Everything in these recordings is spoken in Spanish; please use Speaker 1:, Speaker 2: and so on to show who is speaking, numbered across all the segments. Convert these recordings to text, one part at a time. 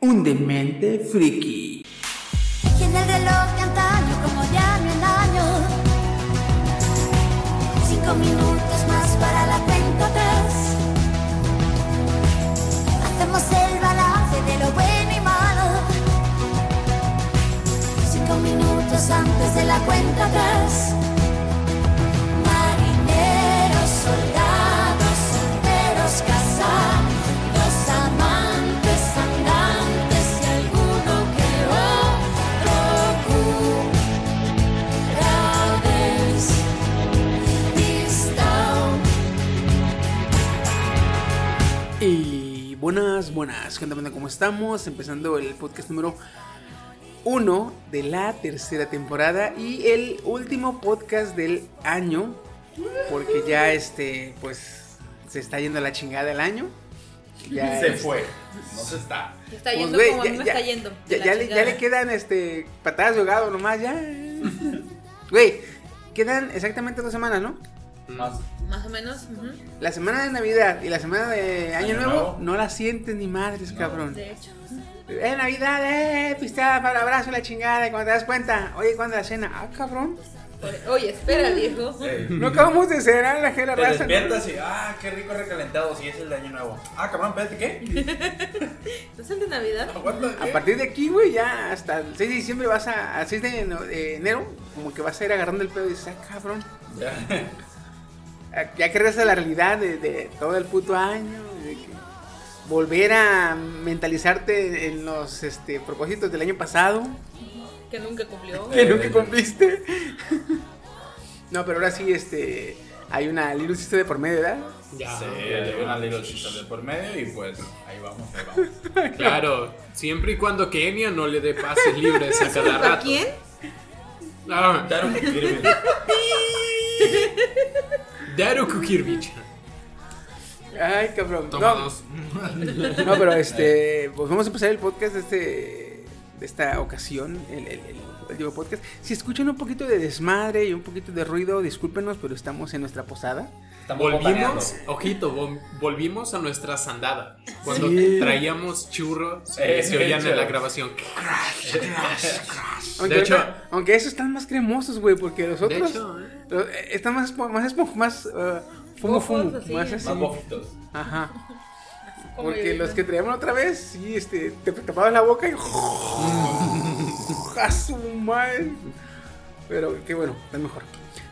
Speaker 1: un demente friki.
Speaker 2: Tiene el reloj de antaño como ya no el año. Cinco minutos más para la cuenta atrás. Hacemos el balance de lo bueno y malo. Cinco minutos antes de la cuenta atrás. Marineros, soldados, solteros, casados, amantes, andantes y alguno que otro currades. Distal.
Speaker 1: Y buenas, buenas, ¿qué onda, banda? ¿Cómo estamos? Empezando el podcast número uno de la tercera temporada y el último podcast del año, porque ya este, pues, se está yendo a la chingada el año. Ya,
Speaker 3: Se
Speaker 1: este,
Speaker 3: fue. No se está.
Speaker 4: Está
Speaker 1: pues,
Speaker 4: yendo
Speaker 1: güey,
Speaker 4: como a mí me
Speaker 1: ya-
Speaker 4: está yendo.
Speaker 1: Ya,
Speaker 4: de
Speaker 1: ya
Speaker 4: la
Speaker 1: le, ya
Speaker 4: chingada.
Speaker 1: le quedan este, patadas de ahogado nomás, ya. Güey, quedan exactamente dos semanas, ¿no?
Speaker 3: Más.
Speaker 4: Más o menos. ujú.
Speaker 1: La semana de Navidad y la semana de Año,
Speaker 3: Año
Speaker 1: Nuevo,
Speaker 3: Nuevo.
Speaker 1: no la sientes ni madres, cabrón.
Speaker 4: De hecho.
Speaker 1: Eh, Navidad, eh, pisteada para el abrazo, la chingada, y cuando te das cuenta, oye, ¿cuándo la cena? Ah, cabrón.
Speaker 4: Oye, espera, viejo.
Speaker 3: Eh,
Speaker 1: No acabamos de cenar la gente la
Speaker 3: Te
Speaker 1: raza.
Speaker 3: despiertas y, ah, qué rico recalentado, si es el de año nuevo. Ah, cabrón, espérate, ¿qué?
Speaker 4: ¿No es el de Navidad?
Speaker 3: Aguanta,
Speaker 1: A
Speaker 3: ¿qué?
Speaker 1: partir de aquí, güey, ya hasta el 6 de diciembre vas a, al 6 de, no- de enero, como que vas a ir agarrando el pedo y dices, ah, cabrón.
Speaker 3: Ya.
Speaker 1: Ah, Ya que regresa la realidad de, de todo el puto año, de que volver a mentalizarte en los este, propósitos del año pasado.
Speaker 4: Que nunca cumplió.
Speaker 1: que nunca cumpliste. no, pero ahora sí, este, hay una Little Sister de por medio, ¿verdad?
Speaker 5: Ya,
Speaker 3: Sí, llegó una little sister de por medio y pues ahí vamos, ahí vamos.
Speaker 5: claro. Siempre y cuando Kenia no le dé pases libres a cada
Speaker 4: ¿A
Speaker 5: rato.
Speaker 4: quién?
Speaker 5: Ah,
Speaker 3: Daru Kirby.
Speaker 5: Daruku Kirby.
Speaker 1: Ay, cabrón.
Speaker 5: Toma
Speaker 1: No,
Speaker 5: dos.
Speaker 1: no, pero este, pues vamos a empezar el podcast de, este, de esta ocasión, el, el- el último podcast. Si escuchan un poquito de desmadre y un poquito de ruido, discúlpenos, pero estamos en nuestra posada.
Speaker 3: Estamos
Speaker 5: Volvimos,
Speaker 3: botaneando.
Speaker 5: ojito, vol- volvimos a nuestra sandada. Cuando traíamos churros,
Speaker 3: Eh,
Speaker 5: eh, se oían en la
Speaker 3: churros.
Speaker 5: grabación.
Speaker 1: Aunque,
Speaker 5: De hecho-
Speaker 1: ahorita- aunque esos están más cremosos, güey, porque los
Speaker 5: De
Speaker 1: otros
Speaker 5: hecho, eh,
Speaker 1: los- eh, están más, espo- más, espo- más eh, fumo, fumo,
Speaker 4: Fogosos, sí.
Speaker 1: más así.
Speaker 3: Más bojitos.
Speaker 1: Ajá.
Speaker 4: Como
Speaker 1: Porque
Speaker 4: yo,
Speaker 1: los
Speaker 4: ¿no?
Speaker 1: que traíamos la otra vez, sí, este, te tapabas la boca y. ¡A su madre! Pero qué bueno, es mejor.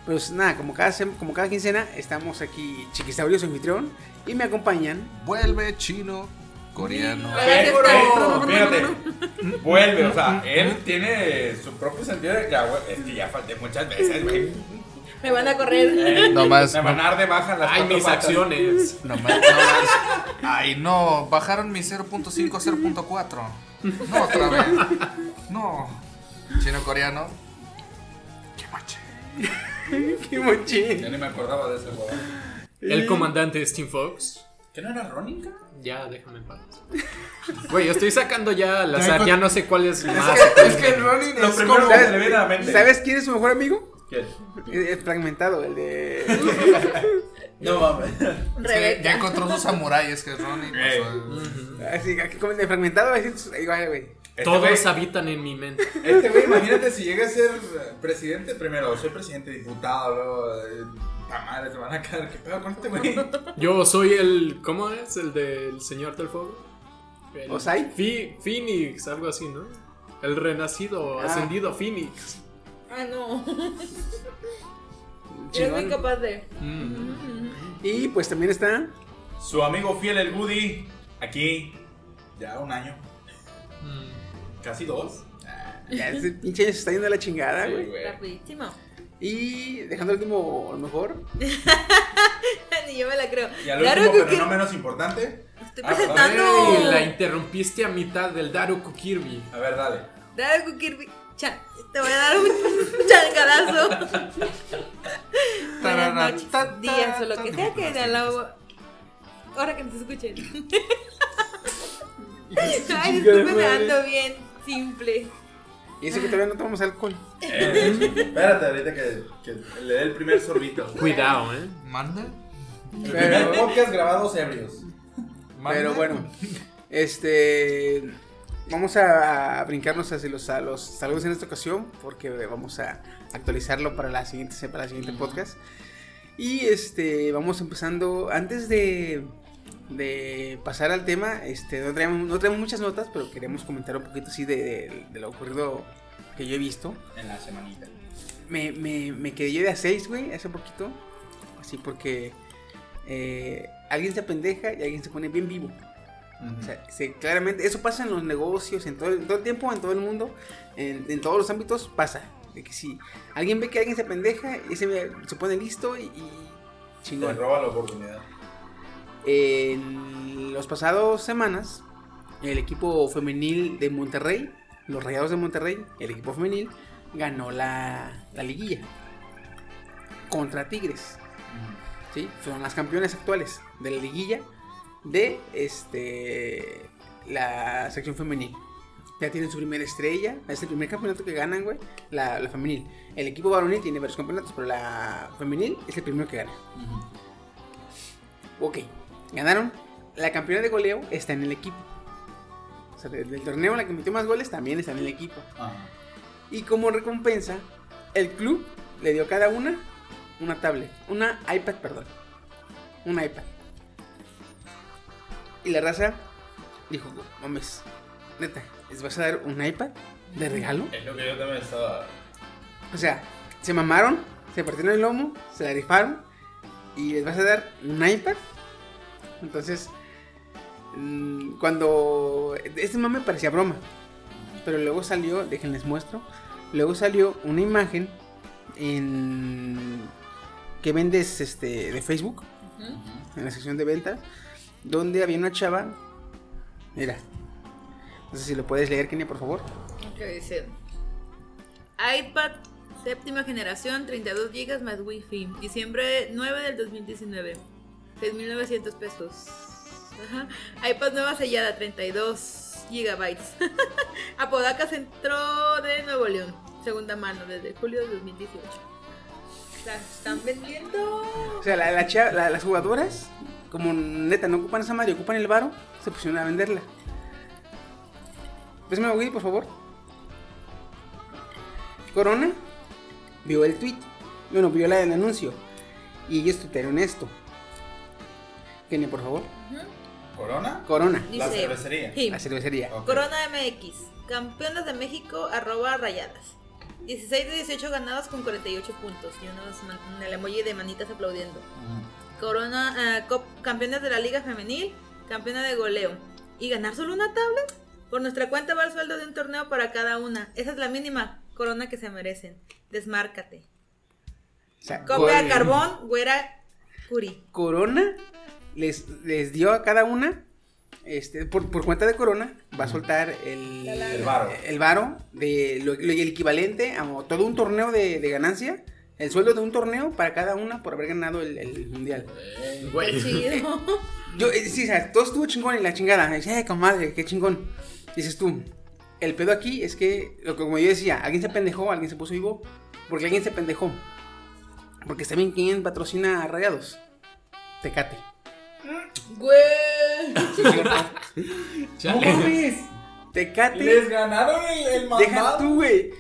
Speaker 1: Pues nada, como cada, sem- como cada quincena, estamos aquí, Chiquisaurio, su anfitrión, y me acompañan.
Speaker 6: Vuelve chino, coreano.
Speaker 4: Ahora sí
Speaker 3: Pero,
Speaker 4: está.
Speaker 3: Fíjate, vuelve, o sea, él tiene su propio sentido de que, ah, güey, es que ya falté muchas veces, güey.
Speaker 4: Me van a correr.
Speaker 3: Eh,
Speaker 6: Nomás-
Speaker 3: Me van a dar de baja las
Speaker 5: Ay,
Speaker 3: cuatro
Speaker 5: mis
Speaker 3: patas.
Speaker 5: acciones.
Speaker 6: No más, no más. Ay, no, bajaron mi 0.5 a 0.4. No, otra vez. No. Chino, coreano. Qué mache.
Speaker 1: ¡Qué mochín!
Speaker 3: Ya ni me acordaba de ese juego.
Speaker 5: El comandante Steam Fox.
Speaker 3: ¿Qué no era Ronica?
Speaker 5: Ya, déjame en paz. Güey, yo estoy sacando ya al azar,
Speaker 6: encont-
Speaker 5: ya no sé cuál es más.
Speaker 6: Es que el Ronin
Speaker 3: Lo
Speaker 6: es
Speaker 3: primero
Speaker 6: como-
Speaker 3: que se le viene a la mente.
Speaker 1: ¿Sabes quién es su mejor amigo?
Speaker 3: ¿Quién?
Speaker 1: El, el fragmentado, el de.
Speaker 3: No mames.
Speaker 6: Ya, ya
Speaker 4: Rebeca.
Speaker 6: encontró sus samuráis, que es Ronin. pues,
Speaker 3: Ey.
Speaker 6: eh,
Speaker 1: Así, aquí como el de fragmentado, así, igual, güey.
Speaker 3: Este
Speaker 5: Todos
Speaker 3: güey-
Speaker 5: habitan en mi mente.
Speaker 3: Este güey, imagínate si llega a ser eh, presidente primero, soy presidente diputado, luego eh, ta madre, te van a caer, qué pedo con este güey.
Speaker 5: Yo soy el. ¿Cómo es? El del Señor del Fuego. El
Speaker 1: ¿Osai?
Speaker 5: Fi- Phoenix, algo así, ¿no? El renacido,
Speaker 1: Ah.
Speaker 5: ascendido Phoenix.
Speaker 4: Ah, no. Eres muy
Speaker 1: Chingón.
Speaker 4: capaz de.
Speaker 5: Mm.
Speaker 1: Y pues también está.
Speaker 3: Su amigo fiel el Woody, aquí ya un año,
Speaker 5: Mm.
Speaker 3: casi dos. Ah,
Speaker 1: Ya, ese pinche año se está yendo a la chingada,
Speaker 3: sí,
Speaker 1: güey.
Speaker 3: güey.
Speaker 4: Rapidísimo.
Speaker 1: Y dejando el último, a lo mejor.
Speaker 4: ni yo me la creo.
Speaker 3: Y al
Speaker 4: Claro
Speaker 3: último,
Speaker 4: que
Speaker 3: pero
Speaker 4: quiero-
Speaker 3: no menos importante.
Speaker 4: Estoy
Speaker 3: Ah,
Speaker 1: pues,
Speaker 4: presentando.
Speaker 5: Ey, la interrumpiste a mitad del Daruku Kirby.
Speaker 3: A ver, dale.
Speaker 4: Drago Kirby. Chan, te voy a dar un changadazo. Buenas noches, días o lo que sea que de
Speaker 1: pues.
Speaker 4: la hora que nos escuchen. Ay, estoy pensando bien simple.
Speaker 1: Y eso que todavía no tomamos alcohol.
Speaker 3: Eh, espérate, ahorita que, que le dé el primer sorbito.
Speaker 5: Cuidado, eh.
Speaker 6: ¿Manda?
Speaker 3: El primer podcast grabados ebrios.
Speaker 1: Pero bueno, este. Vamos a, a brincarnos hacia los, a los saludos en esta ocasión, porque vamos a actualizarlo para la siguiente, para la siguiente podcast. Y este, vamos empezando. Antes de, de pasar al tema, este, no, traemos, no traemos muchas notas, pero queremos comentar un poquito así de, de- de lo ocurrido que yo he visto.
Speaker 3: En la semanita.
Speaker 1: Me, me, me quedé yo de a 6, güey, hace poquito. Así porque eh, alguien se apendeja y alguien se pone bien vivo. O sea, se- claramente, eso pasa en los negocios, en todo, el- todo el tiempo, en todo el mundo, en, en todos los ámbitos pasa. De que si alguien ve que alguien se pendeja, ese se pone listo y, y
Speaker 3: Te
Speaker 1: chingón.
Speaker 3: roba la oportunidad.
Speaker 1: En los pasados semanas, el equipo femenil de Monterrey, los Rayados de Monterrey, el equipo femenil, ganó la, la liguilla contra Tigres. ¿sí? Fueron las campeonas actuales de la liguilla de este la sección femenil. Ya tienen su primera estrella, es el primer campeonato que ganan, güey, la, la femenil. El equipo varonil tiene varios campeonatos, pero la femenil es el primero que gana. Ok, ganaron. La campeona de goleo está en el equipo. O sea, del del torneo la que metió más goles también está en el equipo. Y como recompensa, el club le dio a cada una una tablet, una iPad, perdón. Una iPad. Y la raza dijo, mames, neta, ¿les vas a dar un iPad de regalo?
Speaker 3: Es lo que yo también estaba.
Speaker 1: O sea, se mamaron, se partieron el lomo, se la rifaron y les vas a dar un iPad. Entonces, mm, cuando este mame parecía broma, pero luego salió, déjenles muestro, luego salió una imagen en que vendes este de Facebook, en la sección de ventas, donde había una chava, mira, no sé si lo puedes leer, Kenia, por favor.
Speaker 4: ¿Qué dice? iPad séptima generación, 32 GB más Wi-Fi. Diciembre 9 del 2019. 6.900 pesos. Ajá. iPad nueva sellada, 32 GB. Apodaca Centro de Nuevo León. Segunda mano, desde julio del 2018. ¿La están vendiendo?
Speaker 1: O sea, la, la chava- la- las jugadoras, como neta, no ocupan esa madre, ocupan el varo, se pusieron a venderla. Pésame la Wii, por favor. Corona vio el tweet. Bueno, vio la del anuncio. Y ellos tuitearon esto. Kenia, por favor.
Speaker 3: ¿Corona?
Speaker 1: Corona,
Speaker 3: La cervecería.
Speaker 4: Sí.
Speaker 1: la cervecería.
Speaker 3: Ok.
Speaker 4: Corona MX, campeonas de México, arroba rayadas. 16 de 18 ganados con 48 puntos. Y unos man- el emoji de manitas aplaudiendo. Corona, ah, cop- campeonas de la Liga Femenil, campeona de goleo. ¿Y ganar solo una tablet? Por nuestra cuenta va el sueldo de un torneo para cada una. Esa es la mínima corona que se merecen. Desmárcate.
Speaker 1: O sea,
Speaker 4: Copia
Speaker 1: Cor-
Speaker 4: carbón, güera, curi.
Speaker 1: Corona les, les dio a cada una, este, por, por cuenta de Corona, va a soltar el,
Speaker 3: El varo.
Speaker 1: el varo de lo, lo- el equivalente a todo un torneo de, de ganancia, el sueldo de un torneo para cada una por haber ganado el, el mundial.
Speaker 5: Güey.
Speaker 4: Chido.
Speaker 1: Yo, eh, sí, o sea, todo estuvo chingón y la chingada. Me dice, ay, comadre, qué chingón. Dices tú, el pedo aquí es que, lo que como yo decía, alguien se pendejó, alguien se puso vivo, porque alguien se pendejó. Porque está bien quién patrocina a Rayados. Tecate.
Speaker 4: Güey.
Speaker 3: ¡No
Speaker 5: Chale.
Speaker 3: mames!
Speaker 1: Tecate.
Speaker 3: ¡Les ganaron el, el
Speaker 1: Deja
Speaker 3: mandado!
Speaker 1: tú, güey.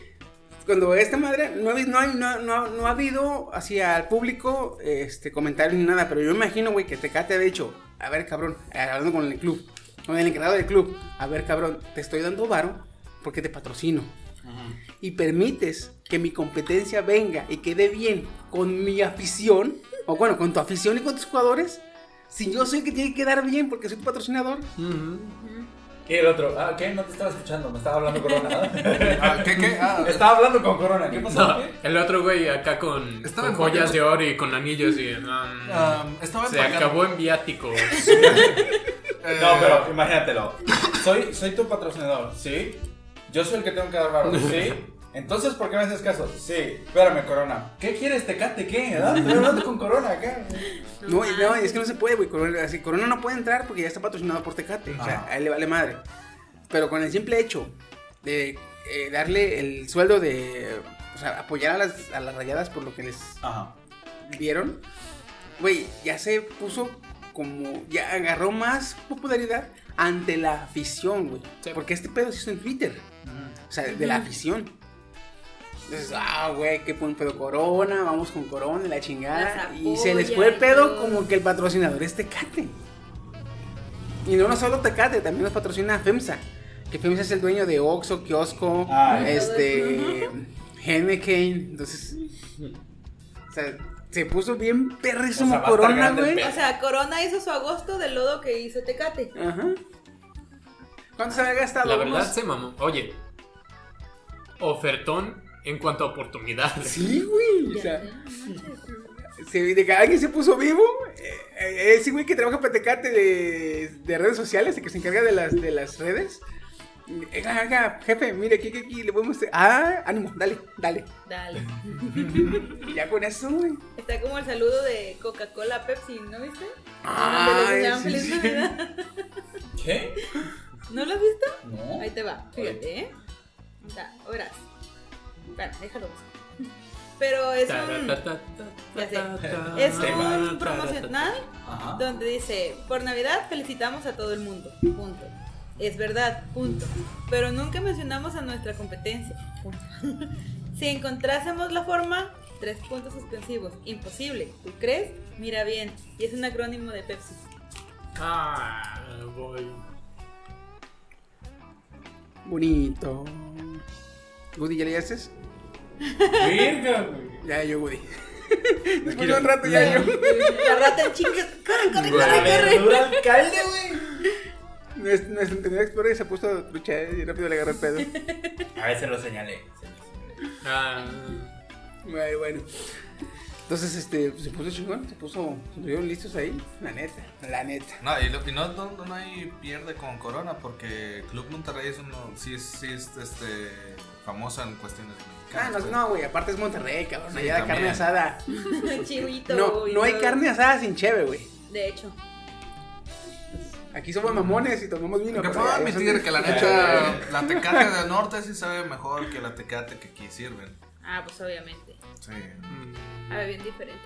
Speaker 1: Cuando esta madre, no, ha habido- no, hay- no, no- no ha habido hacia el público este, comentarios ni nada, pero yo imagino, güey, que Tecate ha dicho, a ver, cabrón, eh, hablando con el club, con el encargado del club, a ver, cabrón, te estoy dando varo porque te patrocino. Y permites que mi competencia venga y quede bien con mi afición, o bueno, con tu afición y con tus jugadores, si yo soy el que tiene que quedar bien porque soy tu patrocinador.
Speaker 5: Ujú.
Speaker 1: ¿Qué
Speaker 3: Y el otro, ah, ¿qué? No te estaba escuchando, me estaba hablando Corona.
Speaker 6: Ah, ¿Qué, qué? Ah,
Speaker 3: estaba hablando con Corona, ¿qué pasó? Eh,
Speaker 5: No,
Speaker 3: ¿Qué?
Speaker 5: el otro güey acá con,
Speaker 6: Estaba
Speaker 5: con
Speaker 6: en
Speaker 5: joyas
Speaker 6: Guanajuato.
Speaker 5: de oro y con anillos y... um,
Speaker 6: ah, estaba
Speaker 5: se
Speaker 6: empacando.
Speaker 5: acabó en viáticos.
Speaker 6: Eh,
Speaker 3: No, pero imagínatelo. Soy, soy tu patrocinador, ¿sí? Yo soy el que tengo que dar barro, ¿sí? Entonces, ¿por qué me haces caso? Sí, espérame, Corona. ¿Qué quieres, Tecate? ¿Qué? ¿Verdad? Estoy hablando con Corona acá.
Speaker 1: No, y no, es que no se puede, güey. Corona, así, Corona no puede entrar porque ya está patrocinado por Tecate. O sea,
Speaker 6: Ajá.
Speaker 1: a él le vale madre. Pero con el simple hecho de eh, darle el sueldo de. O sea, apoyar a las, a las rayadas por lo que les
Speaker 3: Ajá.
Speaker 1: dieron. Güey, ya se puso como. Ya agarró más popularidad ante la afición, güey.
Speaker 5: Sí.
Speaker 1: Porque este pedo se hizo en Twitter. O sea, de la afición. Entonces, ah, güey, qué buen pedo Corona, vamos con Corona, y la chingada.
Speaker 4: Las
Speaker 1: Y se les fue el
Speaker 4: apoyan,
Speaker 1: pedo
Speaker 4: todo.
Speaker 1: como que el patrocinador es Tecate. Y no, no solo Tecate, también nos patrocina FEMSA. Que FEMSA es el dueño de Oxxo, Kiosco,
Speaker 3: Ah, ya.
Speaker 1: este, Henneken. Entonces, o sea, se puso bien perrísimo
Speaker 3: O sea, va a estar
Speaker 1: Corona,
Speaker 3: grande el
Speaker 1: güey.
Speaker 3: pedo.
Speaker 4: O sea, Corona hizo su agosto del lodo que hizo Tecate.
Speaker 1: Ajá. ¿Cuánto se había gastado?
Speaker 5: La verdad
Speaker 1: Unos-
Speaker 5: se mamó. Oye, ofertón en cuanto a oportunidades.
Speaker 1: Sí, güey. O sea, se, de que alguien se puso vivo. eh, eh, ese güey que trabaja para Tecate de, de redes sociales, el que se encarga de las, de las redes. Eh, ah, ah, jefe, mire, aquí, aquí, aquí, le podemos hacer- Ah, ánimo, dale, dale.
Speaker 4: Dale.
Speaker 1: Y ya con eso, güey.
Speaker 4: Está como el saludo de Coca-Cola Pepsi, ¿no viste? Donde les
Speaker 1: Ay,
Speaker 4: desean
Speaker 1: sí,
Speaker 4: feliz
Speaker 1: sí.
Speaker 4: Navidad.
Speaker 3: ¿Qué?
Speaker 4: ¿No lo has visto?
Speaker 3: No.
Speaker 4: Ahí te va, fíjate, ¿eh? Da, verás. Bueno, déjalo. busco. Pero es un, Ya sé. es un promocional
Speaker 3: Ajá.
Speaker 4: donde dice, por Navidad felicitamos a todo el mundo, punto. Es verdad, punto. Pero nunca mencionamos a nuestra competencia, punto. si encontrásemos la forma, tres puntos suspensivos, imposible, ¿tú crees? Mira bien, y es un acrónimo de Pepsi.
Speaker 5: Ah, voy.
Speaker 1: Bonito. Woody, ¿ya le haces?
Speaker 3: Virga, güey.
Speaker 1: Ya, yo, Woody. Después de un rato, ya, yo.
Speaker 4: La rata en chingas, corre, corre,
Speaker 5: Güey.
Speaker 4: corre, corre.
Speaker 3: Verdura alcalde, güey.
Speaker 1: Nuestro nuestro Internet Explorer se puso trucha eh, y rápido le agarró el pedo.
Speaker 3: A veces lo señalé.
Speaker 5: Ah,
Speaker 1: Ay, bueno. Entonces, este, se puso chingón, se puso, se estuvieron listos ahí, la neta, la neta.
Speaker 6: No, y, lo- y no, no, no hay pierde con Corona porque Club Monterrey es uno, sí, es- sí es este, famosa en cuestiones
Speaker 1: Ah,
Speaker 6: mexicanas.
Speaker 1: no,
Speaker 6: pues.
Speaker 1: no, güey, aparte es Monterrey, cabrón,
Speaker 6: Sí,
Speaker 1: allá la carne
Speaker 6: también.
Speaker 1: asada.
Speaker 4: Chihuito.
Speaker 1: No, no hay carne asada sin cheve, güey.
Speaker 4: De hecho.
Speaker 1: Aquí somos mamones y tomamos vino.
Speaker 6: Que
Speaker 1: pero
Speaker 6: puedo
Speaker 1: allá son-
Speaker 6: admitir que la
Speaker 3: Ya,
Speaker 6: neta, la tecate del norte sí sabe mejor que la tecate que aquí sirven.
Speaker 4: Ah, pues obviamente.
Speaker 6: Sí,
Speaker 5: mm,
Speaker 4: A ver, bien diferente.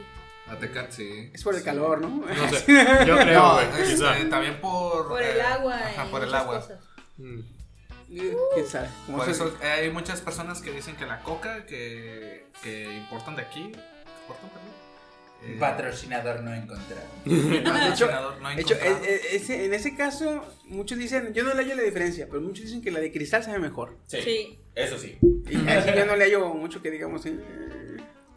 Speaker 6: la tecate sí.
Speaker 1: Es por el
Speaker 6: Sí.
Speaker 1: calor, ¿no?
Speaker 5: no sé. Yo creo,
Speaker 6: No,
Speaker 5: güey.
Speaker 6: este,
Speaker 5: quizá.
Speaker 6: también por...
Speaker 4: Por
Speaker 6: eh,
Speaker 4: el agua.
Speaker 6: Ajá,
Speaker 4: y
Speaker 6: por el
Speaker 4: muchas
Speaker 6: agua.
Speaker 4: cosas.
Speaker 5: Mm.
Speaker 1: ¿Quién sabe? Como
Speaker 5: Pues
Speaker 6: Por
Speaker 1: eso-
Speaker 6: eso eh, hay muchas personas que dicen que la coca que, que importan de aquí, que importan, perdón, eh,
Speaker 3: Patrocinador no encontrado.
Speaker 6: patrocinador no
Speaker 1: de hecho, eh,
Speaker 6: encontrado.
Speaker 1: es- es- ese- en ese caso, muchos dicen, yo no le hallo la diferencia, pero muchos dicen que la de cristal sabe mejor.
Speaker 3: Sí.
Speaker 4: Sí.
Speaker 3: Eso sí.
Speaker 1: Y así yo no le hallo mucho que digamos, eh,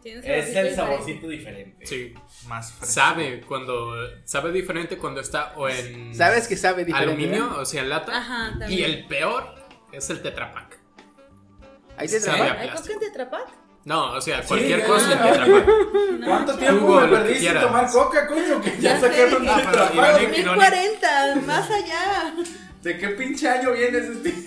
Speaker 4: Tienes
Speaker 3: Es
Speaker 4: saborcito
Speaker 3: el saborcito diferente.
Speaker 5: Sí.
Speaker 1: eh,
Speaker 6: más fresco.
Speaker 5: Sabe cuando. Sabe diferente cuando está o en.
Speaker 1: sabes que sabe diferente.
Speaker 5: Aluminio,
Speaker 1: ¿verdad?
Speaker 5: o sea, en lata.
Speaker 4: Ajá,
Speaker 5: y
Speaker 4: también.
Speaker 5: el peor es el tetrapack.
Speaker 1: Ahí se
Speaker 5: sabe
Speaker 1: traba.
Speaker 5: a
Speaker 4: ¿Hay
Speaker 5: plástico.
Speaker 4: coca de atrapac?
Speaker 5: No, o sea, cualquier
Speaker 3: ya.
Speaker 5: cosa en tetrapack.
Speaker 3: ¿Cuánto
Speaker 5: Hugo,
Speaker 3: tiempo me
Speaker 5: lo que
Speaker 3: perdí sin
Speaker 5: quieras.
Speaker 3: tomar coca, coño? Que ya,
Speaker 4: Ya sé,
Speaker 3: saqué sacaron
Speaker 4: dije.
Speaker 3: los
Speaker 6: pero
Speaker 3: trapagos.
Speaker 6: irónico-
Speaker 4: 1040, más allá.
Speaker 3: ¿De qué pinche año vienes, Steve?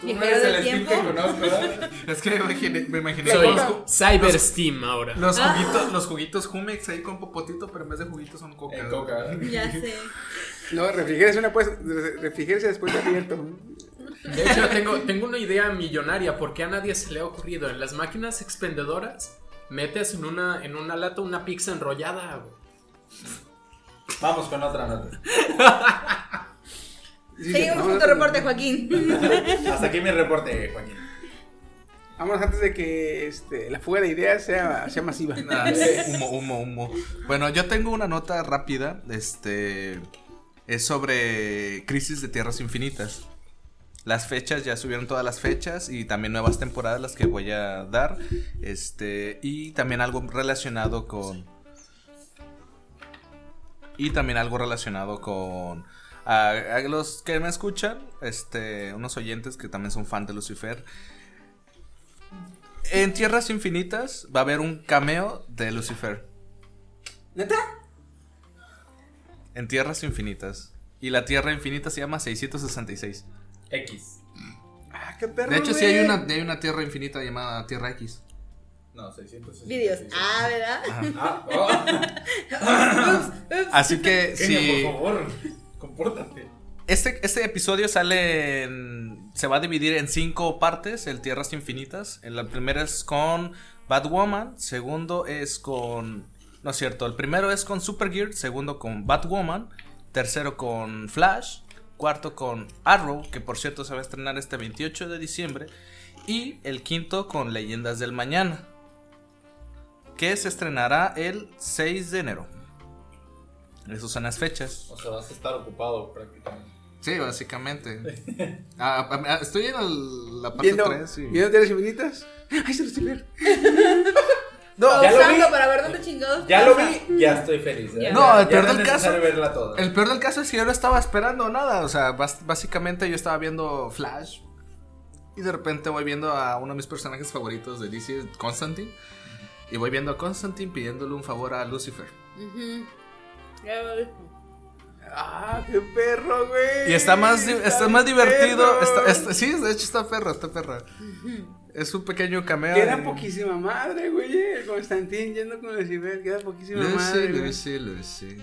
Speaker 3: Tú no
Speaker 4: Viajero
Speaker 3: eres
Speaker 4: del
Speaker 3: el Steve que
Speaker 4: tiempo.
Speaker 3: conozco, ¿verdad?
Speaker 6: Es que me imaginé, me imaginé
Speaker 5: Soy
Speaker 6: los, ju-
Speaker 5: Cyber Steam ahora.
Speaker 6: los juguitos, los juguitos Jumex ahí con popotito, pero en vez de juguitos son coca.
Speaker 3: En coca.
Speaker 4: Ya sé.
Speaker 1: No, refrigérese una pues, re- refrigérese después de abierto.
Speaker 5: De hecho, tengo, tengo una idea millonaria porque a nadie se le ha ocurrido. En las máquinas expendedoras, metes en una, en una lata una pizza enrollada. güey.
Speaker 3: Vamos con otra nota.
Speaker 4: Seguimos con tu reporte, Joaquín.
Speaker 3: Hasta aquí mi reporte, Joaquín.
Speaker 1: Vamos antes de que este, la fuga de ideas sea, sea masiva.
Speaker 6: Nada, es humo, humo, humo. Bueno, yo tengo una nota rápida. Este es sobre Crisis de Tierras Infinitas. Las fechas, ya subieron todas las fechas y también nuevas temporadas las que voy a dar. Este, y también algo relacionado con. Y también algo relacionado con a, a los que me escuchan, este, unos oyentes que también son fan de Lucifer. En Tierras Infinitas va a haber un cameo de Lucifer.
Speaker 1: ¿Neta?
Speaker 6: En Tierras Infinitas. Y la Tierra Infinita se llama 666.
Speaker 3: X.
Speaker 1: Ah, qué perro.
Speaker 6: De hecho, sí
Speaker 1: güey.
Speaker 6: hay una, hay una Tierra Infinita llamada Tierra X.
Speaker 3: No, 666.
Speaker 4: Videos. Ah, ¿verdad?
Speaker 3: Ah, oh.
Speaker 6: Así que
Speaker 3: Kenia,
Speaker 6: si
Speaker 3: por favor, compórtate.
Speaker 6: este, este episodio sale en- se va a dividir en cinco partes, el Tierras Infinitas. En La primera es con Batwoman, segundo es con no es cierto, el primero es con Supergirl, segundo con Batwoman, tercero con Flash, cuarto con Arrow, que por cierto se va a estrenar este 28 de diciembre, y el quinto con Leyendas del Mañana, que se estrenará el 6 de enero. Esas son las fechas.
Speaker 3: O sea, vas a estar ocupado prácticamente.
Speaker 6: Sí, básicamente. Ah, ah, ah, estoy en el- la parte
Speaker 1: Viendo,
Speaker 6: 3.
Speaker 1: viendo Tierras Infinitas. Ay, se los estoy viendo.
Speaker 3: No, ya lo
Speaker 4: Pausando
Speaker 3: vi.
Speaker 4: para ver dónde chingados.
Speaker 3: Ya lo
Speaker 4: pasa.
Speaker 3: vi, ya estoy feliz. ¿eh?
Speaker 4: Ya.
Speaker 6: No,
Speaker 3: Ya-
Speaker 6: el
Speaker 3: ya
Speaker 6: peor
Speaker 3: no es
Speaker 6: del caso-
Speaker 3: necesario verla toda.
Speaker 6: El peor del caso es que yo no estaba esperando nada. O sea, bas- básicamente yo estaba viendo Flash. Y de repente voy viendo a uno de mis personajes favoritos de DC, Constantine. Y voy viendo a Constantine pidiéndole un favor a Lucifer.
Speaker 4: Ujú. Ya lo vi.
Speaker 1: Ah, qué perro, güey.
Speaker 6: Y está más, di- está más
Speaker 1: bien
Speaker 6: divertido.
Speaker 1: perro.
Speaker 6: está- está- sí, de hecho está perra, está perra. Es un pequeño cameo.
Speaker 1: Queda
Speaker 6: de-
Speaker 1: poquísima madre, güey. El Constantín yendo con Lucifer. Queda poquísima madre.
Speaker 6: Lucy,
Speaker 1: güey.
Speaker 6: Lucy, Lucy.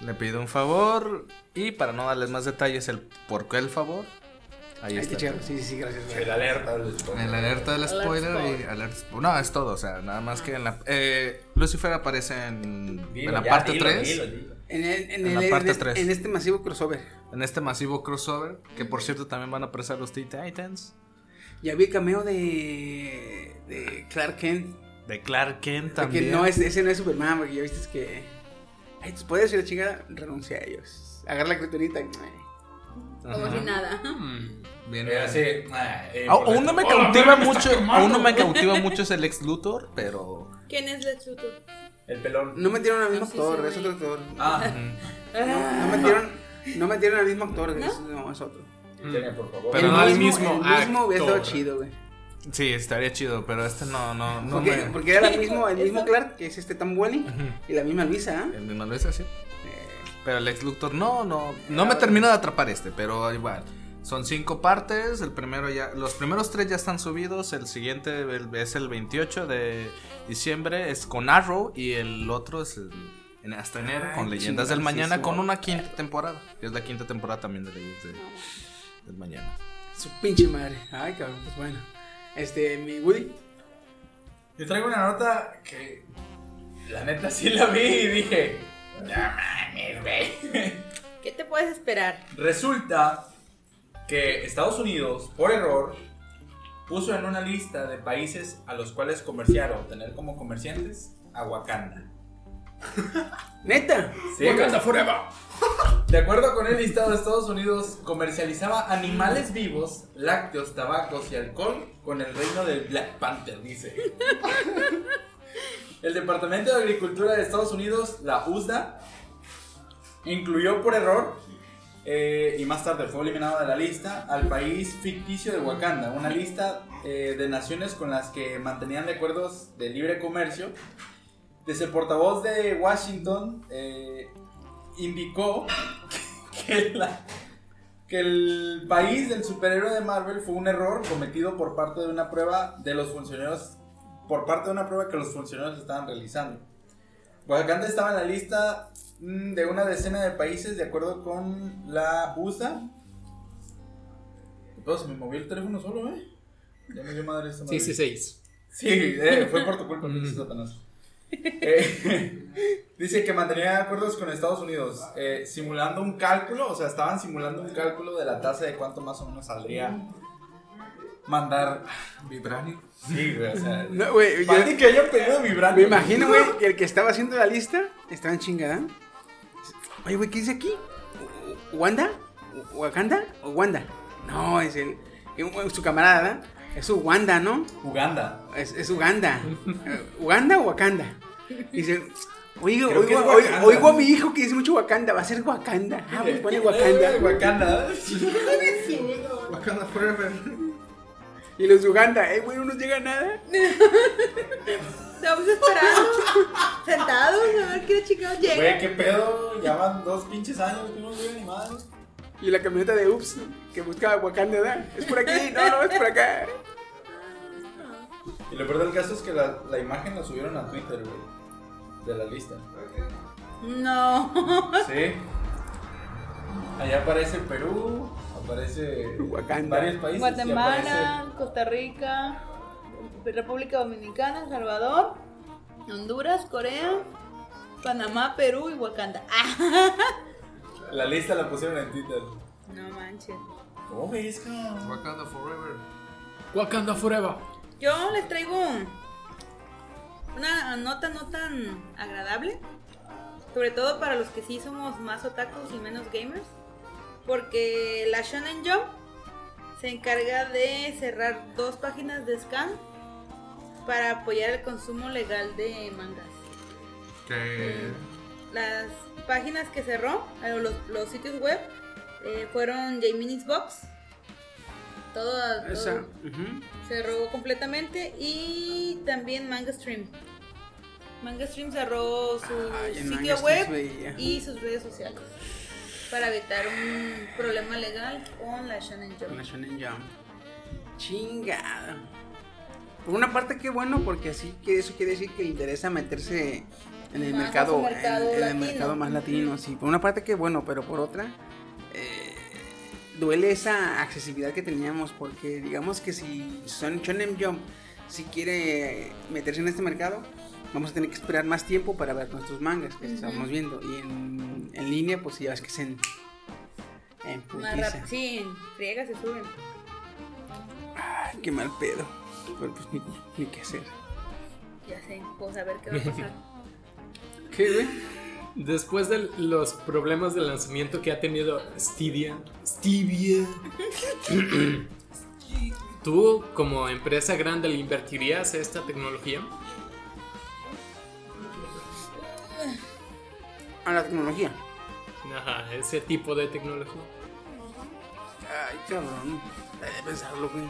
Speaker 6: Le pido un favor y para no darles más detalles el por qué el favor,
Speaker 1: Hay
Speaker 6: ahí
Speaker 1: que
Speaker 6: está.
Speaker 1: checarlo. Sí, sí, sí, gracias, güey.
Speaker 3: El alerta. el-
Speaker 6: El alerta del spoiler y alerta spo- No, es todo, o sea, nada más que en la... eh, Lucifer aparece en,
Speaker 3: Dilo,
Speaker 6: en la
Speaker 3: ya,
Speaker 6: parte
Speaker 3: dilo,
Speaker 6: 3,
Speaker 3: dilo, dilo.
Speaker 1: En, el- en,
Speaker 6: En la
Speaker 1: el-
Speaker 6: parte
Speaker 1: en este-
Speaker 6: tres.
Speaker 1: en este masivo crossover.
Speaker 6: en este masivo crossover, que por cierto también van a aparecer los Teen Titans,
Speaker 1: Ya vi cameo de. de Clark Kent.
Speaker 6: de Clark Kent
Speaker 1: Porque
Speaker 6: también.
Speaker 1: no es, ese no es Superman, porque ya viste que. Ay, pues tus poderes y la chingada, renuncia a ellos. Agarra la criaturita y.
Speaker 4: Como si nada.
Speaker 1: Mm.
Speaker 6: Viene-
Speaker 3: Eh, así, ah, eh,
Speaker 6: A-
Speaker 3: por
Speaker 6: Aún no
Speaker 3: dentro.
Speaker 6: me
Speaker 3: Hola,
Speaker 6: cautiva
Speaker 3: me
Speaker 6: mucho,
Speaker 3: está quemando.
Speaker 6: aún no me cautiva mucho es el ex Luthor, pero...
Speaker 4: ¿Quién es Lex Luthor?
Speaker 3: El pelón.
Speaker 1: No metieron al mismo
Speaker 4: No, sí,
Speaker 1: actor,
Speaker 4: sí,
Speaker 1: es
Speaker 4: güey.
Speaker 1: otro actor.
Speaker 3: Ah,
Speaker 1: No, no metieron, no metieron al mismo actor, es- no, es otro.
Speaker 3: Kenia, por favor.
Speaker 5: Pero
Speaker 1: El
Speaker 5: no al mismo
Speaker 1: El mismo hubiera estado
Speaker 5: actor.
Speaker 1: chido, güey.
Speaker 6: Sí, estaría chido, pero este no, no, no
Speaker 1: porque,
Speaker 6: me...
Speaker 1: porque era el mismo, el mismo Clark, que es este Tom Welling, y la misma Luisa, ¿eh?
Speaker 6: El mismo lo hice así. Eh, Pero el ex Luthor, no, no, no
Speaker 1: Ah.
Speaker 6: me termina de atrapar este, pero igual. Son cinco partes, el primero ya, los primeros tres ya están subidos, el siguiente el- es el 28 de diciembre, es con Arrow y el otro es el- en- hasta enero
Speaker 1: Ay,
Speaker 6: con Leyendas del
Speaker 1: chingasísimo.
Speaker 6: Mañana con una quinta temporada, que es la quinta temporada también de Leyendas de- del Mañana.
Speaker 1: Su pinche madre. Ay, cabrón, pues bueno. Este, mi Woody.
Speaker 3: Yo traigo una nota que la neta sí la vi y dije, no mames, güey.
Speaker 4: ¿Qué te puedes esperar?
Speaker 3: Resulta que Estados Unidos, por error, puso en una lista de países a los cuales comerciar o tener como comerciantes a Wakanda.
Speaker 1: Neta.
Speaker 3: Sí, De acuerdo con el listado, de Estados Unidos comercializaba animales vivos, lácteos, tabacos y alcohol con el reino del Black Panther, dice. El Departamento de Agricultura de Estados Unidos, la USDA, incluyó por error eh, y más tarde fue eliminado de la lista al país ficticio de Wakanda, una lista eh, de naciones con las que mantenían de acuerdos de libre comercio. Desde el portavoz de Washington eh, indicó que, la- que el país del superhéroe de Marvel fue un error cometido por parte de una prueba de los funcionarios, por parte de una prueba que los funcionarios estaban realizando. Wakanda estaba en la lista mm, de una decena de países de acuerdo con la USA. Entonces Pues, me movió el teléfono solo, ¿eh? Ya me dio madre esta madre.
Speaker 5: Sí, sí, seis.
Speaker 3: Sí, eh, fue por tu culpa, pinche Satanás. Eh, dice que mantenía acuerdos con Estados Unidos, eh, simulando un cálculo, o sea, estaban simulando un cálculo de la tasa de cuánto más o menos saldría mandar vibranio. Sí, güey, o sea.
Speaker 1: No, güey, yo-
Speaker 3: para ti que hayan pedido vibranio.
Speaker 1: Me imagino, güey, que el que estaba haciendo la lista estaba en chingada. Oye, güey, ¿qué dice aquí? ¿Wanda? ¿Wakanda? ¿O Wanda? No, es el. es Su camarada, es su Wanda, ¿no?
Speaker 3: Uganda.
Speaker 1: Es, es Uganda. Eh, ¿Uganda o Wakanda? Dice, Oigo,
Speaker 3: Creo que
Speaker 1: oigo,
Speaker 3: es
Speaker 1: oigo-
Speaker 3: Wakanda.
Speaker 1: oigo a mi hijo que dice mucho Wakanda. Va a ser Wakanda. Ah, pues pone
Speaker 3: Eh,
Speaker 1: Wakanda.
Speaker 3: Wakanda. Wakanda forever.
Speaker 1: Y los de Uganda, eh, güey, no nos llega nada.
Speaker 4: Estamos esperando, sentados, a ver qué chingados
Speaker 3: Güey,
Speaker 4: llega.
Speaker 3: qué pedo. Ya van dos pinches años que no veo animados.
Speaker 1: Y la camioneta de Ups, que buscaba Wakanda, ¿verdad? Es por aquí, no, no, es por acá.
Speaker 3: Y lo peor del caso es que la, la imagen la subieron a Twitter, güey. De la lista.
Speaker 4: No.
Speaker 3: Sí. Allá aparece Perú, aparece
Speaker 1: Wakanda.
Speaker 3: varios países. y aparece-
Speaker 4: Guatemala, Costa Rica, República Dominicana, El Salvador, Honduras, Corea, Panamá, Perú y Wakanda. Ah,
Speaker 3: la lista la pusieron en Twitter.
Speaker 4: no manches.
Speaker 3: ¿Cómo ves, cabrón?
Speaker 6: Wakanda Forever.
Speaker 5: Wakanda Forever.
Speaker 4: Yo les traigo una nota no tan agradable, sobre todo para los que sí somos más otakus y menos gamers, porque la Shonen Jump se encarga de cerrar dos páginas de scan para apoyar el consumo legal de mangas.
Speaker 6: Que.
Speaker 4: las páginas que cerró, eh, los, los sitios web, eh, fueron Jaminis Box. Todo, todo
Speaker 1: Esa. ujú.
Speaker 4: cerró completamente. Y también MangaStream. MangaStream cerró su
Speaker 1: Ay, en
Speaker 4: sitio
Speaker 1: mangas,
Speaker 4: web
Speaker 1: güey.
Speaker 4: y sus redes sociales. Para evitar un problema legal con la Shonen
Speaker 1: Con la
Speaker 4: Jump.
Speaker 1: Shonen Jump. Chingada. Por una parte, qué bueno, porque así que eso quiere decir que le interesa meterse en el
Speaker 4: Más a
Speaker 1: mercado,
Speaker 4: su mercado
Speaker 1: en, en el
Speaker 4: latino.
Speaker 1: mercado más latino. Sí, por una parte, qué bueno, pero por otra, eh, duele esa accesibilidad que teníamos, porque digamos que si son Shonen Jump, si quiere meterse en este mercado, vamos a tener que esperar más tiempo para ver nuestros mangas que
Speaker 4: Ujú.
Speaker 1: estamos viendo. Y en, en línea, pues ya ves que se. En, en
Speaker 4: Más
Speaker 1: putiza.
Speaker 4: rápido. Sí, friegas se suben.
Speaker 1: Ay, qué mal pedo. Pero pues ni, ni qué hacer.
Speaker 4: Ya sé, pues a ver qué va a pasar.
Speaker 1: ¿Qué, güey?
Speaker 5: Después de los problemas de lanzamiento que ha tenido Stevia, Stevia, ¿tú como empresa grande le invertirías a esta tecnología?
Speaker 1: A la tecnología.
Speaker 5: Ajá, ese tipo de tecnología.
Speaker 1: Ay, cabrón. Hay que pensarlo, güey.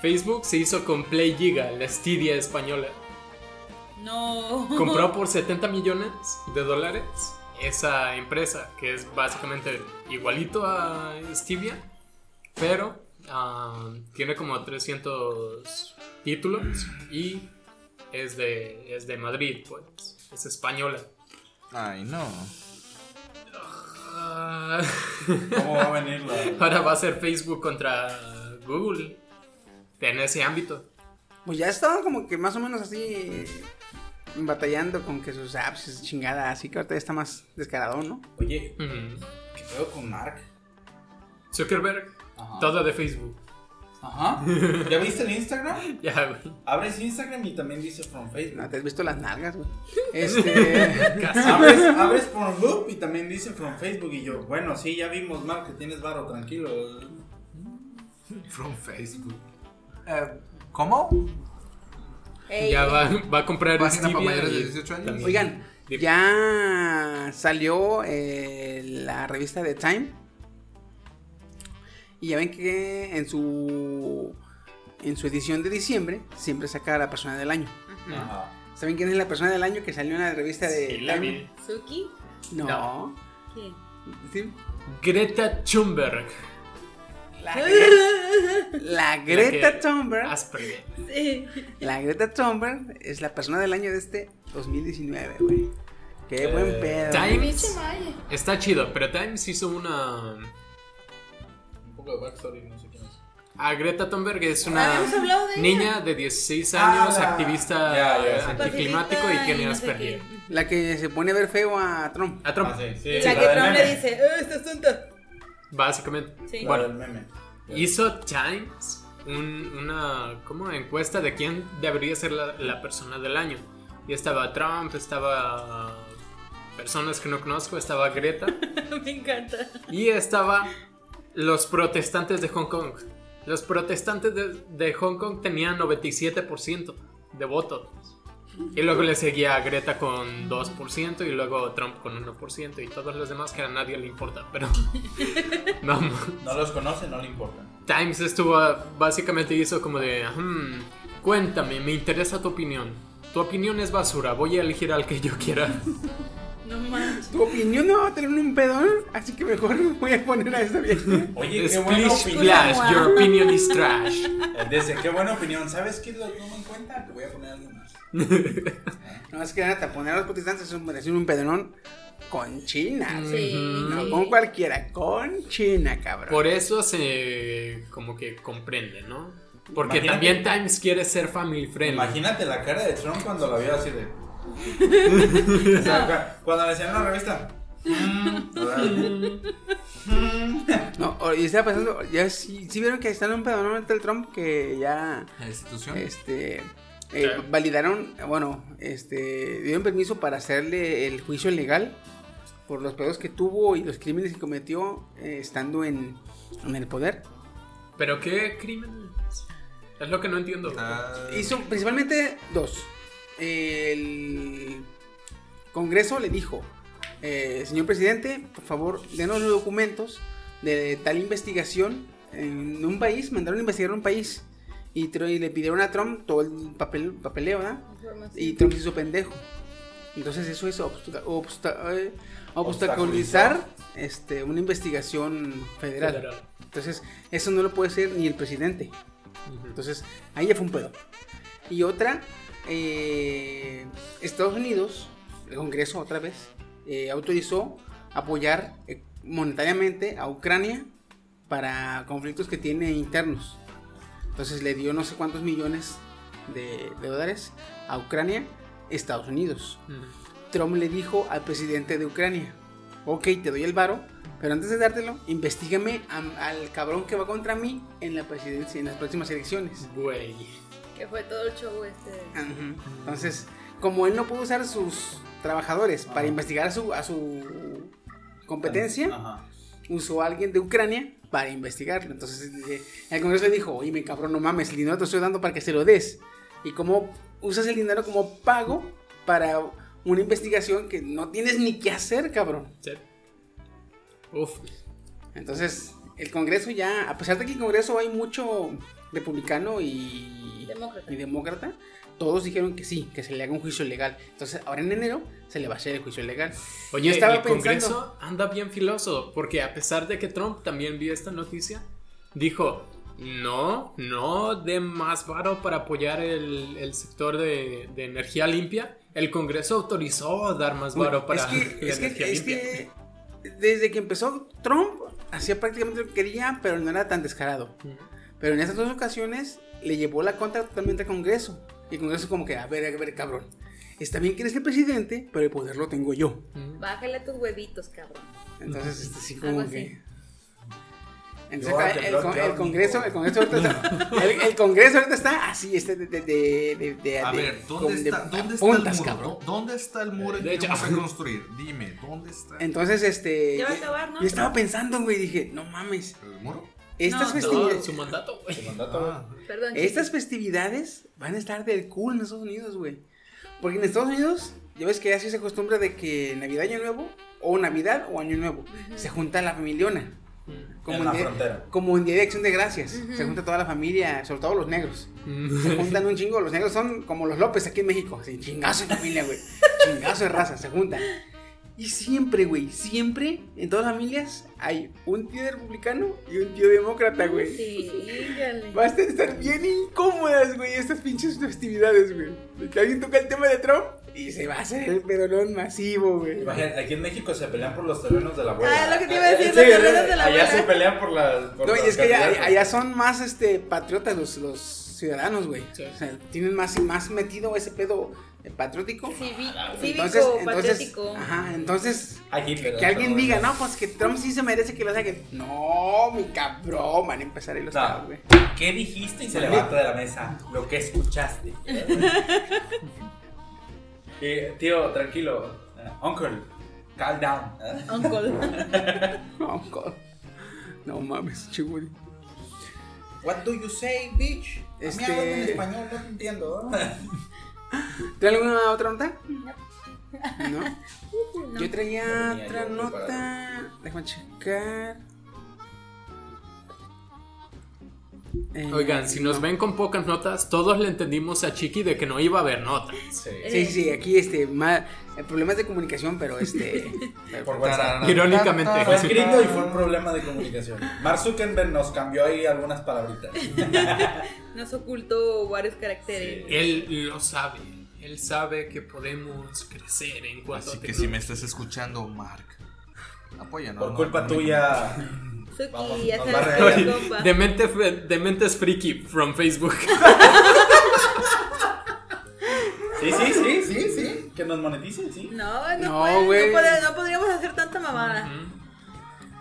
Speaker 5: Facebook se hizo con Play Giga, la Stadia española.
Speaker 4: No.
Speaker 5: Compró por 70 millones de dólares esa empresa, que es básicamente igualito a Stevia, pero ah, tiene como 300 títulos y es de, es de Madrid, pues, es española.
Speaker 6: Ay, no.
Speaker 5: Ah,
Speaker 3: ¿Cómo va a venir la.?
Speaker 5: ahora va a ser Facebook contra Google en ese ámbito.
Speaker 1: Pues ya estaban como que más o menos así. eh, Batallando con que sus apps es chingada. Así que ahorita ya está más descarado, ¿no?
Speaker 3: Oye,
Speaker 5: Mm.
Speaker 3: ¿qué pedo con Mark?
Speaker 5: Zuckerberg,
Speaker 3: Ajá.
Speaker 5: todo de Facebook.
Speaker 3: Ajá. ¿Ya viste el Instagram?
Speaker 5: Ya, güey.
Speaker 3: Abres Instagram y también dice from
Speaker 1: No,
Speaker 3: Facebook.
Speaker 1: te has visto las nalgas, güey. Este.
Speaker 3: Abres, abres Pornhub y también dice from Facebook. Y yo, bueno, sí, ya vimos, Mark, que tienes varo, tranquilo.
Speaker 6: From Facebook.
Speaker 1: Eh,
Speaker 6: ¿Cómo?
Speaker 4: Ey,
Speaker 5: Ya va, va a comprar
Speaker 6: Página para
Speaker 5: Stevia
Speaker 6: mayores de
Speaker 5: y
Speaker 6: 18 años.
Speaker 5: también-
Speaker 1: Oigan,
Speaker 5: Dime.
Speaker 1: ya salió eh, la revista de Time. Y ya ven que en su en su edición de diciembre siempre saca a la persona del año.
Speaker 3: Ajá.
Speaker 1: ¿Saben quién es la persona del año que salió en la revista de
Speaker 5: Sí, la
Speaker 1: Time?
Speaker 5: vi.
Speaker 4: Suki.
Speaker 1: No.
Speaker 5: No.
Speaker 4: ¿Quién?
Speaker 1: Sí.
Speaker 5: Greta Thunberg.
Speaker 1: La, Gre- la Greta
Speaker 5: que-
Speaker 1: Thunberg.
Speaker 5: Asperger.
Speaker 4: Sí.
Speaker 1: La Greta Thunberg es la persona del año de este 2019, güey. Qué buen
Speaker 5: Eh,
Speaker 1: pedo.
Speaker 5: Time está chido, pero Times hizo una.
Speaker 3: Un poco de backstory, no sé quién es.
Speaker 5: A Greta Thunberg es
Speaker 4: Habíamos
Speaker 5: una
Speaker 4: Ah, hablado de ella.
Speaker 5: niña de 16 años,
Speaker 3: Ah, la-
Speaker 5: activista
Speaker 3: Ya, ya, sí.
Speaker 5: anticlimático y
Speaker 4: Pacifista
Speaker 5: tiene
Speaker 4: no sé
Speaker 5: Asperger.
Speaker 4: qué.
Speaker 1: La que se pone a ver feo a Trump.
Speaker 5: A Trump,
Speaker 3: Ah, sí, sí.
Speaker 4: Y la que
Speaker 3: del
Speaker 4: Trump le
Speaker 3: meme.
Speaker 4: dice, "Eh, estás tonta.
Speaker 5: básicamente.
Speaker 4: Sí.
Speaker 3: La
Speaker 5: Bueno,
Speaker 3: del meme.
Speaker 5: hizo Times un- una como encuesta de quién debería ser la, la persona del año. Y estaba Trump, estaba personas que no conozco, estaba Greta.
Speaker 4: Me encanta.
Speaker 5: Y estaba los protestantes de Hong Kong. Los protestantes de, de Hong Kong tenían 97% de votos. Y luego le seguía Greta con 2% y luego Trump con 1% y todos los demás que a nadie le importa, pero vamos.
Speaker 3: No los conoce, no le importa.
Speaker 5: Times estuvo básicamente hizo como de, "Hmm, cuéntame, me interesa tu opinión. Tu opinión es basura, voy a elegir al que yo quiera.
Speaker 4: No manches.
Speaker 1: Tu opinión no va a tener un pedón, así que mejor voy a poner a esta vieja.
Speaker 3: Oye, qué buena
Speaker 5: Splish
Speaker 3: opinión.
Speaker 5: splash, your opinion is trash.
Speaker 3: Eh, Dice, qué buena opinión. ¿Sabes qué lo tomo en cuenta? Te voy a poner algo más.
Speaker 1: No, es que nada, poner a los protestantes es un, es un pedonón con China.
Speaker 4: Sí,
Speaker 1: No
Speaker 4: sí.
Speaker 1: con cualquiera, con China, cabrón.
Speaker 5: Por eso se como que comprende, ¿no? Porque
Speaker 3: Imagínate-
Speaker 5: también Times quiere ser family friendly.
Speaker 3: Imagínate la cara de Trump cuando la vio así de. O sea, cu- cuando le decían en la revista. mm, órale.
Speaker 1: No, o- y estaba pensando, ya sí, sí vieron que están en un pedonón ahorita el Trump que ya
Speaker 6: La institución.
Speaker 1: este eh, validaron, bueno, este dieron permiso para hacerle el juicio legal por los pedos que tuvo y los crímenes que cometió eh, estando en, en el poder.
Speaker 5: Pero qué crimen. Es lo que no entiendo.
Speaker 6: Ah,
Speaker 1: Hizo principalmente dos. El Congreso le dijo, eh, señor presidente, por favor, denos los documentos de tal investigación en un país, mandaron a investigar un país y, tro- y le pidieron a Trump todo el papel, papeleo, ¿verdad? Y Trump se hizo pendejo. Entonces eso es obsta- obsta- eh, obstaculizar este, una investigación federal.
Speaker 5: Federal.
Speaker 1: Entonces eso no lo puede hacer ni el presidente.
Speaker 5: Ujú.
Speaker 1: Entonces, ahí ya fue un pedo. Y otra, eh, Estados Unidos, el Congreso otra vez, eh, autorizó apoyar eh, monetariamente a Ucrania para conflictos que tiene internos. Entonces le dio no sé cuántos millones de, de dólares a Ucrania, Estados Unidos.
Speaker 5: Ujú.
Speaker 1: Trump le dijo al presidente de Ucrania, ok, te doy el varo, pero antes de dártelo, investigame al cabrón que va contra mí en la presidencia, en las próximas elecciones.
Speaker 5: Güey.
Speaker 4: Que fue todo el show este.
Speaker 1: Entonces, como él no pudo usar sus trabajadores para investigar a su, a su competencia,
Speaker 3: Ajá.
Speaker 1: usó a alguien de Ucrania para investigarlo. Entonces eh, el Congreso le dijo, oye, mi cabrón, no mames, el dinero te lo estoy dando para que se lo des. Y cómo usas el dinero como pago para una investigación que no tienes ni que hacer, cabrón.
Speaker 5: Sí. Uf.
Speaker 1: Entonces, el Congreso ya, a pesar de que en el Congreso hay mucho republicano y
Speaker 4: Demócrata.
Speaker 1: y demócrata, todos dijeron que sí, que se le haga un juicio legal. Entonces, ahora en enero se le va a hacer el juicio legal.
Speaker 5: Oye,
Speaker 1: Yo estaba
Speaker 5: el Congreso
Speaker 1: pensando-
Speaker 5: anda bien filoso, porque a pesar de que Trump también vio esta noticia, dijo, no, no de más varo para apoyar el, el sector de, de energía limpia. El Congreso autorizó dar más varo para
Speaker 1: es que,
Speaker 5: la
Speaker 1: es que-
Speaker 5: energía
Speaker 1: es
Speaker 5: limpia.
Speaker 1: que desde que empezó Trump, hacía prácticamente lo que quería, pero no era tan descarado.
Speaker 5: Mm,
Speaker 1: Pero en esas dos ocasiones le llevó la contra totalmente al Congreso. Y el Congreso como que, a ver, a ver, cabrón. Está bien que eres el presidente, pero el poder lo tengo yo.
Speaker 5: mm.
Speaker 4: Bájale tus huevitos, cabrón.
Speaker 1: Entonces, este, sí,
Speaker 4: Algo
Speaker 1: como
Speaker 4: así.
Speaker 1: que. Entonces,
Speaker 3: Yo,
Speaker 1: acá
Speaker 3: que
Speaker 1: el,
Speaker 3: lo-
Speaker 1: con-
Speaker 3: yo,
Speaker 1: el Congreso,
Speaker 3: Nico.
Speaker 1: el Congreso ahorita está, el, el Congreso ahorita está así, este de, de, de, de- de-
Speaker 6: A
Speaker 1: de-
Speaker 6: ver,
Speaker 1: con-
Speaker 6: ¿dónde
Speaker 1: de-
Speaker 6: está, dónde
Speaker 1: a
Speaker 6: está el
Speaker 1: puntas,
Speaker 6: muro?
Speaker 1: cabrón. Eh,
Speaker 6: ¿Dó- ¿Dónde está el muro
Speaker 5: De
Speaker 6: que
Speaker 5: hecho.
Speaker 6: vamos a construir? Dime, ¿dónde está el
Speaker 1: Entonces, este.
Speaker 4: Ya va a
Speaker 1: yo-
Speaker 4: acabar, ¿no?
Speaker 1: Yo estaba pensando, güey, dije, no mames,
Speaker 6: muro?
Speaker 1: estas,
Speaker 4: No,
Speaker 1: festivi-
Speaker 5: No, su mandato, güey.
Speaker 3: Te mandó todo.
Speaker 6: Ah,
Speaker 4: Perdón.
Speaker 1: estas festividades van a estar del cool en Estados Unidos, güey. Porque en Estados Unidos, ya ves que así se acostumbra de que Navidad, Año Nuevo, o Navidad o Año Nuevo, se junta la familiona. Como
Speaker 3: En
Speaker 6: Mm.
Speaker 1: en,
Speaker 3: la
Speaker 1: día-
Speaker 3: frontera.
Speaker 1: como en Día de Acción de Gracias.
Speaker 4: Ujú.
Speaker 1: Se junta toda la familia, sobre todo los negros.
Speaker 5: Mm.
Speaker 1: Se juntan un chingo. Los negros son como los López aquí en México. Así, chingazo de familia, güey. Chingazo de raza, se juntan. Y siempre, güey, siempre, en todas las familias, hay un tío de republicano y un tío demócrata, güey.
Speaker 4: Sí, dígale.
Speaker 1: Va a estar- estar bien incómodas, güey, estas pinches festividades, güey. De que alguien toca el tema de Trump y se va a hacer el pedolón masivo, güey.
Speaker 3: Imagínate, aquí en México se pelean por los terrenos de la abuela.
Speaker 4: Ah, lo que te iba a decir,
Speaker 3: Sí,
Speaker 4: los terrenos de la
Speaker 3: Allá
Speaker 4: abuela.
Speaker 3: se pelean por las. por
Speaker 1: No, y
Speaker 3: los
Speaker 1: es que allá,
Speaker 3: candidatos.
Speaker 1: allá son más este patriotas los, los ciudadanos, güey.
Speaker 5: Sí.
Speaker 1: O sea, tienen más, más metido ese pedo eh, patriótico.
Speaker 4: Civi-
Speaker 1: Entonces,
Speaker 4: Cívico,
Speaker 1: entonces,
Speaker 4: patriótico.
Speaker 1: ajá, entonces
Speaker 3: Aquí, pero-
Speaker 1: que alguien
Speaker 3: pero-
Speaker 1: diga, no, pues que Trump sí se merece que lo saquen. No, mi cabrón, van a empezar ahí los cabros,
Speaker 3: No,
Speaker 1: güey.
Speaker 3: ¿qué dijiste? Y se levanta de la mesa. Lo que escuchaste. Eh, tío, tranquilo. Eh, uncle, calm down. ¿eh?
Speaker 4: Uncle.
Speaker 1: No, co- no mames, chingüey.
Speaker 3: What do you say, bitch?
Speaker 1: Este-
Speaker 3: A mí hablan en español, no te entiendo. ¿eh?
Speaker 1: ¿Trae alguna otra nota? No. Yo traía
Speaker 3: No venía
Speaker 1: otra
Speaker 3: yo
Speaker 1: nota. Déjame checar. Eh,
Speaker 5: Oigan, si nos
Speaker 1: no.
Speaker 5: ven con pocas notas, todos le entendimos a Chiqui de que no iba a haber notas.
Speaker 3: Sí.
Speaker 1: Sí, sí, aquí este. ma- eh, problemas de comunicación, pero este. pero-
Speaker 3: Por WhatsApp. Fue
Speaker 5: Irónicamente.
Speaker 3: escrito y fue un problema de comunicación. Mark Zuckerberg nos cambió ahí algunas palabritas.
Speaker 4: Nos ocultó varios caracteres.
Speaker 5: Él lo sabe. Él sabe que podemos crecer en cuanto
Speaker 6: Así
Speaker 5: a
Speaker 6: que si me
Speaker 5: tecnología.
Speaker 6: estás escuchando, Mark, apóyanos.
Speaker 3: Por
Speaker 6: ¿no?
Speaker 3: culpa tuya. Vamos,
Speaker 4: Suki, ya
Speaker 3: nos
Speaker 4: sabes
Speaker 3: va a
Speaker 4: que eres
Speaker 3: regañar.
Speaker 4: compa.
Speaker 5: De mente fe- de mentes freaky from Facebook.
Speaker 3: Sí, sí, sí, sí, sí. Que nos moneticen, sí.
Speaker 4: No,
Speaker 1: No,
Speaker 4: no, puede- no,
Speaker 1: güey.
Speaker 4: puede- no podríamos hacer tanta mamada.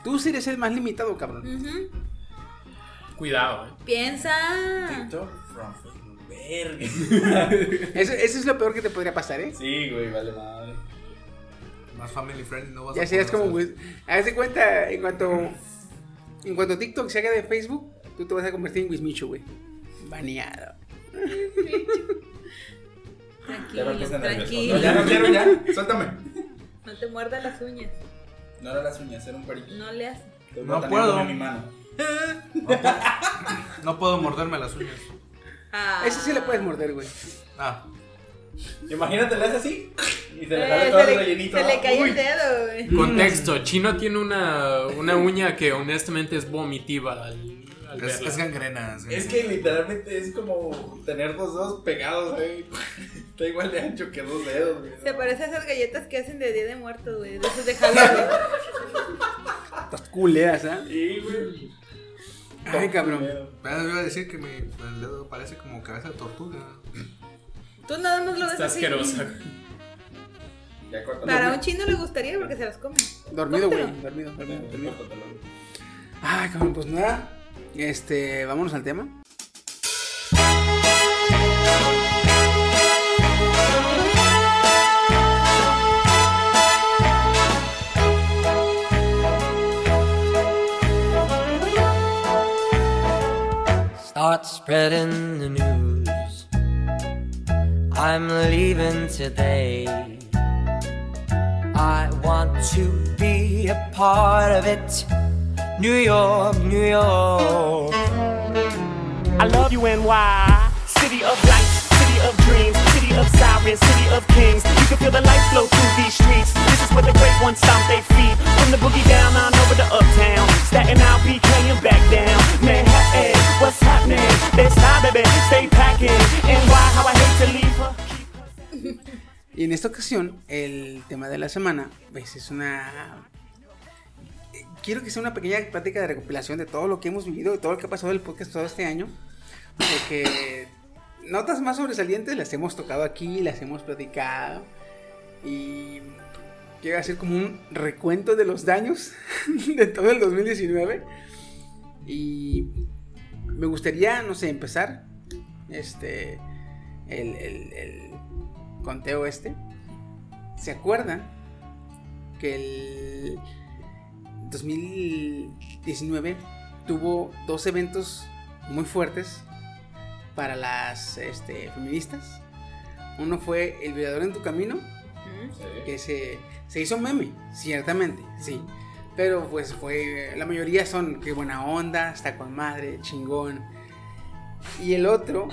Speaker 1: Tú sí eres el más limitado, cabrón.
Speaker 4: Ujú.
Speaker 5: Cuidado, eh.
Speaker 4: Piensa.
Speaker 3: TikTok from Facebook. Verga.
Speaker 1: Eso, eso es lo peor que te podría pasar, ¿eh?
Speaker 3: Sí, güey, vale madre.
Speaker 6: Más family friendly, no vas
Speaker 1: Ya
Speaker 6: a
Speaker 1: serías como.
Speaker 6: poder hacer-
Speaker 1: güey, Haz de cuenta, en cuanto. En cuanto TikTok se haga de Facebook, tú te vas a convertir en Wismichu, güey. Baneado.
Speaker 3: Ya me
Speaker 4: Tranquilo,
Speaker 3: puse nervioso.
Speaker 4: tranquilo.
Speaker 3: No, ya no quiero, ya. Suéltame.
Speaker 4: No te muerdas las uñas.
Speaker 3: No era las uñas, era un periquito.
Speaker 4: No le haces.
Speaker 3: Estoy
Speaker 6: No
Speaker 3: botaneando
Speaker 6: puedo.
Speaker 3: en mi mano.
Speaker 6: No puedo morderme las uñas.
Speaker 4: Ah.
Speaker 1: Ese sí le puedes morder, güey.
Speaker 6: Ah,
Speaker 3: Imagínate, le haces así y se le
Speaker 4: Eh,
Speaker 3: sale todo el rellenito.
Speaker 4: se le
Speaker 3: ¿no?
Speaker 4: cae
Speaker 3: Uy.
Speaker 4: el dedo, güey.
Speaker 5: Contexto, Chino tiene una, una uña que honestamente es vomitiva al, al
Speaker 6: es,
Speaker 5: verla.
Speaker 6: es gangrena. es
Speaker 3: Es
Speaker 6: gangrena.
Speaker 3: que literalmente es como tener dos dedos pegados, güey. Está igual de ancho que dos dedos, güey.
Speaker 4: Se parece a esas galletas que hacen de Día de Muertos, güey. De esos de Halloween.
Speaker 1: Estas culeras, ¿ah?
Speaker 3: Sí, güey.
Speaker 1: Ay, cabrón.
Speaker 6: Apenas Ah, iba a decir que mi el dedo parece como cabeza de tortuga.
Speaker 4: Tú nada más lo ves
Speaker 5: Está
Speaker 4: así.
Speaker 5: asquerosa.
Speaker 3: Ya corta.
Speaker 4: Para un chino le gustaría porque se las come.
Speaker 1: Dormido, güey.
Speaker 4: Cómetelo.
Speaker 1: Dormido, dormido, dormido. Ay, cabrón, pues nada. Este, vámonos al tema.
Speaker 7: Start spreading the news. I'm leaving today. I want to be a part of it. New York, New York.
Speaker 8: I love you, NY. City of lights, city of dreams, city of sirens, city of kings. You can feel the light flow through these streets. This is where the great ones stomp their feet. From the boogie down on over to uptown. Staten out, BK and back down. Manhattan, what's happening? That's how baby, stay packing. NY, how I hate to leave her.
Speaker 1: Y en esta ocasión, el tema de la semana, pues es una... eh, Quiero que sea una pequeña práctica de recopilación de todo lo que hemos vivido, de todo lo que ha pasado en el podcast todo este año, porque notas más sobresalientes las hemos tocado aquí, las hemos platicado, y quiero hacer como un recuento de los daños de todo el 2019, y me gustaría, no sé, empezar este, el- el- el conteo este, ¿se acuerdan que el 2019 tuvo dos eventos muy fuertes para las este, feministas? Uno fue El violador en tu camino, que se, se hizo meme, ciertamente, sí. Pero pues fue, la mayoría son qué buena onda, está con madre, chingón. Y el otro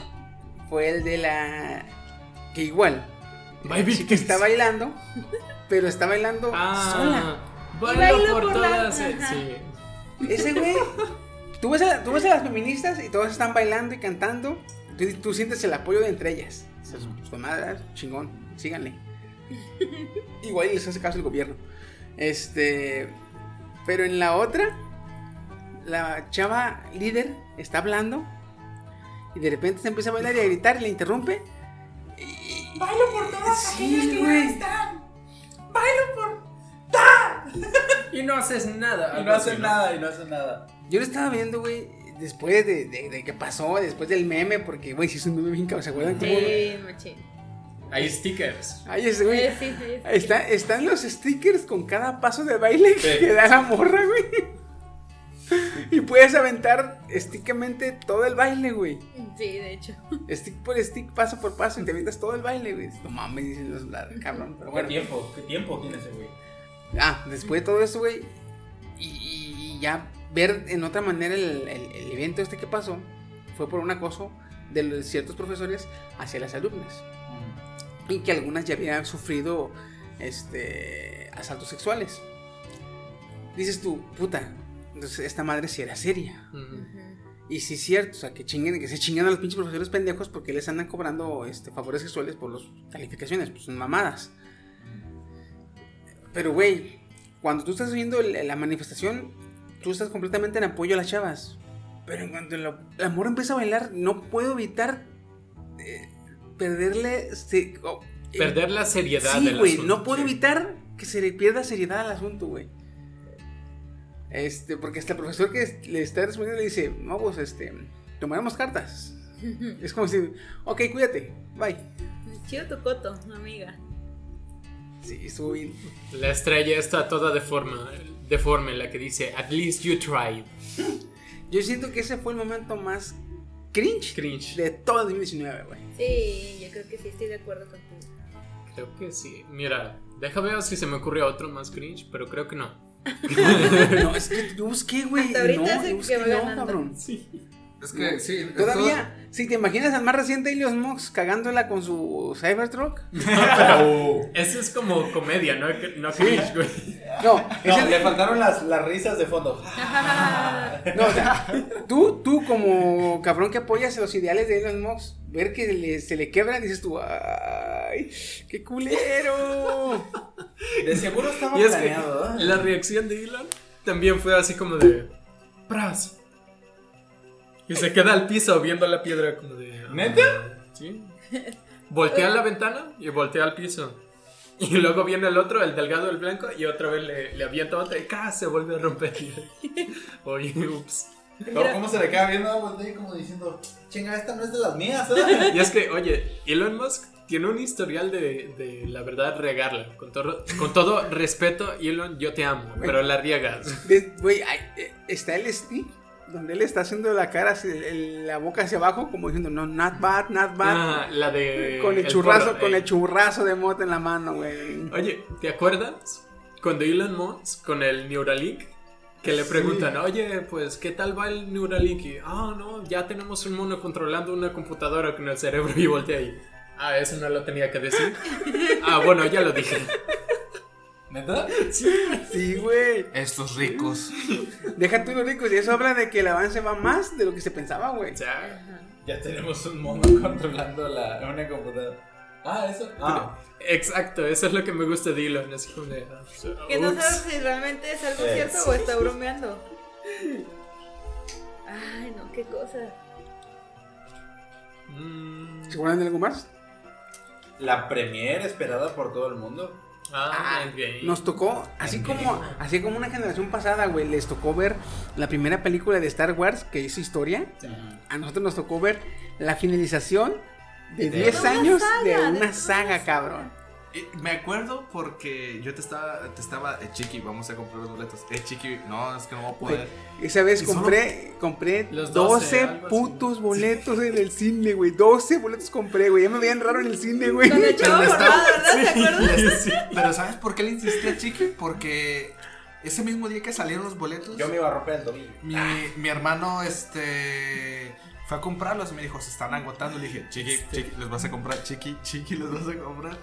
Speaker 1: fue el de la... que igual,
Speaker 5: Bye,
Speaker 1: la chica
Speaker 5: Victims.
Speaker 1: está bailando, pero está bailando sola.
Speaker 5: Ah, Bailo,
Speaker 4: Bailo
Speaker 5: por,
Speaker 4: por la-
Speaker 5: todas. eh,
Speaker 4: ajá.
Speaker 5: sí.
Speaker 1: Ese güey, tú ves, a, tú ves a las feministas y todas están bailando y cantando, tú, tú sientes el apoyo de entre ellas. Dices, "Pues, con madre, chingón, síganle. Igual y les hace caso el gobierno. Este, pero en la otra, la chava líder está hablando y de repente se empieza a bailar y a gritar y le interrumpe.
Speaker 2: Bailo por todas
Speaker 1: Sí,
Speaker 2: aquellas que
Speaker 1: güey.
Speaker 2: ya están. Bailo por.
Speaker 5: Y no haces nada.
Speaker 3: Y pues
Speaker 5: algo
Speaker 3: no
Speaker 5: así,
Speaker 3: hacen nada, y no hacen nada.
Speaker 1: Yo lo estaba viendo, güey, después de, de, de que pasó, después del meme, porque, güey, si es un meme bien cabrón, ¿se acuerdan? cómo-
Speaker 4: Sí, machín.
Speaker 5: Hay stickers.
Speaker 1: Ahí es, güey.
Speaker 4: Eh, sí, sí,
Speaker 1: Ahí está- están los stickers con cada paso de baile que da la morra, güey. Y puedes aventar esticamente todo el baile, güey.
Speaker 4: Sí, de hecho.
Speaker 1: Stick por stick, paso por paso, y te avientas todo el baile, güey. No mames, dicen los la- cabrón. Pero
Speaker 3: ¿Qué
Speaker 1: bueno.
Speaker 3: tiempo? ¿Qué tiempo tiene ese güey?
Speaker 1: Ah, después de todo eso, güey. Y, y- y ya ver en otra manera el, el- el evento este que pasó fue por un acoso de los- ciertos profesores hacia las alumnas. Y que algunas ya habían sufrido este, asaltos sexuales. Dices tú, puta, entonces esta madre sí era seria.
Speaker 5: Mm.
Speaker 1: Y sí es cierto, o sea, que chinguen, que se chingan a los pinches profesores pendejos porque les andan cobrando este, favores sexuales por las calificaciones, pues son mamadas. Pero, güey, cuando tú estás viendo el- la manifestación, tú estás completamente en apoyo a las chavas. Pero en cuanto la, la morra empieza a bailar, no puedo evitar eh, perderle... se- oh, eh,
Speaker 5: Perder la seriedad
Speaker 1: Sí,
Speaker 5: del
Speaker 1: güey,
Speaker 5: asunto,
Speaker 1: no puedo evitar que se le pierda seriedad al asunto, güey. Este, porque hasta el profesor que es- le está respondiendo le dice, no, pues, este, tomaremos cartas. Es como si, ok, cuídate, bye.
Speaker 4: Chido tu coto, amiga.
Speaker 1: Sí, estuvo bien.
Speaker 5: La estrella está toda deforme, deforme, la que dice, at least you tried.
Speaker 1: Yo siento que ese fue el momento más cringe, de todo el 2019, güey.
Speaker 4: Sí, yo creo que sí estoy de acuerdo contigo.
Speaker 5: Creo que sí. Mira, deja ver si se me ocurre otro más cringe, pero creo que no.
Speaker 1: no, es que yo busqué, güey.
Speaker 4: Hasta ahorita
Speaker 1: no,
Speaker 4: es el
Speaker 1: yo busqué,
Speaker 4: que va
Speaker 1: no,
Speaker 4: ganando.
Speaker 1: cabrón.
Speaker 6: Es que
Speaker 1: No.
Speaker 6: sí.
Speaker 1: Todavía, si te imaginas al más reciente Ilios Mox cagándola con su Cybertruck.
Speaker 5: Eso es como comedia, no, no cringe, güey.
Speaker 1: No,
Speaker 3: No,
Speaker 1: es el-
Speaker 3: le faltaron las, las risas de fondo.
Speaker 1: No, o sea, tú, tú como cabrón que apoyas los ideales de Elon Musk, ver que le- se le quebran, dices tú, ¡ay! ¡Qué culero!
Speaker 3: De seguro estaba
Speaker 5: Y es que
Speaker 3: planeado, ¿eh?
Speaker 5: la reacción de Elon también fue así como de. ¡Pras! Y se queda al piso viendo la piedra como de. ah,
Speaker 3: ¿Neta?
Speaker 5: Sí. Voltea la ventana y voltea al piso. Y luego viene el otro, el delgado, el blanco, y otra vez le, le avienta otra y ¡ca! se vuelve a romper. Oye, ups.
Speaker 3: Luego, ¿Cómo se le queda viendo? Voltea y como diciendo, chinga, esta no es de las mías, ¿eh?
Speaker 5: Y es que, oye, Elon Musk tiene un historial de, de, la verdad regarla. Con todo, con todo respeto, Elon, yo te amo, pero la riegas.
Speaker 1: De- Güey, ay, eh, está el stick donde él está haciendo la cara, hacia- el- la boca hacia abajo, como diciendo, no, not bad, not bad.
Speaker 5: Ah, la de.
Speaker 1: con el,
Speaker 5: el
Speaker 1: churrazo,
Speaker 5: porro,
Speaker 1: con
Speaker 5: eh.
Speaker 1: el churrazo de moto en la mano, güey.
Speaker 5: Oye, ¿te acuerdas cuando Elon Musk con el Neuralink? Que le
Speaker 1: Sí.
Speaker 5: preguntan, oye, pues, ¿qué tal va el Neuralink? Y, ah, no, ya tenemos un mono controlando una computadora con el cerebro y voltea ahí. Ah, eso no lo tenía que decir. ah, bueno, ya lo dije.
Speaker 6: ¿Neta?
Speaker 1: Sí, güey.
Speaker 6: Estos ricos.
Speaker 1: Deja tú lo rico, y eso habla de que el avance va más de lo que se pensaba, güey.
Speaker 3: Ya tenemos un mono controlando la, una computadora. Ah, eso. Ah.
Speaker 5: Exacto, eso es lo que me gusta de Elon. Así como de, ah,
Speaker 4: Que no
Speaker 5: ups.
Speaker 4: sabes si realmente es algo
Speaker 5: Eh,
Speaker 4: cierto
Speaker 5: sí.
Speaker 4: o está bromeando. Ay, no, qué cosa.
Speaker 5: Mm,
Speaker 1: ¿Se acuerdan de algo más?
Speaker 3: La premier esperada por todo el mundo.
Speaker 5: Ah, bien.
Speaker 1: Nos tocó, así como, así como una generación pasada, güey, les tocó ver la primera película de Star Wars que hizo historia. A nosotros nos tocó ver la finalización de
Speaker 6: De
Speaker 1: 10
Speaker 6: una
Speaker 1: años
Speaker 6: saga,
Speaker 1: de
Speaker 6: de
Speaker 1: una saga, cabrón.
Speaker 6: Eh, Me acuerdo porque yo te estaba, te estaba, eh, chiqui, vamos a comprar los boletos. Eh, chiqui, no, es que no voy a poder.
Speaker 1: Güey, Esa vez
Speaker 6: Y solo-
Speaker 1: compré, compré 12,
Speaker 6: 12, algo así.
Speaker 1: putos boletos en el cine, güey. 12 boletos compré, güey. Ya me veían raro en el cine, güey.
Speaker 6: Pero le estaba-
Speaker 1: Sí.
Speaker 6: sí, le- sí. Pero ¿sabes por qué le insistí a Chiqui? Porque ese mismo día que salieron los boletos. Yo me
Speaker 3: iba a romper el tobillo.
Speaker 6: Mi, mi hermano, este. Fue a comprarlos y me dijo, se están agotando. Le dije, Chiqui, Chiqui, los vas a comprar, Chiqui, Chiqui, los vas a comprar.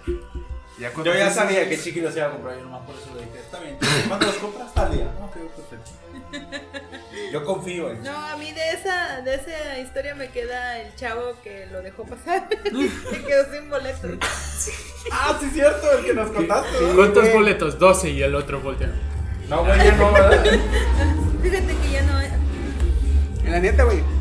Speaker 6: Ya cuando
Speaker 3: Yo ya
Speaker 6: fui-
Speaker 3: sabía que Chiqui los iba a comprar, yo nomás por eso le dije, está bien, ¿cuándo los compras? Tal día. Ok, perfecto. Yo confío en
Speaker 4: No, a mí de esa, de esa historia me queda el chavo que lo dejó pasar. Se quedó sin boleto.
Speaker 3: Ah, sí, cierto, el que nos contaste.
Speaker 5: ¿Cuántos boletos? 12 y el otro voltea.
Speaker 3: No, güey, ya no,
Speaker 4: Fíjate que ya no.
Speaker 1: La neta, güey.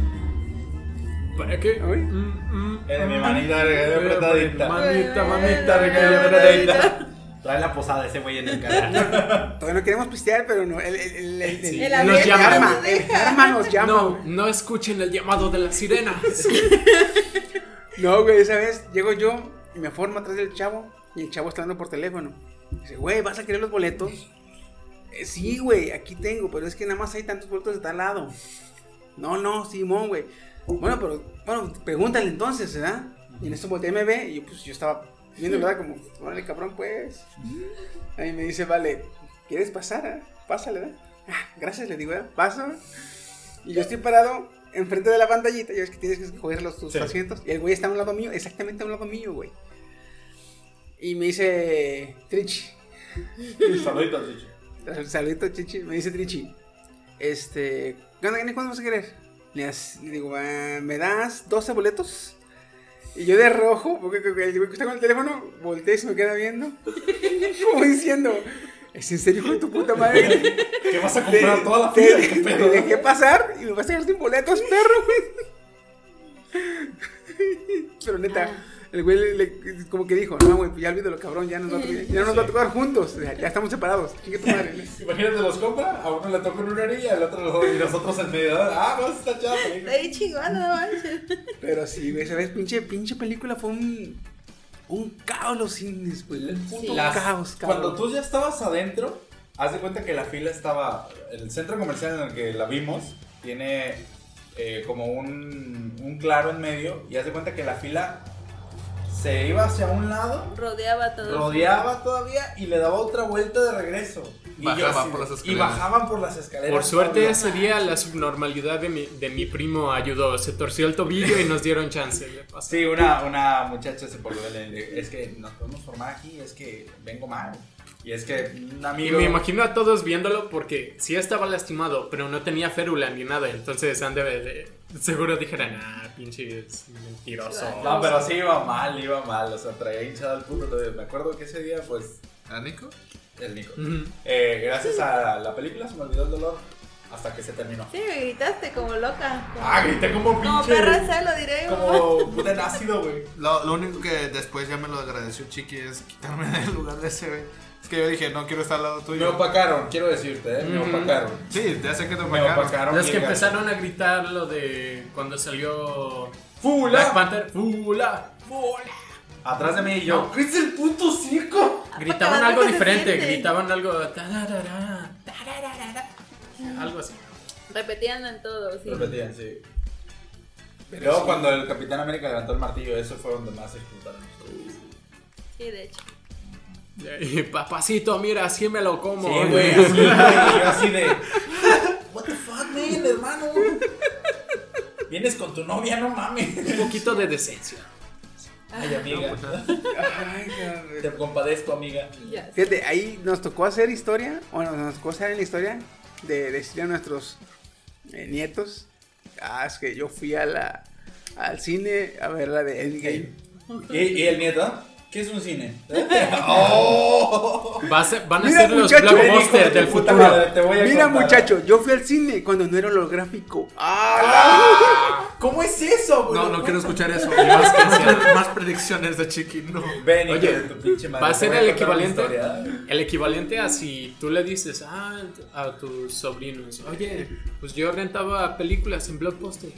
Speaker 5: ¿Para qué? Mm,
Speaker 3: Era mi manita regadera apretadita.
Speaker 5: Manita,
Speaker 3: manita regadera apretadita. Trae la posada ese güey en el canal.
Speaker 1: Todavía no queremos pistear, pero no. El, el, el, el,
Speaker 5: Sí.
Speaker 1: el-
Speaker 5: Nos
Speaker 1: el
Speaker 5: llama.
Speaker 1: karma, el karma nos llama.
Speaker 5: No, no escuchen el llamado de las sirenas.
Speaker 1: No, güey, esa vez llego yo y me formo atrás del chavo y el chavo está hablando por teléfono. Dice, güey, ¿vas a querer los boletos? Eh, Sí, güey, aquí tengo, pero es que nada más hay tantos puertos de tal lado. No, no, Simón, güey. Bueno, pero, bueno, pregúntale entonces, ¿verdad? Y en eso volteé y me ve, y yo, pues, yo estaba viendo, ¿verdad? Como, órale, cabrón, pues. Ahí me dice, vale, ¿quieres pasar? eh? Pásale, ¿verdad? Ah, gracias, le digo, ¿verdad? Paso. Y yo estoy parado enfrente de la pantallita, ya ves que tienes que escoger los, tus
Speaker 3: Sí.
Speaker 1: asientos. Y el güey está a un lado mío, exactamente a un lado mío, güey. Y me dice, Trichi.
Speaker 3: Saludito, Chichi.
Speaker 1: Saludito, Chichi. Me dice Trichi. Este, ¿qué onda, Gane? ¿Cuánto vas a querer? Le das- le digo, "Ah, ¿me das 12 boletos? Y yo de rojo, porque el güey que está con el teléfono, volteé y se me queda viendo. Como diciendo, ¿es en serio hijo de tu puta madre?
Speaker 3: ¿Qué vas a comprar
Speaker 1: Te-
Speaker 3: toda la
Speaker 1: te-
Speaker 3: fila? ¿Qué
Speaker 1: Te,
Speaker 3: pedo?
Speaker 1: dejé pasar y me vas a dejar sin boletos, perro, güey. Pero neta, el güey le- le- como que dijo, no, güey, pues ya olvídalo, cabrón, ya, nos va a, ya no nos va a tocar juntos, ya, ya estamos separados. Chingue tu madre.
Speaker 3: Imagínate, los compra, a uno le toca en una orilla, al otro los dos, y nosotros en medio. Ah, no, está chido.
Speaker 4: Está ahí chingando, no manches.
Speaker 1: Pero sí, güey, ¿sabes? Pinche, pinche película fue un. Un caos los cines, güey. Un puto
Speaker 3: Las-
Speaker 1: caos, cabrón.
Speaker 3: Cuando tú ya estabas adentro, haz de cuenta que la fila estaba. El centro comercial en el que la vimos tiene eh, como un, un claro en medio, y haz de cuenta que la fila se iba hacia un lado,
Speaker 4: Rodeaba todo.
Speaker 3: rodeaba todavía y le daba otra vuelta de regreso. Y yo
Speaker 5: Bajaba
Speaker 3: así de-
Speaker 5: por las
Speaker 3: Y
Speaker 5: escaleras.
Speaker 3: bajaban por las escaleras.
Speaker 5: Por suerte
Speaker 3: todavía.
Speaker 5: ese día la subnormalidad de mi, de mi primo ayudó. Se torció el tobillo y nos dieron chance. de pasar.
Speaker 3: Sí, una, una muchacha se volvió Es que nos podemos formar aquí, es que vengo mal. Y es que un
Speaker 5: Y
Speaker 3: amigo.
Speaker 5: me imagino a todos viéndolo porque sí estaba lastimado, pero no tenía férula ni nada. Entonces han de, de- seguro dijeran, ah, pinche es mentiroso.
Speaker 3: No, pero sí iba mal, iba mal. O sea, traía hinchado el puto. tobillo. Me acuerdo que ese día, pues.
Speaker 6: ¿A Nico?
Speaker 3: El Nico.
Speaker 5: Ujú.
Speaker 3: Eh, gracias a la película se me olvidó el dolor hasta que se terminó.
Speaker 4: Sí, me gritaste como loca. Como,
Speaker 3: Ah, grité como
Speaker 4: como
Speaker 3: pinche.
Speaker 4: perra en celo, diré.
Speaker 3: Como puta en ácido, güey.
Speaker 6: Lo, lo único que después ya me lo agradeció Chiqui es quitarme del lugar de ese, güey. Es que yo dije, no quiero estar al lado
Speaker 3: Me
Speaker 6: tuyo.
Speaker 3: opacaron, quiero decirte, ¿eh? Me
Speaker 5: Ujú.
Speaker 3: opacaron.
Speaker 6: Sí, ya sé que te
Speaker 3: Me
Speaker 6: opacaron.
Speaker 3: opacaron.
Speaker 5: Es que
Speaker 3: bien gacho.
Speaker 5: empezaron a gritar lo de cuando salió Black
Speaker 3: ¡Fula!
Speaker 5: Panther, ¡Fula! ¡Fula!
Speaker 3: Atrás de mí y yo. ¿Qué es el puto circo?
Speaker 5: Gritaban
Speaker 4: Apacador
Speaker 5: algo
Speaker 4: que se
Speaker 5: diferente,
Speaker 4: siente.
Speaker 5: gritaban algo. tararara, tararara, algo así.
Speaker 4: Repetían en todo, sí.
Speaker 3: Repetían, sí. Luego cuando el Capitán América levantó el martillo, eso fue donde más se explotaron.
Speaker 4: Sí, de hecho.
Speaker 5: Y, Papacito, mira, así me lo como.
Speaker 3: Sí, güey, así, güey, yo así de. What the fuck, man, hermano. Vienes con tu novia, no mames.
Speaker 5: Un poquito de decencia.
Speaker 3: Ay, amiga.
Speaker 1: Ay, cabrón.
Speaker 3: Te compadezco, amiga.
Speaker 4: Ya. sé.
Speaker 1: Fíjate, ahí nos tocó hacer historia, o nos, nos tocó hacer en la historia, de decirle a nuestros eh, nietos, ah, es que yo fui a la, al cine a ver la de Endgame.
Speaker 3: ¿Y, y el nieto? ¿Qué es un cine? ¡Oh!
Speaker 5: Va a ser- van a
Speaker 1: Mira,
Speaker 5: ser los
Speaker 1: muchacho,
Speaker 5: blockbusters
Speaker 3: hijo de
Speaker 5: del
Speaker 3: tu
Speaker 5: futuro.
Speaker 3: puta madre, te voy a
Speaker 1: Mira
Speaker 3: contar.
Speaker 1: muchacho, yo fui al cine cuando no era holográfico. Ah,
Speaker 3: ¿Cómo es eso, güey?
Speaker 6: No, no quiero escuchar eso.
Speaker 5: Llevas
Speaker 6: más, más predicciones de Chiqui, no.
Speaker 3: Ven, hijo
Speaker 5: Oye,
Speaker 3: de tu pinche madre.
Speaker 5: Va a
Speaker 3: te
Speaker 5: ser
Speaker 3: voy
Speaker 5: el
Speaker 3: contar una
Speaker 5: equivalente.
Speaker 1: ¿eh?
Speaker 3: historia.
Speaker 5: El equivalente a si tú le dices ah, a tus sobrinos, oye, pues yo rentaba películas en Blockbuster.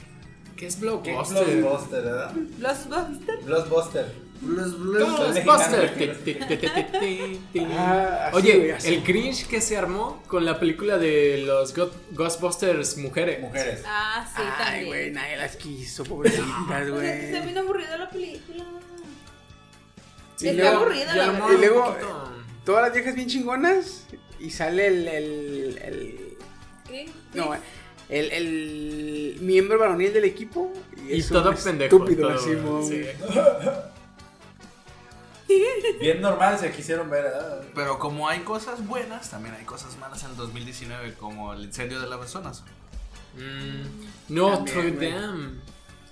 Speaker 5: ¿Qué es
Speaker 3: ¿Qué
Speaker 5: Blockbuster?
Speaker 3: Blockbuster, ¿verdad?
Speaker 4: Los Buster.
Speaker 3: Blockbuster.
Speaker 5: Ghostbusters. Ti, ti, ti, ti, ti, ti, ti.
Speaker 1: Ah, así, güey,
Speaker 5: Oye,
Speaker 1: así.
Speaker 5: el cringe que se armó con la película de los Go- Ghostbusters mujeres.
Speaker 3: Mujeres.
Speaker 4: Ah, sí,
Speaker 1: Ay,
Speaker 4: también.
Speaker 1: güey, nadie las quiso, pobrecitas,
Speaker 4: O sea, que se
Speaker 1: güey.
Speaker 4: vino aburrida la película.
Speaker 5: Sí,
Speaker 4: Está
Speaker 5: luego-
Speaker 4: aburrida, la
Speaker 5: ya
Speaker 4: verdad.
Speaker 5: armó
Speaker 1: Y luego-
Speaker 5: un poquito-
Speaker 1: Todas las viejas bien chingonas y sale el... el, el-
Speaker 4: ¿Qué?
Speaker 1: no, eh, el, el miembro varonil del equipo. Y,
Speaker 5: Y
Speaker 1: es un
Speaker 5: todo pendejo.
Speaker 1: Estúpido,
Speaker 5: todo,
Speaker 1: así, mo-
Speaker 5: sí.
Speaker 3: Bien normal se quisieron ver, ¿verdad?
Speaker 6: Pero como hay cosas buenas, también hay cosas malas en el 2019, como el incendio de las personas.
Speaker 5: Mm, Notre
Speaker 1: También, güey.
Speaker 5: Dame.
Speaker 4: Notre Dame.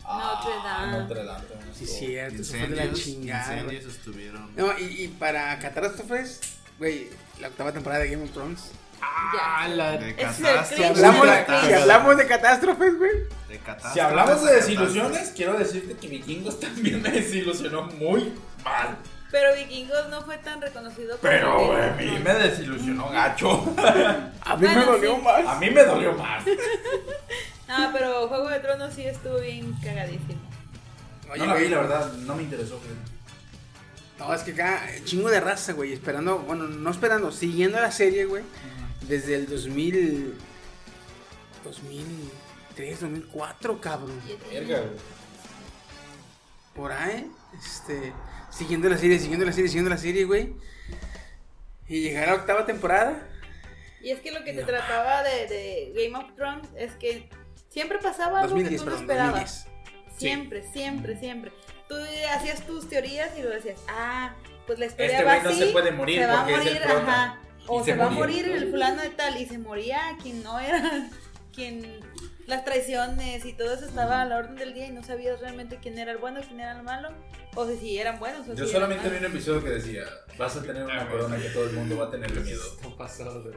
Speaker 3: Ah, Notre Dame. también
Speaker 1: Sí,
Speaker 3: estuvo.
Speaker 1: cierto, eso fue de la
Speaker 6: Incendios,
Speaker 1: chingada. güey.
Speaker 6: incendios estuvieron.
Speaker 1: No, y, y para catástrofes, güey, la octava temporada de Game of Thrones.
Speaker 5: Ah, la.
Speaker 6: De
Speaker 4: Es el
Speaker 6: catástrofes,
Speaker 1: Si
Speaker 4: cringe.
Speaker 6: de
Speaker 1: hablamos, de,
Speaker 6: catástrofes,
Speaker 1: si hablamos de catástrofes, güey.
Speaker 6: de catástrofes,
Speaker 3: Si hablamos de
Speaker 6: catástrofes.
Speaker 3: desilusiones, quiero decirte que Vikingos también me desilusionó muy mal.
Speaker 4: Pero Vikingos no fue tan reconocido como
Speaker 3: Pero
Speaker 4: Game
Speaker 3: a
Speaker 4: of
Speaker 3: mí
Speaker 4: Thrones.
Speaker 3: me desilusionó gacho.
Speaker 1: A mí me
Speaker 4: Bueno,
Speaker 1: dolió
Speaker 4: sí.
Speaker 1: más.
Speaker 3: A mí me dolió más.
Speaker 4: Ah, pero Juego de Tronos sí estuvo bien cagadísimo.
Speaker 1: Oye, güey,
Speaker 3: verdad, no me interesó. güey.
Speaker 1: eh, No, es que acá, chingo de raza, güey, esperando, bueno, no esperando, siguiendo la serie, güey. Desde el 2000. 2003, 2004, cabrón.
Speaker 3: Verga, güey.
Speaker 1: Por ahí, este. Siguiendo la serie, siguiendo la serie, siguiendo la serie, güey. Y llegar a la octava temporada.
Speaker 4: Y es que lo que te trataba de, de Game of Thrones es que siempre pasaba algo que
Speaker 1: 2010,
Speaker 4: tú no
Speaker 1: perdón,
Speaker 4: esperabas.
Speaker 1: 2010.
Speaker 4: Siempre, siempre, siempre. Tú hacías tus teorías y lo decías, ah, pues la historia
Speaker 3: Este
Speaker 4: va
Speaker 3: güey no
Speaker 4: así,
Speaker 3: se puede morir
Speaker 4: se va a
Speaker 3: porque es el
Speaker 4: morir,
Speaker 3: prota.
Speaker 4: ajá. O
Speaker 3: Y
Speaker 4: se,
Speaker 3: se
Speaker 4: va a
Speaker 3: murió.
Speaker 4: morir el fulano de tal y se moría quien no era, quien las traiciones y todo eso estaba a la orden del día y no sabías realmente quién era el bueno, quién era el malo, o si, si eran buenos o
Speaker 3: Yo
Speaker 4: si eran
Speaker 3: solamente vi
Speaker 4: malos.
Speaker 3: un episodio que decía, vas a tener una corona que todo el mundo va a tenerle miedo. pasado de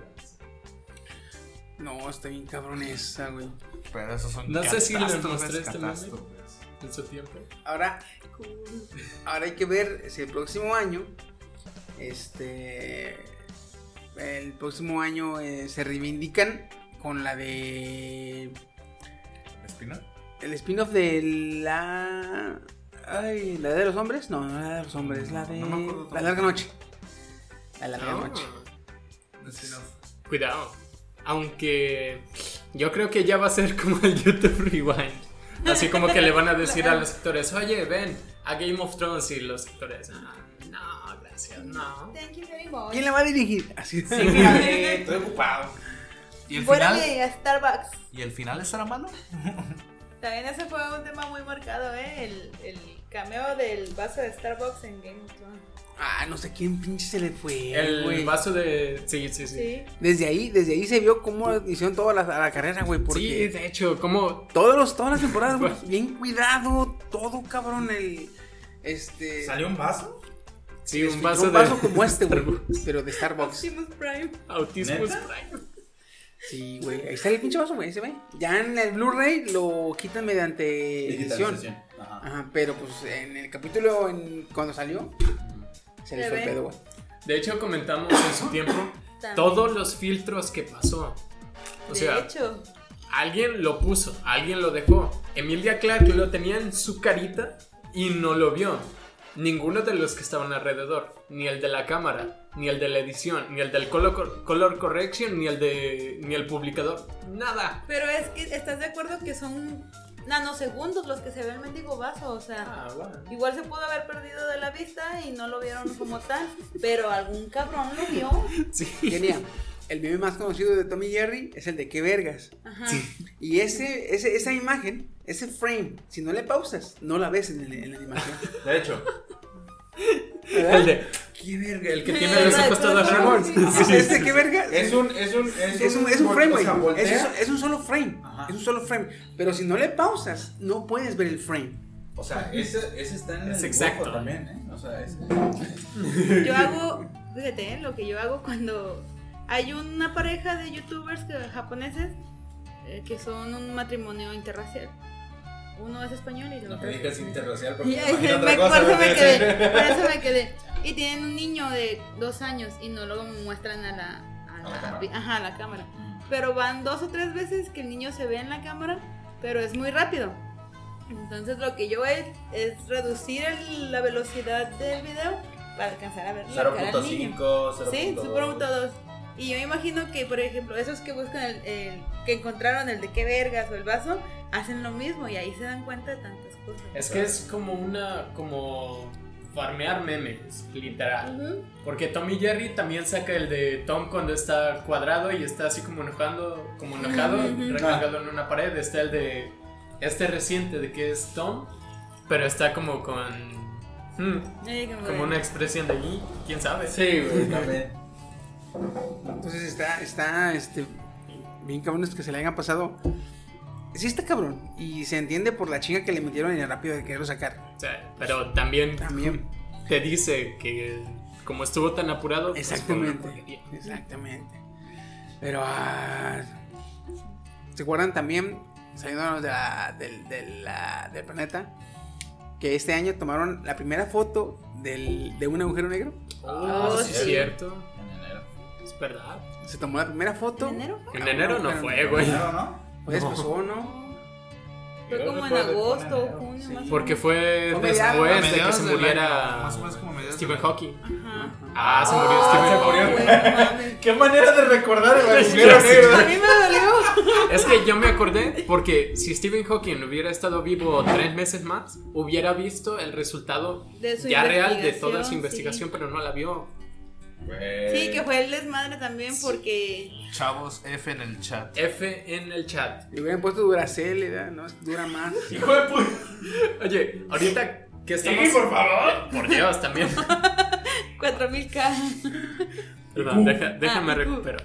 Speaker 1: No, está bien cabrón esa, güey.
Speaker 6: Pero esos son
Speaker 5: No sé si le
Speaker 6: catástrofes,
Speaker 5: mostré este meme
Speaker 6: catástrofes.
Speaker 5: en su tiempo.
Speaker 1: Ahora, ahora hay que ver si el próximo año, este, el próximo año eh, se reivindican con la de
Speaker 6: ¿Espina?
Speaker 1: el spin-off de la, ay, la de los hombres, no, no la de los hombres, la de la larga noche, la larga
Speaker 5: Ah.
Speaker 1: noche.
Speaker 5: Cuidado. Aunque yo creo que ya va a ser como el YouTube Rewind. Así como que le van a decir a los actores, oye, ven a Game of Thrones y los actores. "Ah, no, gracias, no.
Speaker 4: Thank you very much.
Speaker 1: ¿Quién la va a dirigir? Así
Speaker 5: Sí,
Speaker 6: Estoy ocupado. ¿Y el
Speaker 4: Fuera
Speaker 6: final?
Speaker 4: a Starbucks.
Speaker 6: ¿Y el final estará malo?
Speaker 4: También ese fue un tema muy marcado, ¿eh? El, el cameo del vaso de Starbucks en Game of Thrones.
Speaker 1: Ah, no sé quién pinche se le fue.
Speaker 5: El
Speaker 1: güey.
Speaker 5: vaso de. Sí, sí, sí.
Speaker 4: Sí.
Speaker 1: Desde ahí, desde ahí se vio cómo hicieron toda la, la carrera, güey. Porque
Speaker 5: Sí, de hecho, como.
Speaker 1: Todos los, todas las temporadas, güey. Bien cuidado, todo cabrón. El. Este.
Speaker 3: ¿Salió un vaso?
Speaker 5: Sí, un
Speaker 1: un
Speaker 5: vaso,
Speaker 1: vaso,
Speaker 5: de.
Speaker 1: como este, güey. pero de Starbucks.
Speaker 4: Optimus Prime.
Speaker 5: Autismus
Speaker 1: ¿Neta?
Speaker 5: Prime.
Speaker 1: Sí, güey. Ahí está el pinche vaso, güey. Se ve. Ya en el Blu-ray lo quitan mediante edición.
Speaker 3: Digitalización.
Speaker 1: Ajá. Pero pues en el capítulo, en, cuando salió, se les
Speaker 4: Se
Speaker 1: fue el
Speaker 4: ve.
Speaker 1: pedo, güey.
Speaker 5: De hecho, comentamos en su tiempo
Speaker 4: También.
Speaker 5: todos los filtros que pasó. O
Speaker 4: de
Speaker 5: sea,
Speaker 4: hecho,
Speaker 5: alguien lo puso, alguien lo dejó. Emilia Clark lo tenía en su carita y no lo vio. Ninguno de los que estaban alrededor, ni el de la cámara, ni el de la edición, ni el del color, color correction, ni el de ni el publicador, nada.
Speaker 4: pero es que estás de acuerdo que son nanosegundos los que se ve el mendigo vaso, o sea.
Speaker 5: Ah,
Speaker 4: Igual se pudo haber perdido de la vista y no lo vieron como tal, pero algún cabrón lo vio.
Speaker 1: Genial. El meme más conocido de Tommy Jerry es el de qué vergas.
Speaker 4: Ajá.
Speaker 1: Y ese, ese, esa imagen, ese frame, si no le pausas, no la ves en, el- en la animación.
Speaker 3: De hecho,
Speaker 1: ¿Verdad?
Speaker 5: El de-
Speaker 1: ¿Qué verga?
Speaker 5: el que tiene los ojos todos
Speaker 1: Ramón.
Speaker 5: raros. Sí,
Speaker 1: ¿Este
Speaker 5: sí,
Speaker 1: qué
Speaker 5: sí.
Speaker 1: verga?
Speaker 3: es un, es un, es
Speaker 1: Es un, es un frame,
Speaker 3: o
Speaker 1: güey.
Speaker 3: sea,
Speaker 1: Es,
Speaker 3: voltea.
Speaker 1: un- es un solo frame. Es un solo frame. Pero si no le pausas, no puedes ver el frame.
Speaker 3: O sea, ese, ese está en el
Speaker 5: Es
Speaker 3: dibujo
Speaker 5: exacto.
Speaker 3: también, ¿eh? O sea, es...
Speaker 4: Yo hago, fíjate, ¿eh? lo que yo hago cuando hay una pareja de youtubers que- japoneses eh, que son un matrimonio interracial. Uno es español y el
Speaker 3: No
Speaker 4: otro
Speaker 3: te
Speaker 4: es
Speaker 3: digas interracial porque
Speaker 4: Y
Speaker 3: me
Speaker 4: ahí
Speaker 3: imagino
Speaker 6: eh,
Speaker 4: se-
Speaker 3: otra
Speaker 4: me-
Speaker 3: cosa.
Speaker 4: Por eso me
Speaker 3: ¿verdad?
Speaker 4: quedé. Por eso me quedé. Y tienen un niño de dos años y no lo muestran a la, a
Speaker 3: la
Speaker 4: la-
Speaker 3: cámara.
Speaker 4: ajá, a la cámara. Pero van dos o tres veces que el niño se ve en la cámara, pero es muy rápido. Entonces lo que yo he es reducir el- la velocidad del video para alcanzar a ver la cara del niño.
Speaker 3: 0.5, 0.2.
Speaker 4: Sí, Super todos. Y yo me imagino que, por ejemplo, esos que buscan el, el- que encontraron el de qué vergas o el vaso, hacen lo mismo y ahí se dan cuenta de tantas cosas.
Speaker 5: Es que es como una como farmear memes, literal.
Speaker 4: Ujú.
Speaker 5: Porque Tommy Jerry también saca el de Tom cuando está cuadrado y está así como enojando, como enojado,
Speaker 4: Ujú.
Speaker 5: recargado en una pared. Está el de este reciente de que es Tom, pero está como con hmm,
Speaker 4: Eh, como
Speaker 5: como
Speaker 4: de-
Speaker 5: una expresión de mí, quién sabe.
Speaker 3: Sí, güey, también.
Speaker 1: Entonces está, está, este, bien cabrones que se le hayan pasado. Sí está cabrón. Y se entiende por la chinga que le metieron en el rápido de quererlo sacar.
Speaker 5: O sea, pero también,
Speaker 1: También.
Speaker 5: te dice que como estuvo tan apurado, pues, fue una
Speaker 1: Exactamente.
Speaker 5: porquería.
Speaker 1: Exactamente. Pero ah, se acuerdan también, saliéndonos de la- del, del- la- del planeta, que este año tomaron la primera foto del- de un agujero negro.
Speaker 5: Ah,
Speaker 4: Oh,
Speaker 5: sí, es
Speaker 4: sí.
Speaker 5: cierto.
Speaker 3: En enero.
Speaker 5: Es verdad.
Speaker 1: Se tomó la primera foto.
Speaker 4: ¿En enero?
Speaker 3: Ah,
Speaker 5: En enero no
Speaker 1: Pero-
Speaker 5: fue, güey.
Speaker 3: Enero, ¿no?
Speaker 1: Pues
Speaker 5: No.
Speaker 1: pasó, ¿no?
Speaker 4: Fue
Speaker 3: Yo
Speaker 4: como en
Speaker 3: recuerdo que fue en
Speaker 4: agosto o
Speaker 3: enero,
Speaker 4: junio más o
Speaker 5: Porque
Speaker 4: menos.
Speaker 5: fue
Speaker 1: Fue mediados-
Speaker 5: después de que
Speaker 6: mediados
Speaker 5: se
Speaker 6: del año,
Speaker 5: muriera
Speaker 6: más o menos como mediados
Speaker 5: Stephen
Speaker 6: del año.
Speaker 5: Hawking.
Speaker 4: Ajá.
Speaker 5: Ah, se murió Stephen
Speaker 4: Oh,
Speaker 5: Hawking.
Speaker 4: güey, no mames.
Speaker 3: Qué manera de recordar el
Speaker 5: Ya
Speaker 3: agujero
Speaker 5: sé.
Speaker 3: negro.
Speaker 5: A mí
Speaker 4: me
Speaker 3: dolió.
Speaker 5: Es que yo me acordé porque si Stephen Hawking hubiera estado vivo tres meses más, hubiera visto el resultado
Speaker 4: De su
Speaker 5: ya real de toda su investigación,
Speaker 4: investigación,
Speaker 5: pero no la vio.
Speaker 4: Sí, que fue el desmadre también porque.
Speaker 6: Chavos, F en el chat.
Speaker 5: F en el chat.
Speaker 1: Le hubieran puesto Duracell, ¿verdad? No, dura más.
Speaker 5: Hijo de puta. Oye, ahorita que estamos.
Speaker 1: Sigue, por favor.
Speaker 5: Por Dios, también.
Speaker 4: 4000K.
Speaker 5: Perdón, deja-
Speaker 4: Ah,
Speaker 5: déjame recuperar.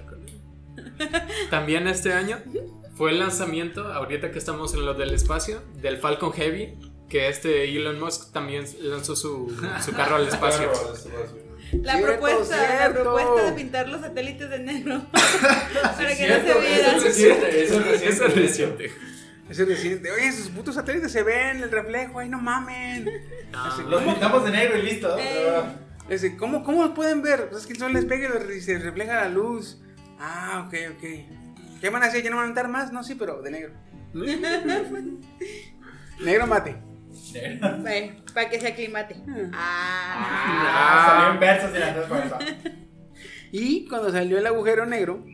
Speaker 5: También este año fue el lanzamiento, ahorita que estamos en lo del espacio, del Falcon Heavy, que este Elon Musk también lanzó su, su carro al espacio.
Speaker 3: Carro al espacio.
Speaker 4: La
Speaker 3: Cierto,
Speaker 4: propuesta,
Speaker 3: cierto.
Speaker 4: la propuesta de pintar los satélites de negro. para que no se
Speaker 3: cierto,
Speaker 4: vieran.
Speaker 3: eso es reciente, eso es reciente.
Speaker 5: Eso es reciente.
Speaker 1: Eso es reciente. Oye, esos putos satélites se ven el reflejo, ay, no mamen. Así,
Speaker 3: Los pintamos de negro y listo.
Speaker 1: Eh. Dice, ¿cómo, ¿cómo los pueden ver? Pues es que el sol les pega y los- y se refleja la luz. Ah, ok, ok. ¿Qué van a hacer? ¿Ya no van a entrar más? No, sí, pero de negro. negro mate.
Speaker 4: Bueno, para que se aclimate. Ah.
Speaker 3: Ah, salieron versos de la transparencia.
Speaker 1: Y cuando salió el agujero negro,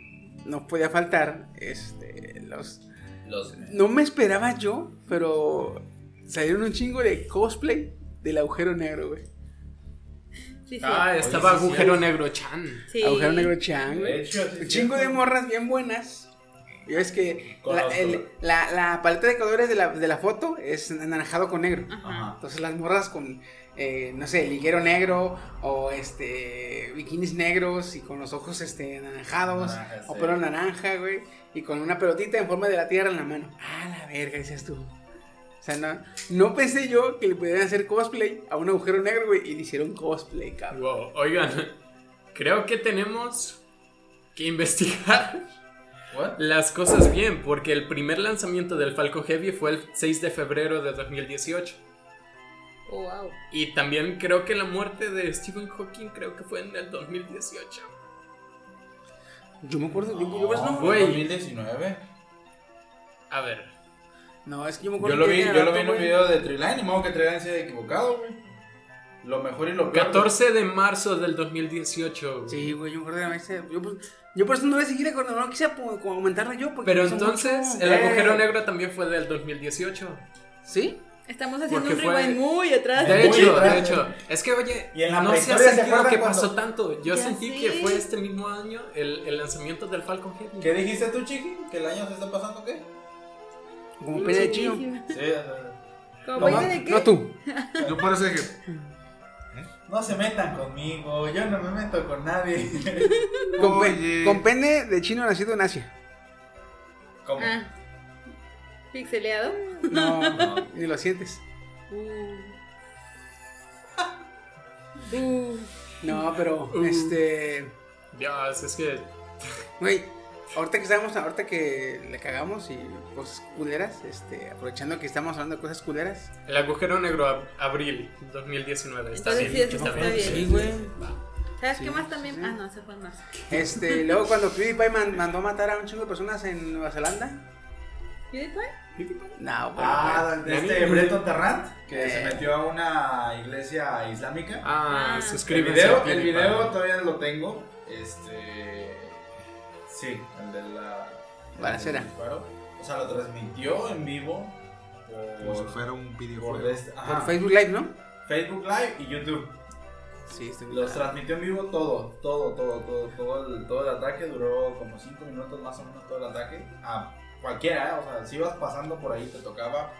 Speaker 1: no podía faltar este, los...
Speaker 3: Los.
Speaker 1: No me esperaba yo, pero salieron un chingo de cosplay del agujero negro, güey.
Speaker 4: Sí, sí.
Speaker 5: Ah, estaba
Speaker 1: Oye, sí,
Speaker 5: agujero
Speaker 1: sí.
Speaker 5: negro chan.
Speaker 4: Sí.
Speaker 1: Agujero negro Chang.
Speaker 3: De hecho, sí,
Speaker 1: Un chingo de morras bien buenas. Yo es que la,
Speaker 3: Conozco.
Speaker 1: el- la- la paleta de colores de la, de la foto es anaranjado con negro.
Speaker 3: Ajá.
Speaker 1: Entonces las morras con, eh, no sé, liguero negro o este, bikinis negros y con los ojos este, anaranjados
Speaker 3: Naranja,
Speaker 1: o
Speaker 3: sí.
Speaker 1: pelo naranja, güey. Y con una pelotita en forma de la tierra en la mano. Ah, la verga, dices tú. O sea, no, no pensé yo que le pudieran hacer cosplay a un agujero negro, güey, y le hicieron cosplay, cabrón.
Speaker 5: Wow, oigan, creo que tenemos que investigar las cosas bien, porque el primer lanzamiento del Falcon Heavy fue el 6 de febrero de 2018.
Speaker 4: Oh, wow.
Speaker 5: Y también creo que la muerte de Stephen Hawking creo que fue en el 2018.
Speaker 1: Yo me acuerdo, yo, yo- yo- no,
Speaker 5: Güey.
Speaker 3: 2019.
Speaker 5: A ver,
Speaker 1: No, es que yo me
Speaker 3: Yo
Speaker 1: acuerdo
Speaker 3: lo
Speaker 1: que
Speaker 3: vi,
Speaker 1: era
Speaker 3: yo lo vi
Speaker 1: rato,
Speaker 3: en un
Speaker 1: güey.
Speaker 3: video de Triline, ni modo que Triline se haya equivocado, güey. Lo mejor y lo peor.
Speaker 5: 14 de marzo del 2018.
Speaker 1: Sí, güey, yo me acuerdo que a veces- yo, por- yo por eso no le seguí recordando, no quise apu- como aumentarlo yo. Porque
Speaker 5: Pero
Speaker 1: me hizo
Speaker 5: entonces,
Speaker 1: mucho-
Speaker 5: el agujero
Speaker 1: Eh.
Speaker 5: negro también fue del 2018.
Speaker 1: ¿Sí?
Speaker 4: Estamos haciendo
Speaker 5: Porque
Speaker 4: un
Speaker 5: fue-
Speaker 4: rewind muy atrás.
Speaker 5: De hecho,
Speaker 3: atrás.
Speaker 5: de hecho, es que oye,
Speaker 3: Y en la
Speaker 5: no se ha
Speaker 3: prehistoria, ¿se
Speaker 5: sentido
Speaker 3: acuerdan
Speaker 5: que
Speaker 3: cuando-
Speaker 5: pasó tanto. Yo
Speaker 4: Ya
Speaker 5: sentí
Speaker 4: sé.
Speaker 5: que fue este mismo año el, el lanzamiento del Falcon Heavy.
Speaker 3: ¿Qué dijiste tú, Chiqui? ¿Que el año se está pasando qué?
Speaker 1: Como pene de chino.
Speaker 3: Sí, o sea,
Speaker 4: ¿Cómo
Speaker 3: No,
Speaker 4: de qué?
Speaker 1: No tú.
Speaker 6: Yo por eso dije,
Speaker 3: no se metan conmigo, yo no me meto con nadie.
Speaker 1: Con, pe-
Speaker 6: Oye.
Speaker 1: con pene de chino nacido en Asia.
Speaker 3: ¿Cómo?
Speaker 4: Ah. ¿Pixeleado?
Speaker 1: No, ni lo sientes.
Speaker 4: Uh. Uh.
Speaker 1: No, pero
Speaker 5: Uh.
Speaker 1: este.
Speaker 5: Dios, es que
Speaker 1: Güey, ahorita que estamos, ahorita que le cagamos y cosas culeras, este, aprovechando que estamos hablando de cosas culeras.
Speaker 5: el agujero negro ab- abril 2019 está
Speaker 4: Entonces,
Speaker 5: bien.
Speaker 4: sí, eso
Speaker 5: está
Speaker 4: está
Speaker 5: bien.
Speaker 4: bien.
Speaker 1: Sí, güey.
Speaker 4: ¿Sabes
Speaker 1: Sí,
Speaker 4: qué más
Speaker 1: sí,
Speaker 4: también?
Speaker 1: sí.
Speaker 4: Ah, no, ese fue más.
Speaker 1: Este, luego cuando PewDiePie man- mandó a matar a un chingo de personas en Nueva Zelanda.
Speaker 4: ¿PewDiePie?
Speaker 1: No, güey.
Speaker 3: Ah, de este Breton Tarrant, que
Speaker 1: Eh.
Speaker 3: se metió a una iglesia islámica.
Speaker 5: Ah,
Speaker 4: Ah.
Speaker 3: El
Speaker 5: suscríbete.
Speaker 3: video, el video todavía lo tengo. Este. Sí, el de la.
Speaker 1: Balacera.
Speaker 3: el disparo. O sea, lo transmitió en vivo.
Speaker 6: como si
Speaker 3: Por,
Speaker 6: fuera un
Speaker 3: por este,
Speaker 6: videojuego.
Speaker 3: des- ajá,
Speaker 1: Por Facebook Live, ¿no?
Speaker 3: Facebook Live y YouTube.
Speaker 1: Sí, estoy muy
Speaker 3: Los
Speaker 1: cagado.
Speaker 3: transmitió en vivo todo, todo, todo, todo, todo el, todo el ataque. Duró como 5 minutos más o menos todo el ataque. A cualquiera, ¿eh? o sea, si ibas pasando por ahí, te tocaba,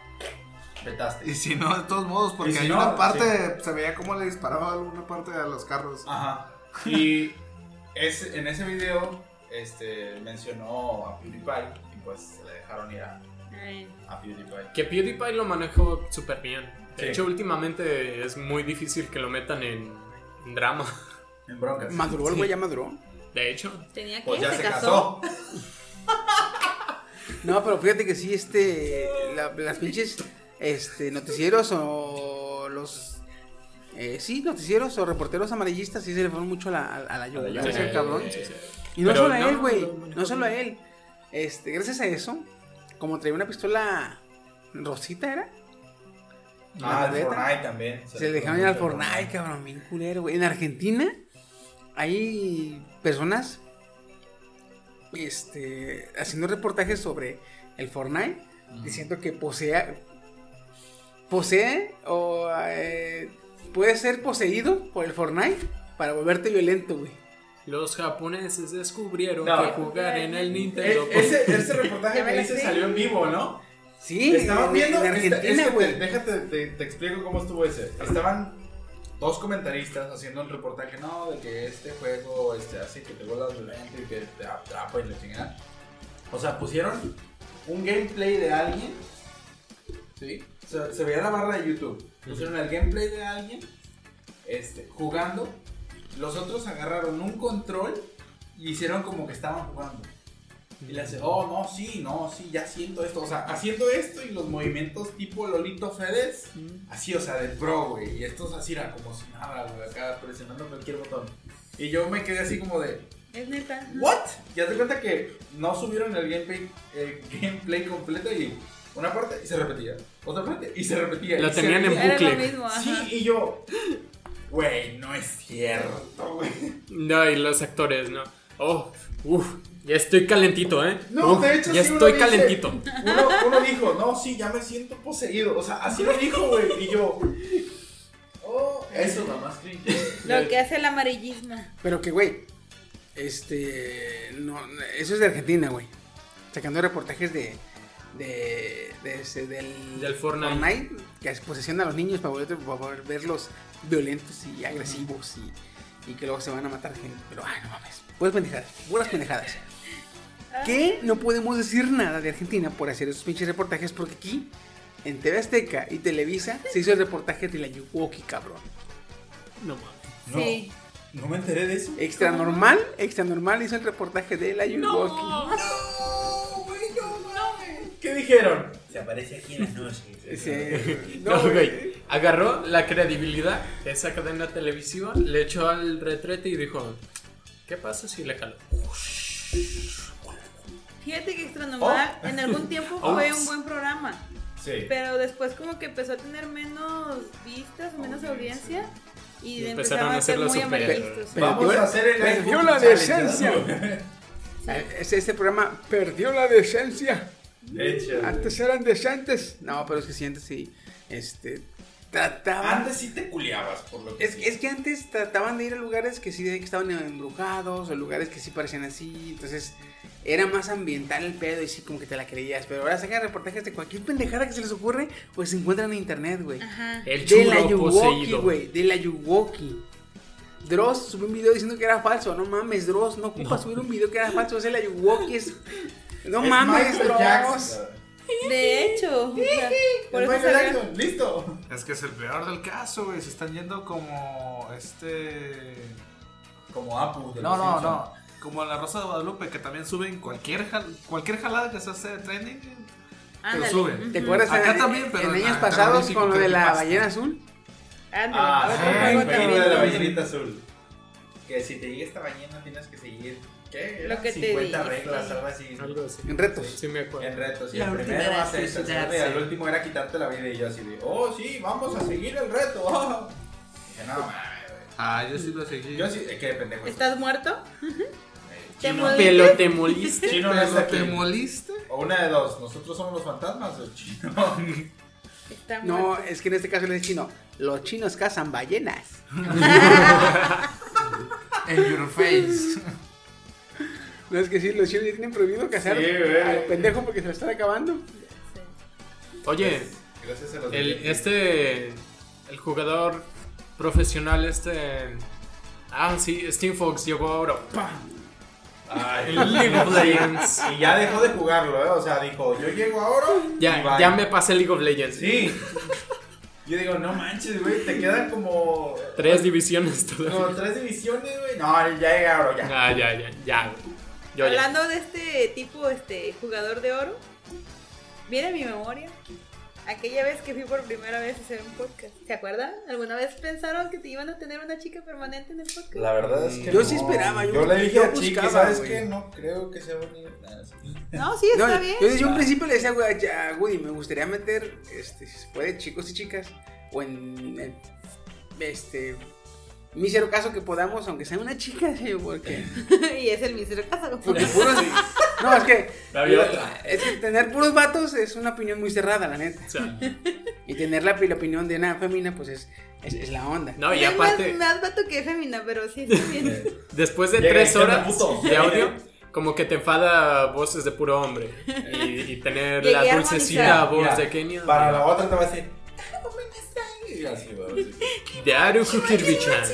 Speaker 3: petaste.
Speaker 6: Y si no, de todos modos, porque
Speaker 3: si
Speaker 6: hay
Speaker 3: no,
Speaker 6: una parte, se veía cómo le disparaba alguna parte de los carros.
Speaker 3: Ajá. Y es, en ese video este, mencionó a PewDiePie y pues se le dejaron ir a,
Speaker 4: Ay.
Speaker 3: a PewDiePie.
Speaker 5: Que PewDiePie lo manejó súper bien. De
Speaker 3: Sí.
Speaker 5: hecho, últimamente es muy difícil que lo metan en, en drama.
Speaker 3: En broncas.
Speaker 1: Maduró el güey, ya maduró.
Speaker 5: De hecho,
Speaker 4: Tenía que
Speaker 3: Pues ya
Speaker 4: se,
Speaker 3: se
Speaker 4: casó.
Speaker 3: casó.
Speaker 1: No, pero fíjate que sí, este. la- las pinches este, noticieros o los. eh, sí, noticieros o reporteros amarillistas sí se le fueron mucho a la, a, a la yugular,
Speaker 5: yugular,
Speaker 1: ese cabrón.
Speaker 5: sí, sí.
Speaker 1: Y no
Speaker 5: Pero
Speaker 1: solo a
Speaker 5: no,
Speaker 1: él, güey.
Speaker 5: lo
Speaker 1: No,
Speaker 5: manejó
Speaker 1: solo a él. Este, gracias a eso, como traía una pistola rosita, ¿era?
Speaker 3: Ah, el
Speaker 1: Beta.
Speaker 3: Fortnite también.
Speaker 1: Se le dejaron ir al Fortnite, cabrón, bien culero, güey. En Argentina hay personas este, haciendo reportajes sobre el Fortnite, diciendo que posea, posee o eh, puede ser poseído por el Fortnite para volverte violento, güey.
Speaker 5: Los japoneses descubrieron
Speaker 1: No.
Speaker 5: que jugar en el Nintendo. pues,
Speaker 1: E- ese- ese
Speaker 3: Eh, reportaje que dice salió en vivo, ¿no?
Speaker 1: Sí,
Speaker 3: estaban
Speaker 1: en-
Speaker 3: viendo.
Speaker 1: en
Speaker 3: esta- es
Speaker 1: Argentina,
Speaker 3: que
Speaker 1: güey.
Speaker 3: te- Déjate, te, te explico cómo estuvo ese. Estaban dos comentaristas haciendo un reportaje, no, de que este juego este, hace que te vuelvas violento y que te atrapa y la chingada. O sea, pusieron un gameplay de alguien. ¿Sí? Se, se veía la barra de YouTube. Pusieron el gameplay de alguien este, jugando. Los otros agarraron un control y hicieron como que estaban jugando. Y le hace, oh, no, sí, no, sí, ya siento esto. O sea, haciendo esto y los movimientos tipo Lolito Fedez, así, o sea, de pro, güey. Y estos así era como si nada, güey, acá presionando cualquier botón. Y yo me quedé así como de,
Speaker 4: Es neta.
Speaker 3: ¿what? Ya te cuenta que no subieron el gameplay, el gameplay completo y una parte y se repetía, otra parte y se repetía.
Speaker 5: La
Speaker 3: y se
Speaker 5: tenían en
Speaker 3: repetía.
Speaker 5: bucle. Era lo
Speaker 4: mismo, ajá.
Speaker 3: sí, y yo, güey, no es cierto, güey.
Speaker 5: No, y los actores, ¿no? Oh, uff, ya estoy calentito, ¿eh?
Speaker 3: No,
Speaker 5: Uf,
Speaker 3: de hecho,
Speaker 5: ya
Speaker 3: sí, uno
Speaker 5: estoy
Speaker 3: dice-
Speaker 5: calentito.
Speaker 3: Uno, uno dijo, no, sí, ya me siento poseído. O sea, así lo dijo, güey. Y yo, oh, eso nomás cringe.
Speaker 4: Lo que hace el amarillismo.
Speaker 1: Pero que, güey, este. No, eso es de Argentina, güey. Sacando reportajes de. de, de ese- del,
Speaker 5: Del Fortnite.
Speaker 1: Que es posesión a los niños para volver- para volverlos violentos y agresivos y, y que luego se van a matar gente. Pero, ay, no mames. Puras pendejadas, puras pendejadas. Que no podemos decir nada de Argentina por hacer esos pinches reportajes porque aquí. En TV Azteca y Televisa se hizo el reportaje de la Yuwoki, cabrón.
Speaker 5: No
Speaker 3: No. Sí. No me enteré de eso.
Speaker 1: Extra normal, extra normal hizo el reportaje de la
Speaker 3: No,
Speaker 1: Yuwoki.
Speaker 3: no, güey, no mames. ¿Qué dijeron? Se aparece aquí en las noches.
Speaker 5: No, güey. Agarró la credibilidad de esa cadena televisiva, le echó al retrete y dijo: ¿Qué pasa si le jalo?
Speaker 4: Fíjate que Extra Normal
Speaker 5: Oh.
Speaker 4: en algún tiempo
Speaker 5: Oh.
Speaker 4: fue un buen programa.
Speaker 5: Sí.
Speaker 4: Pero después como que empezó a tener menos vistas,
Speaker 1: Oh,
Speaker 4: menos audiencia. Y,
Speaker 5: Y
Speaker 4: empezaron a ser
Speaker 5: hacer los
Speaker 4: muy
Speaker 5: superhéroes.
Speaker 4: amarillistas.
Speaker 1: Perdió- Perdió la decencia. Eh,
Speaker 4: Challenge,
Speaker 1: Ese, ese programa perdió la decencia.
Speaker 3: De hecho,
Speaker 1: Antes eran decentes. No, pero es que sí, antes sí. Este. Trataban.
Speaker 3: Antes sí te culiabas, por lo que.
Speaker 1: Es, es que antes trataban de ir a lugares que sí que estaban embrujados o lugares que sí parecían así. Entonces era más ambiental el pedo y sí como que te la creías. Pero ahora sacan reportajes de cualquier pendejada que se les ocurre, pues se encuentran en internet, güey.
Speaker 4: Ah.
Speaker 5: El
Speaker 1: de la
Speaker 5: chulo
Speaker 1: Yuwoki,
Speaker 5: poseído.
Speaker 1: güey. De la Yuwoki. Dross subió un video diciendo que era falso. No mames, Dross, no ocupa subir un video que era falso. Es el Ayuwoki. Es... No
Speaker 3: Es
Speaker 1: mames,
Speaker 3: Michael
Speaker 1: Dross.
Speaker 3: Jackson.
Speaker 4: De hecho, o sea, por eso
Speaker 3: Michael
Speaker 4: salieron-
Speaker 3: Jackson, listo.
Speaker 6: Es que es el peor del caso, güey. Se están yendo como este.
Speaker 3: Como Apu. de
Speaker 6: No,
Speaker 3: los
Speaker 6: no,
Speaker 3: Simpson.
Speaker 6: no. Como la Rosa de Guadalupe, que también suben cualquier, jal- cualquier jalada que se hace de trending. Te lo
Speaker 4: Ándale.
Speaker 6: suben.
Speaker 1: ¿Te acuerdas
Speaker 6: Acá
Speaker 1: en,
Speaker 6: también, pero
Speaker 1: en años
Speaker 6: acá en
Speaker 1: pasados
Speaker 6: México,
Speaker 1: con lo de la
Speaker 6: creepypasta.
Speaker 1: ballena azul?
Speaker 4: Ándale.
Speaker 3: Ah,
Speaker 4: Otro
Speaker 3: sí,
Speaker 4: juego
Speaker 3: el juego de
Speaker 4: también.
Speaker 3: la ballenita azul. Que si te llega esta ballena tienes que seguir. ¿Qué?
Speaker 4: Lo
Speaker 3: Eran
Speaker 4: que te
Speaker 3: 50
Speaker 4: dije.
Speaker 3: reglas, algo así.
Speaker 5: Algo así.
Speaker 1: En retos.
Speaker 5: Sí, me acuerdo.
Speaker 3: En retos. Y
Speaker 5: La
Speaker 3: el
Speaker 5: última
Speaker 3: primero
Speaker 5: era
Speaker 3: hace esto, el segundo, y
Speaker 5: suicidarse.
Speaker 3: el último era quitarte la vida. Y yo así de, oh, sí, vamos a seguir el reto. ah". Dije, no, mames, güey.
Speaker 6: Ah, yo sí lo seguí.
Speaker 3: Yo sí, eh, qué pendejo.
Speaker 4: ¿Estás muerto? ¿Te
Speaker 3: Chino.
Speaker 4: moliste?
Speaker 5: Pelo te moliste.
Speaker 3: Chino no
Speaker 6: Pero
Speaker 3: está aquí.
Speaker 6: te moliste.
Speaker 3: O una de dos, ¿nosotros somos los fantasmas o el chino?
Speaker 4: Está
Speaker 1: No,
Speaker 4: muerto.
Speaker 1: es que en este caso le es chino. Los chinos cazan ballenas.
Speaker 6: En your face.
Speaker 1: No es que sí, los chinos ya tienen prohibido cazar
Speaker 3: Sí, güey.
Speaker 1: al pendejo porque se lo están acabando.
Speaker 5: Oye,
Speaker 3: Gracias a los
Speaker 5: el,
Speaker 3: detectives.
Speaker 5: este. El jugador profesional, este. Ah, sí, Steam Fox llegó ahora.
Speaker 3: Ay,
Speaker 5: el League of Legends.
Speaker 3: Y ya dejó de jugarlo, ¿eh? O sea, dijo, yo llego ahora. y
Speaker 5: Ya,
Speaker 3: bye.
Speaker 5: ya me pasé League of Legends.
Speaker 3: Sí. Yo digo, no manches, güey, te quedan como.
Speaker 5: Tres divisiones todavía.
Speaker 3: Como tres divisiones, güey. No, ya llegaron, ya.
Speaker 5: Ah, ya, ya, ya. güey. Yo ya.
Speaker 4: Hablando de este tipo, este jugador de oro, viene a mi memoria aquella vez que fui por primera vez a hacer un podcast. ¿Se acuerdan? ¿Alguna vez pensaron que te iban a tener una chica permanente en el podcast?
Speaker 3: La verdad es
Speaker 1: Yo sí esperaba, yo-
Speaker 3: Yo le dije
Speaker 1: yo
Speaker 3: a Chiqui,
Speaker 1: buscaba,
Speaker 3: ¿sabes
Speaker 1: güey.
Speaker 3: qué? No creo que sea bonito. Nada, sí.
Speaker 4: No, sí,
Speaker 1: No,
Speaker 4: está bien.
Speaker 1: yo desde un principio le decía güey, a Woody, me gustaría meter, este, si se puede, chicos y chicas, o en, en, este, mísero caso que podamos, aunque sea una chica, sí, porque.
Speaker 4: y es el misterio casado.
Speaker 1: Porque puros. No, es que.
Speaker 4: La violeta.
Speaker 1: Es que tener puros vatos es una opinión muy cerrada, la neta. Y tener la, la opinión de una femina, pues es, es, es la onda.
Speaker 5: No, y
Speaker 4: Es
Speaker 5: aparte,
Speaker 4: Más, más vato que femina, pero sí está bien.
Speaker 5: después de
Speaker 3: Llega
Speaker 5: tres
Speaker 3: y canta,
Speaker 5: horas
Speaker 3: puto.
Speaker 5: de audio, como que te enfada voces de puro hombre. Y, y tener
Speaker 4: Llegué
Speaker 5: la
Speaker 4: a
Speaker 5: dulcecita
Speaker 4: armonizar.
Speaker 5: voz
Speaker 3: Mira,
Speaker 5: de Kenia.
Speaker 3: Para
Speaker 5: mira.
Speaker 3: la otra te va a decir. "Ah, Y así, güey. así.
Speaker 5: De Aru Hukirbi-chan.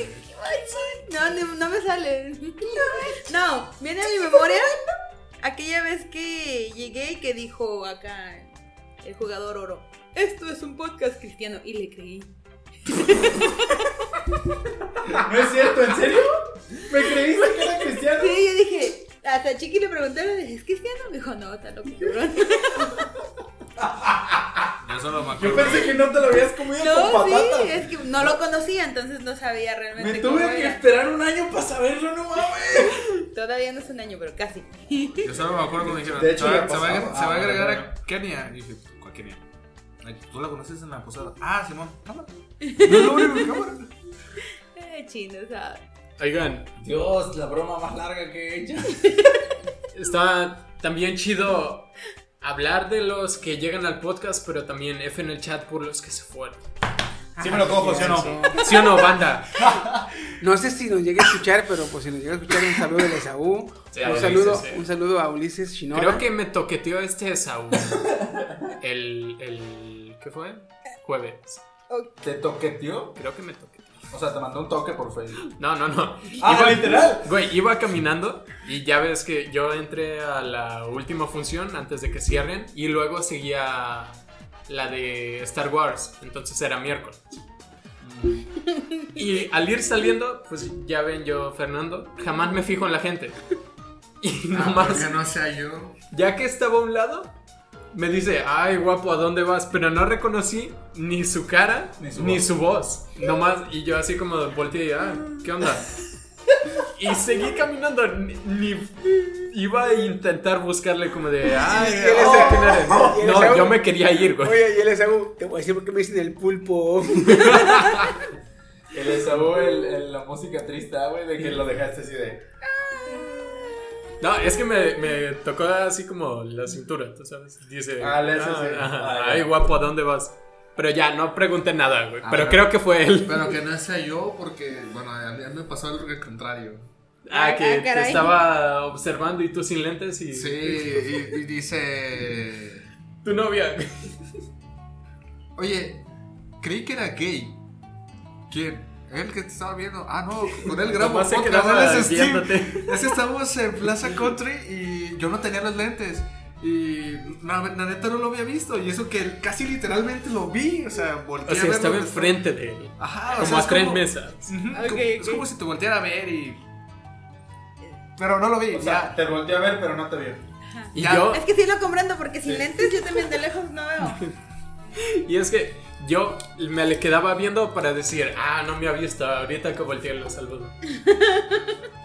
Speaker 4: No, no, no me sale. No, viene a mi memoria aquella vez que llegué y que dijo acá el jugador oro. Esto es un podcast cristiano y le creí.
Speaker 3: ¿No es cierto? ¿En serio? ¿Me creíste que era cristiano?
Speaker 4: Sí, yo dije, hasta Chiqui le preguntaron, le dije, ¿es cristiano? Me dijo, no, está loco, cabrón.
Speaker 5: Yo solo me
Speaker 3: Yo
Speaker 5: acuerdo.
Speaker 3: pensé que no te lo habías comido
Speaker 4: No,
Speaker 3: con
Speaker 4: sí,
Speaker 3: patata.
Speaker 4: es que no lo conocía, entonces no sabía realmente.
Speaker 3: Me
Speaker 4: cómo
Speaker 3: tuve que
Speaker 4: era.
Speaker 3: esperar un año para saberlo, no mames.
Speaker 4: Todavía no es un año, pero casi.
Speaker 5: Yo solo me acuerdo cuando dijeron,
Speaker 3: De hecho,
Speaker 5: se,
Speaker 3: ya
Speaker 5: va, se va a-
Speaker 3: pasaba.
Speaker 5: se va a
Speaker 3: Ah,
Speaker 5: agregar
Speaker 3: bueno,
Speaker 5: a Kenia. Y dije, ¿cuál Kenia? Ay, pues, ¿Tú la conoces en la posada?
Speaker 6: Ah, Simón, cámara. No, no, no, no, cámara.
Speaker 4: Eh, chino, ¿sabes?
Speaker 5: Oigan,
Speaker 3: Dios, la broma más larga que he hecho.
Speaker 5: está también chido hablar de los que llegan al podcast, pero también F en el chat por los que se fueron.
Speaker 3: Sí me lo cojo, ¿sí o no?
Speaker 5: ¿Sí o no, banda?
Speaker 1: No sé si nos llega a escuchar, pero pues si nos llega a escuchar, un saludo de Esaú.
Speaker 5: Sí,
Speaker 1: un,
Speaker 5: Ulises,
Speaker 1: saludo,
Speaker 5: sí.
Speaker 1: un saludo a Ulises Shinoda.
Speaker 5: Creo que me toqueteó este Saúl. El, el. ¿Qué fue? Jueves.
Speaker 3: ¿Te toqueteó?
Speaker 5: Creo que me toqueteó.
Speaker 3: O sea, te mandó un toque por Facebook.
Speaker 5: No, no, no.
Speaker 3: Ah, literal.
Speaker 5: Güey, iba caminando y ya ves que yo entré a la última función antes de que cierren y luego seguía la de Star Wars. Entonces era miércoles. Y al ir saliendo, pues ya ven yo, Fernando, jamás me fijo en la gente. Y
Speaker 6: Ah,
Speaker 5: nomás,
Speaker 6: no sea yo.
Speaker 5: ya que estaba a un lado, me dice, ay guapo, ¿a dónde vas? Pero no reconocí ni su cara, ni
Speaker 3: Ni
Speaker 5: su,
Speaker 3: su
Speaker 5: voz. Nomás, y yo así como volteé y, ah, ¿qué onda? Y seguí caminando, ni, ni- iba a intentar buscarle como de, ay,
Speaker 1: ¿Quién es
Speaker 5: oh,
Speaker 1: el-
Speaker 5: ¿quién eres?".
Speaker 1: quién es
Speaker 5: No,
Speaker 1: el-
Speaker 5: yo me quería ir, güey.
Speaker 1: Oye, y el Esaú, te voy a decir por qué me dicen el pulpo.
Speaker 3: El Esaú, el, el- la música triste, ah, güey, de que lo dejaste así de.
Speaker 5: No, es que me, me tocó así como la cintura, tú sabes. Dice,
Speaker 3: Ah, le haces así.
Speaker 5: ajá,
Speaker 3: Ah, ya.
Speaker 5: ay guapo, ¿a dónde vas? Pero ya, no pregunté nada, güey.
Speaker 6: Ah,
Speaker 5: Pero
Speaker 6: pero-
Speaker 5: creo que fue él.
Speaker 6: Pero que no sea yo, porque, bueno, a mí me pasó algo al contrario.
Speaker 5: Ah, que
Speaker 4: Ah,
Speaker 5: te
Speaker 4: caray.
Speaker 5: estaba observando y tú sin lentes y
Speaker 6: Sí, y, y dice.
Speaker 5: tu novia.
Speaker 6: Oye, creí que era gay. ¿Quién? Él que te estaba viendo. Ah, no, con él grabo
Speaker 5: Nomás se
Speaker 6: podcast,
Speaker 5: quedaba
Speaker 6: él es Steve.
Speaker 5: viéndote.
Speaker 6: Es que estábamos en Plaza Country y yo no tenía los lentes. Y la, la neta no lo había visto. Y eso que casi literalmente lo vi. O sea, volteé
Speaker 5: O
Speaker 6: a
Speaker 5: sea,
Speaker 6: verlo
Speaker 5: estaba
Speaker 6: donde
Speaker 5: enfrente de él.
Speaker 3: Ah,
Speaker 6: Ajá, o
Speaker 5: Como
Speaker 6: sea,
Speaker 5: a
Speaker 6: es
Speaker 5: tres
Speaker 6: como-
Speaker 5: mesas.
Speaker 6: Ujú,
Speaker 4: Ok,
Speaker 6: como-
Speaker 4: ok.
Speaker 6: Es como si te volteara a ver y. Pero no lo vi.
Speaker 3: O sea, te volteé a ver, pero no te vio.
Speaker 5: Y
Speaker 6: Ya.
Speaker 5: yo,
Speaker 4: Es que sí lo comprendo porque sin
Speaker 3: Sí.
Speaker 4: lentes yo también de lejos no veo.
Speaker 5: y es que yo me le quedaba viendo para decir, ah, no me ha visto, ahorita que volteé lo saludo.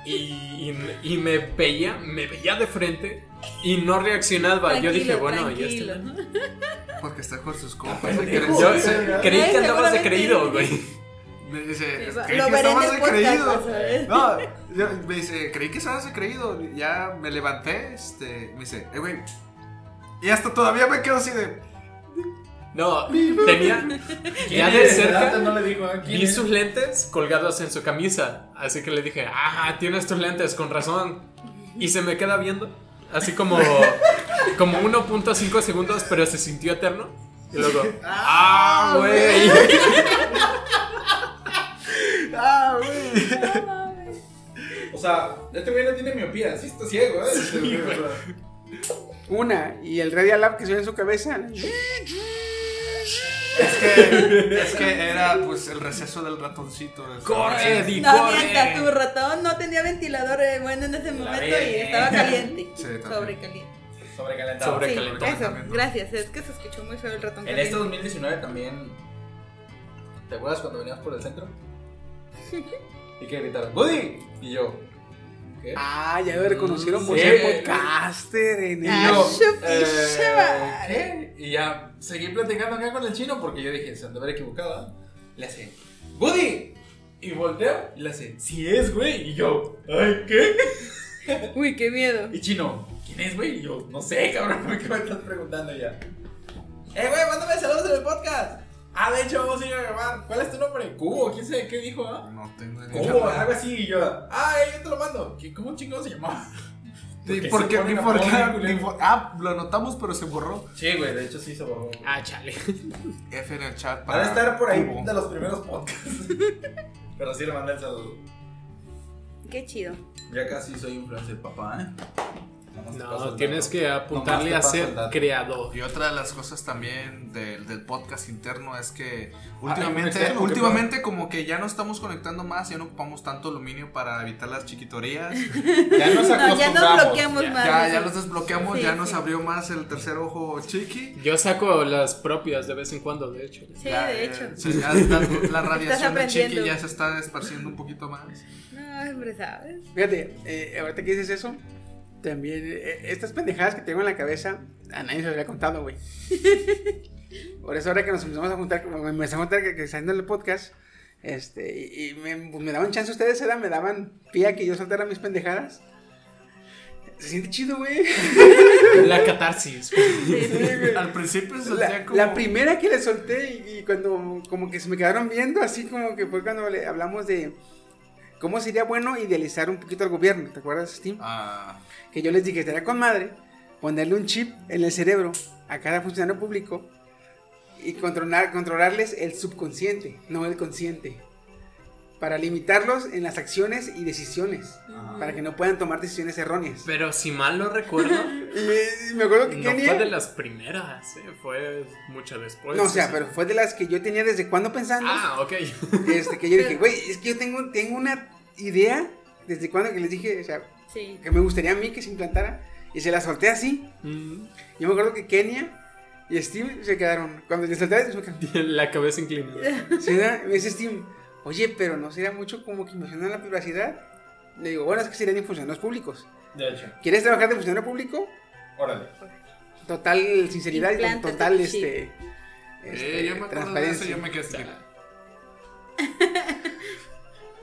Speaker 5: y, y- y me veía, me veía de frente y no reaccionaba. Yo dije,
Speaker 4: Tranquilo,
Speaker 5: bueno, este ya
Speaker 4: tranquilo,
Speaker 5: está.
Speaker 4: ¿no?
Speaker 6: ya, porque está con sus compas. ¿no?
Speaker 3: pendejo.
Speaker 5: Yo
Speaker 3: Sí,
Speaker 5: creí que
Speaker 4: sí,
Speaker 5: andabas de
Speaker 4: seguramente.
Speaker 5: creído, güey.
Speaker 6: Me dice,
Speaker 4: Sí, va-
Speaker 6: creí
Speaker 4: lo
Speaker 6: que
Speaker 4: veré en
Speaker 6: estabas
Speaker 4: el podcast,
Speaker 6: creído.
Speaker 4: vas a ver.
Speaker 6: No, yo- me dice, creí que estabas creído. Ya me levanté, este, me dice, eh, güey. Y hasta todavía me quedo así de.
Speaker 5: No, tenía ya de cerca.
Speaker 3: No le ¿eh? digo aquí.
Speaker 5: Vi sus lentes colgados en su camisa, así que le dije, ah, tienes tus lentes, con razón. Y se me queda viendo, así como, como 1.5 segundos, pero se sintió eterno. Y luego, ah, güey.
Speaker 6: Ah, güey.
Speaker 3: O sea, este güey no tiene miopía, sí está ciego, ¿eh? Este güey,
Speaker 5: güey.
Speaker 3: o sea,
Speaker 1: Una, y el Radial Lab que se ve en su cabeza.
Speaker 6: Es que, es que era pues el receso del ratoncito. del-
Speaker 5: Corre, Eddie,
Speaker 4: No, mientras tu
Speaker 5: corre.
Speaker 4: ratón no tenía ventilador eh, bueno en ese momento y
Speaker 3: verga.
Speaker 4: estaba caliente.
Speaker 6: Sí, también.
Speaker 4: Sobrecaliente.
Speaker 3: Sobrecalentado.
Speaker 5: Sobre-
Speaker 4: Sí,
Speaker 5: Sobrecalentado
Speaker 4: eso,
Speaker 6: también, ¿no?
Speaker 4: gracias. Es que se escuchó muy feo el ratón
Speaker 3: En este
Speaker 4: caliente.
Speaker 3: 2019 también. ¿Te acuerdas cuando veníamos por el centro? Y que gritaron, ¡Woody! Y yo. ¿Qué?
Speaker 1: Ah, ya lo reconocieron por
Speaker 3: Sí.
Speaker 1: ser podcaster en
Speaker 4: Ah,
Speaker 1: el.
Speaker 3: yo,
Speaker 4: chupi,
Speaker 3: eh,
Speaker 4: chaval.
Speaker 3: ¿qué? Y ya seguí platicando acá con el chino porque yo dije, se han de haber equivocado. ¿eh? Le hace, ¿ah?". ¡Woody! Y volteo y le hace, sí es, güey. Y yo, ay, ¿qué?
Speaker 4: Uy, qué miedo.
Speaker 3: Y chino, ¿quién es, güey? Y yo, no sé, cabrón, ¿por qué me estás preguntando ya? Eh, güey, mándame saludos en el podcast. Ah, de hecho, vamos a ir a grabar. ¿Cuál es tu nombre? Cubo, quién sabe qué dijo, ¿ah?
Speaker 6: No tengo
Speaker 3: Cubo, algo así. Y yo, ah, eh, yo te lo mando. ¿Qué- ¿Cómo chingado se llamaba?
Speaker 6: Ni
Speaker 3: Porque
Speaker 6: por
Speaker 3: se
Speaker 6: qué,
Speaker 3: ponen
Speaker 6: ni
Speaker 3: a
Speaker 6: por qué,
Speaker 3: poner-
Speaker 6: ni por- Ah, lo anotamos, pero se borró.
Speaker 3: Sí, güey, de hecho sí se borró.
Speaker 5: Ah, chale.
Speaker 6: F en el chat.
Speaker 3: Van a estar por ahí
Speaker 6: Cubo.
Speaker 3: de los primeros podcasts. Pero sí le mandé el saludo.
Speaker 9: Qué chido.
Speaker 3: Ya casi soy influencer, papá, ¿eh? Nomás te paso
Speaker 5: No,
Speaker 3: el
Speaker 5: tienes
Speaker 3: dato.
Speaker 5: que
Speaker 3: Nomás
Speaker 5: apuntarle
Speaker 3: te
Speaker 5: a
Speaker 3: paso
Speaker 5: ser
Speaker 3: el dato.
Speaker 5: creador.
Speaker 6: Y otra de las cosas también del, del podcast interno es que
Speaker 3: un
Speaker 6: últimamente,
Speaker 3: Ah, externo, ¿qué
Speaker 6: últimamente como que ya no estamos conectando más, ya no ocupamos tanto aluminio para evitar las chiquitorías.
Speaker 3: Ya nos
Speaker 4: No, ya nos
Speaker 3: acostumbramos.
Speaker 4: bloqueamos
Speaker 5: Ya,
Speaker 4: más.
Speaker 6: ya,
Speaker 4: eso.
Speaker 6: ya los desbloqueamos,
Speaker 4: Sí,
Speaker 6: ya
Speaker 4: sí.
Speaker 6: nos abrió más el tercer ojo chiqui.
Speaker 5: Yo saco las propias de vez en cuando, de hecho.
Speaker 4: Sí,
Speaker 6: Ya,
Speaker 4: de
Speaker 6: eh,
Speaker 4: hecho.
Speaker 6: sí, ya está- la radiación de
Speaker 4: aprendiendo.
Speaker 6: chiqui ya se está esparciendo un poquito más.
Speaker 4: No, hombre, ¿sabes?
Speaker 1: Fíjate, eh, ahorita que dices eso, también eh, estas pendejadas que tengo en la cabeza, a nadie se lo había contado, güey. Por eso ahora que nos empezamos a juntar, como me empecé a juntar que, que saliendo el podcast, este, y, y me, pues, me daban chance ustedes, era, me daban pie a que yo soltara mis pendejadas. Se siente chido, güey.
Speaker 5: La catarsis.
Speaker 6: Al principio se
Speaker 1: La,
Speaker 6: sentía como...
Speaker 1: la primera que le solté y, y cuando como que se me quedaron viendo, así como que fue cuando le hablamos de cómo sería bueno idealizar un poquito al gobierno, ¿te acuerdas, Steve?
Speaker 6: Ah,
Speaker 1: que yo les dije, estaría con madre ponerle un chip en el cerebro a cada funcionario público y controlar, controlarles el subconsciente, no el consciente, para limitarlos en las acciones y decisiones, para que no puedan tomar decisiones erróneas.
Speaker 5: Pero si mal no recuerdo,
Speaker 1: Y me, y me acuerdo que
Speaker 5: no
Speaker 1: Kenny-
Speaker 5: fue de las primeras, eh, fue mucho después.
Speaker 1: No, o sea,
Speaker 5: eso.
Speaker 1: pero fue de las que yo tenía desde cuando pensando,
Speaker 5: Ah, ok.
Speaker 1: este, que yo dije, güey, es que yo tengo, tengo una idea desde cuando que les dije, o sea,
Speaker 4: Sí.
Speaker 1: que me gustaría a mí que se implantara, y se la solté así,
Speaker 5: Mm,
Speaker 1: Yo me acuerdo que Kenia y Steve se quedaron. Cuando les salté, se me quedaron.
Speaker 5: La cabeza inclinada.
Speaker 1: Sí, ¿verdad? me dice Steve, oye, pero no sería mucho como que invasionar la privacidad. Le digo, bueno, es que serían funcionarios públicos.
Speaker 3: De hecho,
Speaker 1: ¿Quieres trabajar de funcionario público?
Speaker 3: órale.
Speaker 1: Total sinceridad y
Speaker 4: Implántate
Speaker 1: total
Speaker 4: tu
Speaker 1: este, este,
Speaker 6: eh, yo me acuerdo de eso,
Speaker 1: transparencia.
Speaker 6: yo me quedé así.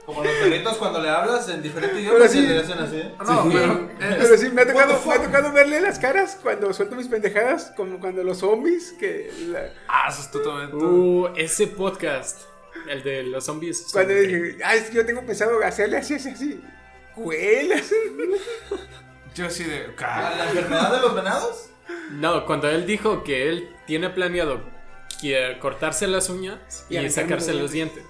Speaker 3: Como los perritos cuando le hablas en diferentes
Speaker 1: Ahora
Speaker 3: idiomas
Speaker 1: sí.
Speaker 3: y le hacen así.
Speaker 6: No, pero... eh,
Speaker 1: Pero sí, me ha, tocado,
Speaker 6: what the
Speaker 1: me ha
Speaker 6: fuck?
Speaker 1: tocado verle las caras cuando suelto mis pendejadas, como cuando los zombies, que la-
Speaker 6: Ah, eso es totalmente...
Speaker 5: Uh, ese podcast, el de los zombies.
Speaker 1: cuando le dije, ah, es que yo tengo pensado hacerle así, así, así, cuelas.
Speaker 6: Yo así de...
Speaker 3: ¿A
Speaker 6: "Car-
Speaker 3: ¿La enfermedad de los venados?
Speaker 5: No, cuando él dijo que él tiene planeado que- cortarse las uñas
Speaker 1: Y
Speaker 5: y,
Speaker 1: arrancarme
Speaker 5: sacarse
Speaker 1: los
Speaker 5: los dientes.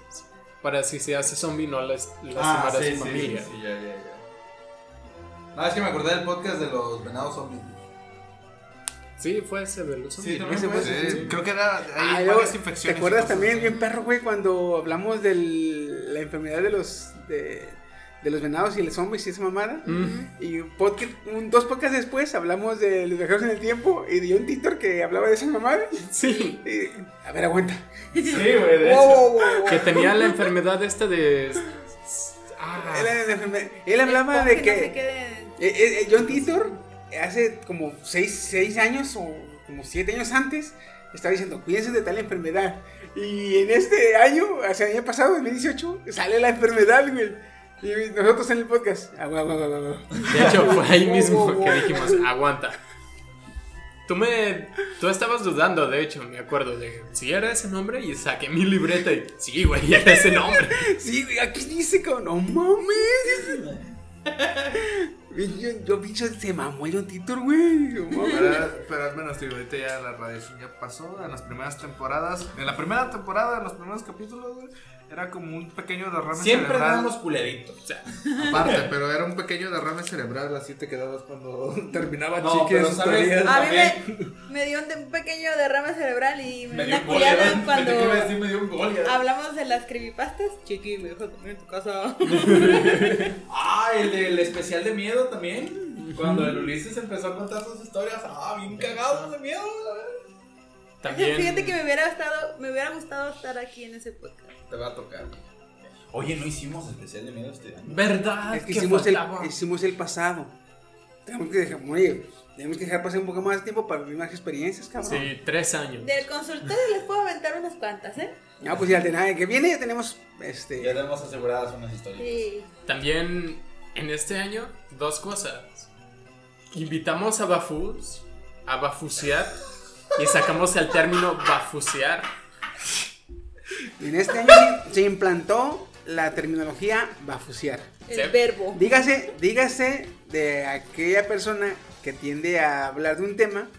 Speaker 5: Para si se hace zombie no las- lastimar a Ah, su familia.
Speaker 3: Ah, sí, ya, ya, ya. No, es que me acordé del podcast de los venados zombies.
Speaker 5: Sí, fue ese de los zombies.
Speaker 3: Sí,
Speaker 5: ¿no?
Speaker 3: también fue
Speaker 6: Sí,
Speaker 3: ese.
Speaker 6: Eh, Creo que era...
Speaker 1: Ah,
Speaker 6: Hay
Speaker 1: luego,
Speaker 6: varias infecciones.
Speaker 1: ¿Te
Speaker 6: y
Speaker 1: acuerdas
Speaker 6: cosas
Speaker 1: también,
Speaker 6: así.
Speaker 1: bien perro, güey, cuando hablamos de la enfermedad de los de, de los venados y los zombies y esa mamada?
Speaker 5: Mm.
Speaker 1: Y un podcast, un- dos podcasts después hablamos de los viajeros en el tiempo y de un Titor que hablaba de esa mamada.
Speaker 5: Sí.
Speaker 1: Y- a ver, aguanta.
Speaker 3: Sí, güey,
Speaker 1: Wow,
Speaker 3: de hecho.
Speaker 1: wow, wow, wow.
Speaker 5: Que tenía la enfermedad esta de.
Speaker 1: Él,
Speaker 5: Ah,
Speaker 1: era de enferme- él hablaba de que.
Speaker 4: No se queden-
Speaker 1: Eh, eh, eh, John Titor, hace como 6 años o como 7 años antes, estaba diciendo, cuídense de tal enfermedad. Y en este año, hace el año pasado, 2018, sale la enfermedad, güey. Y nosotros en el podcast, "Ah, agua, agua, agua, agua.
Speaker 5: de hecho, fue ahí
Speaker 1: Wow, wow,
Speaker 5: mismo
Speaker 1: wow.
Speaker 5: que dijimos: aguanta. Tú me. Tú estabas dudando, de hecho, me acuerdo. De si era ese nombre y saqué mi libreta y. Sí, güey, era ese nombre.
Speaker 1: Sí, güey, aquí dice, cabrón, no mames. Y Yo, yo bicho, se mamó el John Titor, güey. No mames.
Speaker 6: Pero, pero al menos, digo, ahorita ya la radiación ya pasó. En las primeras temporadas, en la primera temporada, en los primeros capítulos, güey, era como un pequeño derrame
Speaker 3: Siempre
Speaker 6: cerebral.
Speaker 3: damos culeritos. O sea,
Speaker 6: Aparte, pero era un pequeño derrame cerebral, así te quedabas cuando terminaba
Speaker 3: No,
Speaker 6: Chiqui
Speaker 3: pero
Speaker 6: sus
Speaker 3: sabes-
Speaker 6: teorías.
Speaker 4: A mí me, me dio un, de- un pequeño derrame cerebral y me,
Speaker 3: me
Speaker 4: dio
Speaker 3: dio
Speaker 4: una
Speaker 3: un gol. ya,
Speaker 4: culiada
Speaker 3: ¿verdad?
Speaker 4: cuando
Speaker 3: Pensé que iba a decir, me dio un gol. ya.
Speaker 4: hablamos de las creepypastas. Chiqui, me dejas dormir en tu casa.
Speaker 3: Ah, el del especial de miedo también. Cuando el Ulises empezó a contar sus historias, ah, bien cagados de miedo. la verdad.
Speaker 5: También.
Speaker 4: Fíjate que me hubiera, estado, me hubiera gustado estar aquí en ese podcast.
Speaker 3: Te va a tocar. Oye, no hicimos especial de miedo este año.
Speaker 5: ¿Verdad?
Speaker 1: Es
Speaker 5: Ah,
Speaker 1: que
Speaker 5: ¿Qué
Speaker 1: hicimos el,
Speaker 5: faltaba?
Speaker 1: hicimos el pasado. Tenemos que dejar morir. Tenemos que dejar pasar un poco más de tiempo para vivir más experiencias, cabrón.
Speaker 5: Sí, tres
Speaker 3: Mm.
Speaker 5: años.
Speaker 4: Del consultorio les puedo aventar unas cuantas, ¿eh?
Speaker 1: No, pues ya de nada, que viene ya tenemos este.
Speaker 3: Ya tenemos aseguradas unas historias.
Speaker 4: Sí.
Speaker 5: También en este año, dos cosas. Invitamos a Bafus a bafusear y sacamos el término bafusear.
Speaker 1: En este año se- se implantó la terminología bafusear.
Speaker 4: El verbo.
Speaker 1: Dígase, dígase de aquella persona que tiende a hablar de un tema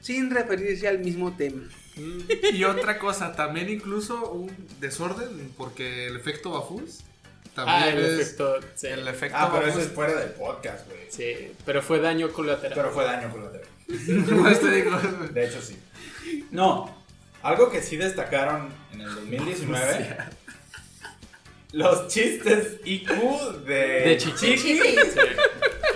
Speaker 1: sin referirse al mismo tema.
Speaker 6: Y otra cosa, también incluso un desorden, porque el efecto Bafus también
Speaker 5: Ah, el
Speaker 6: es-
Speaker 5: efecto. sí.
Speaker 6: el efecto
Speaker 3: Ah, pero eso
Speaker 6: Bafus.
Speaker 3: es fuera del podcast, güey.
Speaker 5: Sí, pero fue daño colateral.
Speaker 3: Pero fue daño colateral.
Speaker 6: Nomás te este digo.
Speaker 3: De hecho, sí. No, algo que sí destacaron en el 2019. Los chistes IQ de...
Speaker 5: De chichi.
Speaker 4: Chichi.
Speaker 3: Que,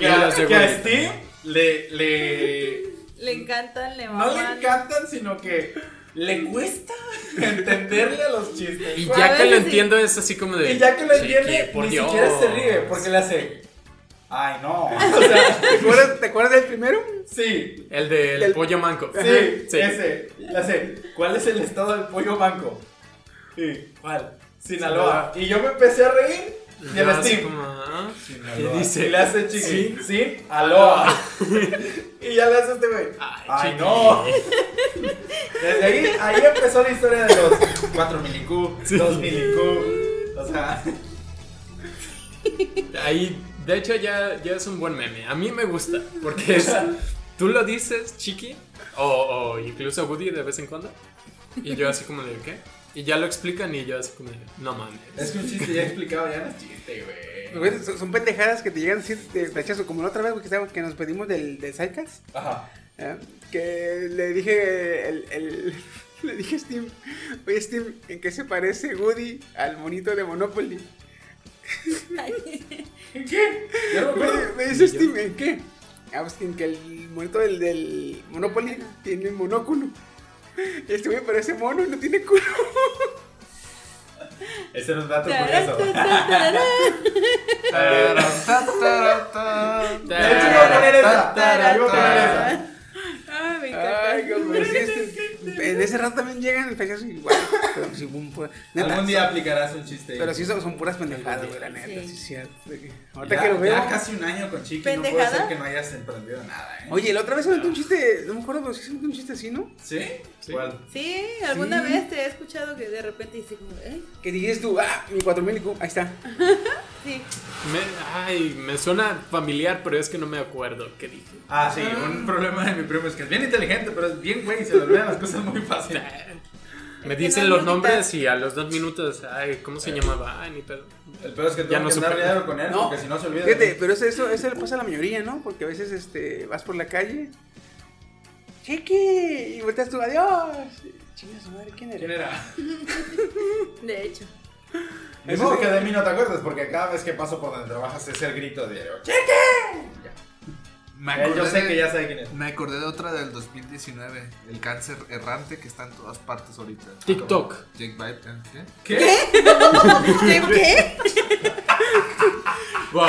Speaker 5: Y
Speaker 3: a,
Speaker 5: los de
Speaker 3: que este-
Speaker 5: Willy.
Speaker 3: a Steve le, le...
Speaker 4: Le encantan, le
Speaker 3: No le
Speaker 4: maman.
Speaker 3: encantan, sino que le cuesta entenderle a los chistes.
Speaker 5: Y
Speaker 3: güey.
Speaker 4: A
Speaker 5: ya que
Speaker 4: veces
Speaker 5: lo
Speaker 4: sí.
Speaker 5: entiendo es así como de...
Speaker 3: Y ya que lo
Speaker 5: "Chiqui,
Speaker 3: entiende,
Speaker 5: por
Speaker 3: ni
Speaker 5: Dios".
Speaker 3: siquiera se ríe, porque le hace... Ay, no. O sea,
Speaker 1: ¿Te acuerdas, te acuerdas del primero?
Speaker 3: sí,
Speaker 5: El del
Speaker 1: Del-
Speaker 5: pollo manco.
Speaker 3: Sí, ese, la sé. ¿Cuál es el estado del pollo manco? Sí, ¿cuál? Sinaloa. Y yo me empecé a reír y
Speaker 5: Ya
Speaker 3: el
Speaker 5: así
Speaker 3: Steve.
Speaker 5: como, ah, ¿Qué
Speaker 3: Sinaloa. Y
Speaker 5: dice?
Speaker 3: le hace
Speaker 5: Sí.
Speaker 3: chiqui. Sin aloa. y ya le hace este güey.
Speaker 5: Ay,
Speaker 3: Ay,
Speaker 5: chiqui.
Speaker 3: no. Desde ahí, ahí empezó la historia de los 4 milicú, 2 milicú. O sea,
Speaker 5: Ahí, de hecho, ya, ya es un buen meme. A mí me gusta, porque es... Tú lo dices, Chiqui, o, o incluso Woody de vez en cuando, y yo así como de, ¿qué? Y ya lo explican y yo así como de, no mames.
Speaker 3: es que un chiste ya explicado ya no es chiste, güey.
Speaker 1: Güey, son- Son pendejadas que te llegan a decir de flechazo, como la otra vez güey, que, estaba- que nos pedimos del, del Sidecast,
Speaker 3: Ajá.
Speaker 1: ¿eh? que le dije el- el- le dije a Steve, oye Steve, ¿en qué se parece Woody al monito de Monopoly?
Speaker 3: ¿En qué? Yo no me
Speaker 1: Me,
Speaker 3: acuerdo.
Speaker 1: me dice Steve, ¿en qué? Ah, pues que- que el monito del, del Monopoly tiene monóculo. Y Este güey parece mono y no tiene culo.
Speaker 3: Ese era un dato
Speaker 4: Tarán,
Speaker 3: curioso.
Speaker 4: tarán, tarán.
Speaker 3: De hecho, iba a poner esa. Iba a poner esa.
Speaker 4: Ay, me encanta.
Speaker 1: Ay, como si este- En ese rato también llegan el flechazo igual. Pero si un pu- neta,
Speaker 3: Algún día aplicarás un chiste.
Speaker 1: Pero sí son, son puras pendejadas, güey, la neta,
Speaker 4: Sí.
Speaker 1: sí, es cierto. Ahorita
Speaker 3: ya,
Speaker 1: que lo veo.
Speaker 3: ya casi un año con Chiqui, no
Speaker 4: ¿Pendejada?
Speaker 3: puede ser que no hayas emprendido nada, ¿eh?
Speaker 1: Oye, la otra vez se metió un chiste, no me acuerdo, pero sí se metió un chiste así, ¿no?
Speaker 3: ¿Sí?
Speaker 5: Sí.
Speaker 3: ¿Cuál?
Speaker 4: Sí, alguna
Speaker 1: Sí.
Speaker 4: vez te he escuchado que de repente dice como, ¿eh?
Speaker 1: Que dijiste tú, ah, mi 4000 IQ, ahí está.
Speaker 4: Sí.
Speaker 5: Me, ay, me suena familiar, pero es que no me acuerdo qué dije.
Speaker 3: Ah, sí, un problema de mi primo es que es bien inteligente, pero es bien güey y se le olvidan las cosas muy fácil.
Speaker 5: Me
Speaker 4: que
Speaker 5: dicen
Speaker 4: no
Speaker 5: los
Speaker 4: hay nota.
Speaker 5: nombres y a los dos minutos, ay, ¿cómo se llamaba? Ay, ni pedo.
Speaker 3: El peor es que
Speaker 5: Ya
Speaker 3: tengo
Speaker 5: no
Speaker 3: que andar
Speaker 5: supe.
Speaker 3: liado con él
Speaker 1: No,
Speaker 3: porque si no se olvida.
Speaker 1: Fíjate, pero eso, eso, eso le pasa a la mayoría, ¿no? Porque a veces este, vas por la calle, cheque, y volteas tú, adiós. Chinga su madre, ¿quién
Speaker 3: ¿Quién
Speaker 1: eres?
Speaker 3: era?
Speaker 4: De hecho.
Speaker 3: Es
Speaker 1: Eso sí.
Speaker 3: que de mí no te acuerdas porque cada vez que paso por donde trabajas es el grito diario. ¡Chiqui!
Speaker 6: Me
Speaker 3: Eh,
Speaker 6: acordé
Speaker 3: Yo sé
Speaker 6: de-
Speaker 3: que ya sabe quién es.
Speaker 6: Me acordé de otra del 2019, el cáncer errante que está en todas partes ahorita. Ah,
Speaker 5: TikTok.
Speaker 6: Jake Biden, ¿eh? ¿qué?
Speaker 3: ¿Qué?
Speaker 4: ¿Qué? ¿Qué?
Speaker 5: Wow,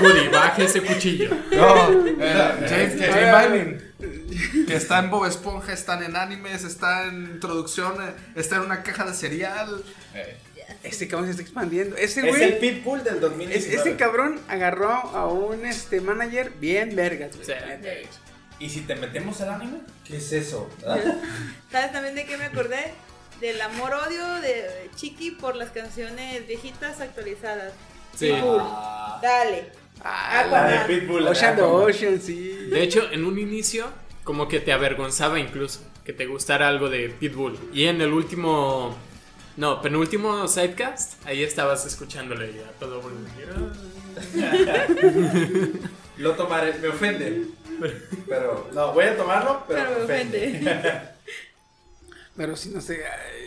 Speaker 5: Woody, baje ese cuchillo.
Speaker 6: No, eh,
Speaker 3: Es
Speaker 6: Jake,
Speaker 3: que-
Speaker 6: Jake Biden. Que está en Bob Esponja, están en animes, está en traducción, eh, está en una caja de cereal.
Speaker 3: Eh,
Speaker 1: Este cabrón se está expandiendo. Ese
Speaker 3: Es el
Speaker 1: güey,
Speaker 3: Pitbull del
Speaker 1: es-
Speaker 3: 2019.
Speaker 1: ese cabrón agarró a un este, manager bien vergas, güey.
Speaker 5: Sí.
Speaker 1: Neta.
Speaker 4: De hecho.
Speaker 3: ¿Y si te metemos al anime? ¿Qué es eso? ¿verdad?
Speaker 4: ¿Sabes también de qué me acordé? Del amor-odio de Chiqui por las canciones viejitas actualizadas.
Speaker 5: Sí.
Speaker 3: Ah,
Speaker 4: Dale.
Speaker 3: la de
Speaker 4: Aquaman.
Speaker 3: Pitbull.
Speaker 1: Ah, Ocean the
Speaker 3: Aquaman.
Speaker 1: Ocean, sí.
Speaker 5: De hecho, en un inicio, como que te avergonzaba incluso que te gustara algo de Pitbull. Y en el último, no, penúltimo sidecast, ahí estabas escuchándole ya todo volumen.
Speaker 3: Lo tomaré, me ofende. Pero, no, voy a tomarlo, pero,
Speaker 4: Pero me ofende.
Speaker 1: Pero sí, no sé. ay.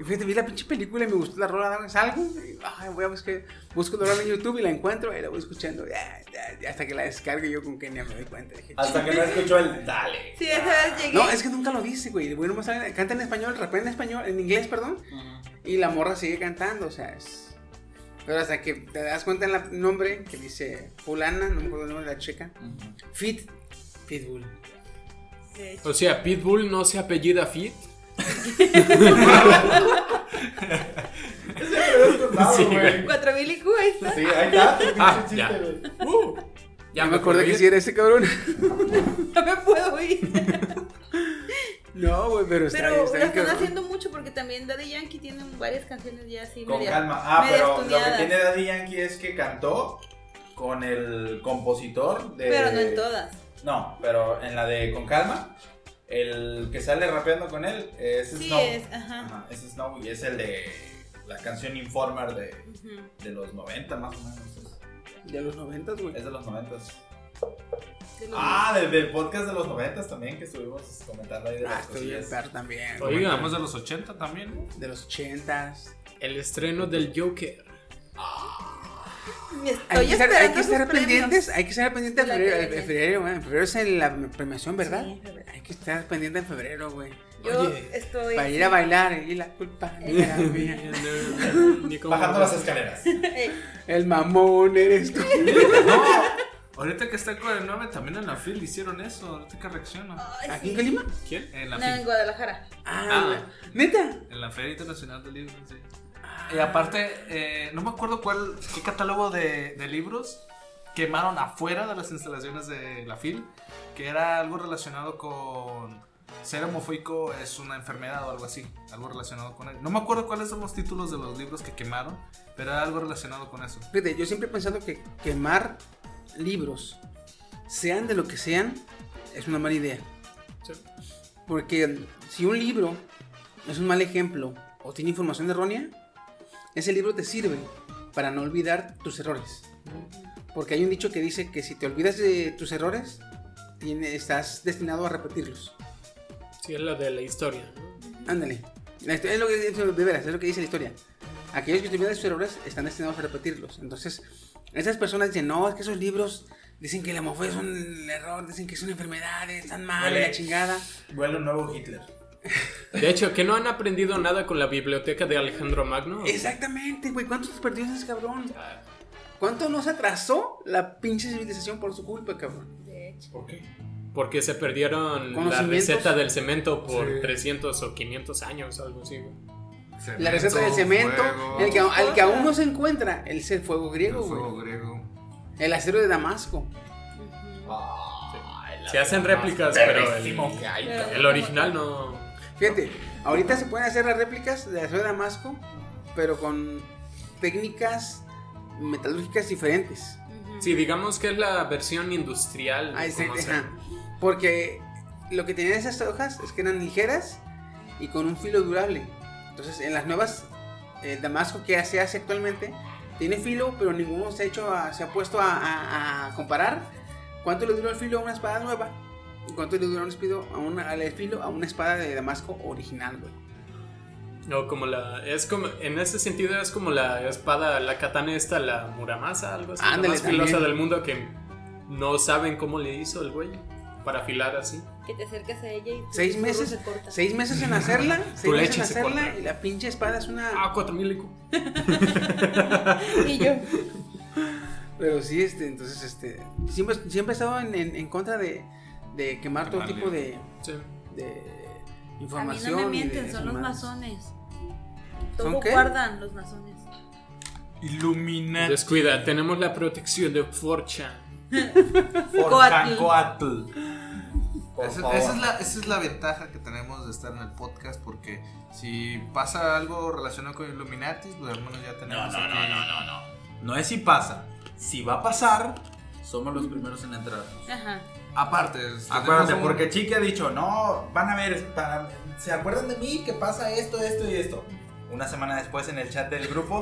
Speaker 1: Y fíjate, vi la pinche película y me gustó la rola, ¿no? salgo, y, ay, voy a buscar, busco la rola en YouTube y la encuentro y la voy escuchando, ya, ya, ya, hasta que la descargue yo con que ni me doy cuenta. dije,
Speaker 3: Hasta que no escuchó el dale.
Speaker 4: Sí, esa vez llegué.
Speaker 1: no, es que nunca lo dice, güey, bueno, más saben, canta en español, rapea en español, en inglés, perdón, y la morra sigue cantando, o sea, es... Pero hasta que te das cuenta en el nombre que dice fulana, no me acuerdo el nombre de la chica. Fit, Pitbull.
Speaker 5: O sea, Pitbull no se apellida Fit. Sí, güey.
Speaker 4: 4000 IQ, ahí está.
Speaker 3: Sí, ahí está.
Speaker 5: Ah, ya. Uh, ya
Speaker 1: me acordé que si era ese cabrón.
Speaker 4: No me puedo ir.
Speaker 1: No, güey, pero está, está
Speaker 4: Pero lo
Speaker 1: bien
Speaker 4: están
Speaker 1: cabrón.
Speaker 4: haciendo mucho porque también Daddy Yankee tiene varias canciones ya así
Speaker 3: Con
Speaker 4: media-
Speaker 3: calma. Ah,
Speaker 4: media
Speaker 3: pero lo que
Speaker 4: estudiadas.
Speaker 3: tiene Daddy Yankee es que cantó con el compositor de.
Speaker 4: Pero no en todas.
Speaker 3: No, pero en la de Con Calma, el que sale rapeando con él es
Speaker 4: Sí,
Speaker 3: Snow.
Speaker 4: es, ajá.
Speaker 3: Ajá, es Snow y es el de la canción Informer de,
Speaker 4: Ujú.
Speaker 3: de los 90 más o menos.
Speaker 1: De los 90, güey.
Speaker 3: Es de los 90.
Speaker 4: De los-
Speaker 3: Ah, del, del podcast de los 90 también que estuvimos comentando ahí de
Speaker 1: Ah,
Speaker 3: las
Speaker 1: estoy bien,
Speaker 3: cosillas.
Speaker 1: perro también.
Speaker 5: Oiga, vamos a los 80 también.
Speaker 1: De los 80.
Speaker 5: El estreno del Joker.
Speaker 1: Hay
Speaker 4: Me Estoy
Speaker 1: que estar,
Speaker 4: esperando
Speaker 1: hay que
Speaker 4: esos
Speaker 1: estar
Speaker 4: premios.
Speaker 1: pendientes, hay que estar pendiente en
Speaker 4: De la
Speaker 1: febrero,
Speaker 4: tele.
Speaker 1: en febrero, güey. En febrero es en la premiación, ¿verdad?
Speaker 4: Sí, en febrero.
Speaker 1: Hay que estar pendiente en febrero, güey.
Speaker 4: Yo
Speaker 5: Oye,
Speaker 4: estoy.
Speaker 1: Para ir a bailar y la culpa era mía.
Speaker 5: Ni cómo-
Speaker 3: Bajando las escaleras.
Speaker 4: Eh,
Speaker 1: El mamón eres tú.
Speaker 6: No, ahorita que está con el 9 también en la FIL hicieron eso. Ahorita que reacciono.
Speaker 4: ay,
Speaker 1: ¿Aquí
Speaker 4: sí.
Speaker 1: en Calima?
Speaker 5: ¿Quién?
Speaker 6: En la
Speaker 4: No, en
Speaker 6: FIL.
Speaker 4: Guadalajara.
Speaker 1: Ah, güey. neta.
Speaker 6: En la Feria Internacional del Libro, sí.
Speaker 1: Ah.
Speaker 6: Y aparte, eh, no me acuerdo cuál, qué catálogo de, de libros quemaron afuera de las instalaciones de la FIL, que era algo relacionado con ser homofóbico es una enfermedad o algo así, algo relacionado con él. No me acuerdo cuáles son los títulos de los libros que quemaron, pero era algo relacionado con eso.
Speaker 1: Fíjate, yo siempre he pensado que quemar libros, sean de lo que sean, es una mala idea.
Speaker 5: Sí.
Speaker 1: Porque si un libro es un mal ejemplo o tiene información errónea, ese libro te sirve para no olvidar tus errores. Porque hay un dicho que dice que si te olvidas de tus errores, tiene- estás destinado a repetirlos.
Speaker 5: Sí, es la de la historia. ¿no?
Speaker 1: Ándale. La histo- Es lo que, dice- de veras, es lo que dice la historia. Aquellos que te olvidan de sus errores están destinados a repetirlos. Entonces, esas personas dicen, no, es que esos libros dicen que la homofobia es un error, dicen que es una enfermedad, están mal,
Speaker 3: Huele.
Speaker 1: la chingada.
Speaker 3: Vuelve un nuevo Hitler.
Speaker 5: De hecho, que no han aprendido nada con la biblioteca de Alejandro Magno.
Speaker 1: Exactamente, güey. ¿Cuántos perdió ese cabrón? ¿Cuánto nos atrasó la pinche civilización por su culpa, cabrón?
Speaker 4: De hecho.
Speaker 3: ¿Por qué?
Speaker 5: Porque se perdieron la
Speaker 1: Conocimientos.
Speaker 5: receta del cemento por
Speaker 1: Sí.
Speaker 5: 300 o 500 años, algo así. güey.
Speaker 1: La receta del cemento, el que, al que aún no se encuentra, el el fuego griego,
Speaker 6: Fuego
Speaker 1: güey.
Speaker 6: griego.
Speaker 1: El acero de Damasco.
Speaker 5: Se hacen réplicas, pero el,
Speaker 3: que hay.
Speaker 4: Pero-
Speaker 5: el original no.
Speaker 1: Fíjate, ahorita se pueden hacer las réplicas de acero de Damasco, pero con técnicas metalúrgicas diferentes.
Speaker 4: Ujú.
Speaker 5: Sí, digamos que es la versión industrial.
Speaker 1: Ahí se-
Speaker 5: como sea.
Speaker 1: ajá. Porque lo que tenían esas hojas es que eran ligeras y con un filo durable. Entonces, en las nuevas, el Damasco que se hace actualmente tiene filo, pero ninguno se ha, hecho a- se ha puesto a, a- a comparar cuánto le duró el filo a una espada nueva y cuánto le duró un espido a una, al filo a una espada de Damasco original, güey.
Speaker 5: No, como la. Es como. En ese sentido es como la espada, la katana esta, la Muramasa, algo así.
Speaker 1: Ándale,
Speaker 5: la más filosa
Speaker 1: también.
Speaker 5: del mundo que no saben cómo le hizo el güey para afilar así.
Speaker 4: Que te acercas a ella y. tu
Speaker 1: Seis
Speaker 4: susurro
Speaker 1: meses,
Speaker 4: se corta.
Speaker 1: seis meses en hacerla, seis meses en
Speaker 5: leche se
Speaker 1: hacerla
Speaker 5: corta.
Speaker 1: y la pinche espada es una...
Speaker 5: Ah, 4000 IQ.
Speaker 4: Y yo.
Speaker 1: Pero sí, este, entonces, este, siempre, siempre he estado en, en- en contra de, de quemar todo
Speaker 6: Quemar
Speaker 1: tipo de,
Speaker 5: Sí.
Speaker 1: de
Speaker 4: A mí
Speaker 1: información.
Speaker 4: no me
Speaker 1: y de
Speaker 4: mienten, son los
Speaker 1: mamadas.
Speaker 4: masones. Todo
Speaker 1: qué?
Speaker 4: guardan los masones.
Speaker 6: Illuminati.
Speaker 5: Descuida, tenemos la protección de Forcha.
Speaker 4: Coatl.
Speaker 3: Coatl. Por
Speaker 6: Esa,
Speaker 3: favor.
Speaker 6: esa es la, esa es la ventaja que tenemos de estar en el podcast porque si pasa algo relacionado con Illuminati, pues al menos ya
Speaker 3: No,
Speaker 6: tenemos
Speaker 3: no,
Speaker 6: aquí-
Speaker 3: no, no, no, no. No es si pasa. Si va a pasar, somos los primeros en entrar.
Speaker 4: Ajá.
Speaker 6: Aparte, es-
Speaker 3: Acuérdate,
Speaker 6: tenemos un-
Speaker 3: porque Chiqui ha dicho, no, van a ver, para- se acuerdan de mí que pasa esto, esto y esto. Una semana después en el chat del grupo,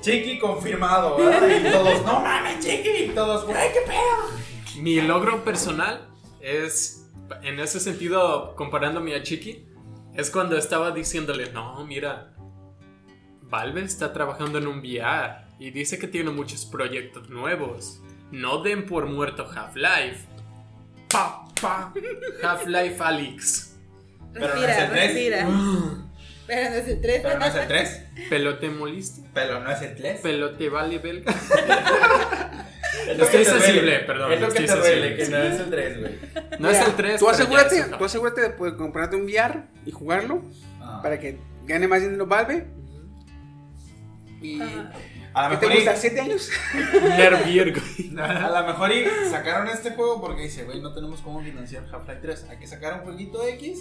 Speaker 3: Chiqui confirmado, ¿verdad? Y todos, no mames, Chiqui. Y todos, güey, qué pedo.
Speaker 5: Mi logro personal es, en ese sentido, comparándome a Chiqui, es cuando estaba diciéndole, no, mira, Valve está trabajando en un VR y dice que tiene muchos proyectos nuevos. No den por muerto Half-Life. Pa, pa, Half-Life Alyx.
Speaker 3: Pero no
Speaker 4: Respira,
Speaker 3: es el
Speaker 1: Ah.
Speaker 3: tres.
Speaker 4: respira. Pero no es el 3.
Speaker 3: Pero no es el 3.
Speaker 5: Pelote moliste.
Speaker 3: Pero no es el 3.
Speaker 5: Pelote vale belga.
Speaker 3: lo que
Speaker 5: Estoy
Speaker 3: te duele.
Speaker 5: sensible, perdón.
Speaker 3: Es lo que
Speaker 5: estoy
Speaker 3: te duele, que
Speaker 5: sensible.
Speaker 3: no es el 3, güey.
Speaker 5: No es el 3.
Speaker 1: Tú asegúrate, tú asegúrate de poder comprarte un VR y jugarlo
Speaker 3: Ah.
Speaker 1: para que gane más dinero Valve. Y.
Speaker 3: A
Speaker 1: ¿Qué
Speaker 3: lo
Speaker 1: te
Speaker 3: mejor y-
Speaker 1: gusta? ¿7 años?
Speaker 3: A lo mejor y sacaron este juego porque dice, güey, no tenemos cómo financiar Half-Life 3. Hay que sacar un jueguito X,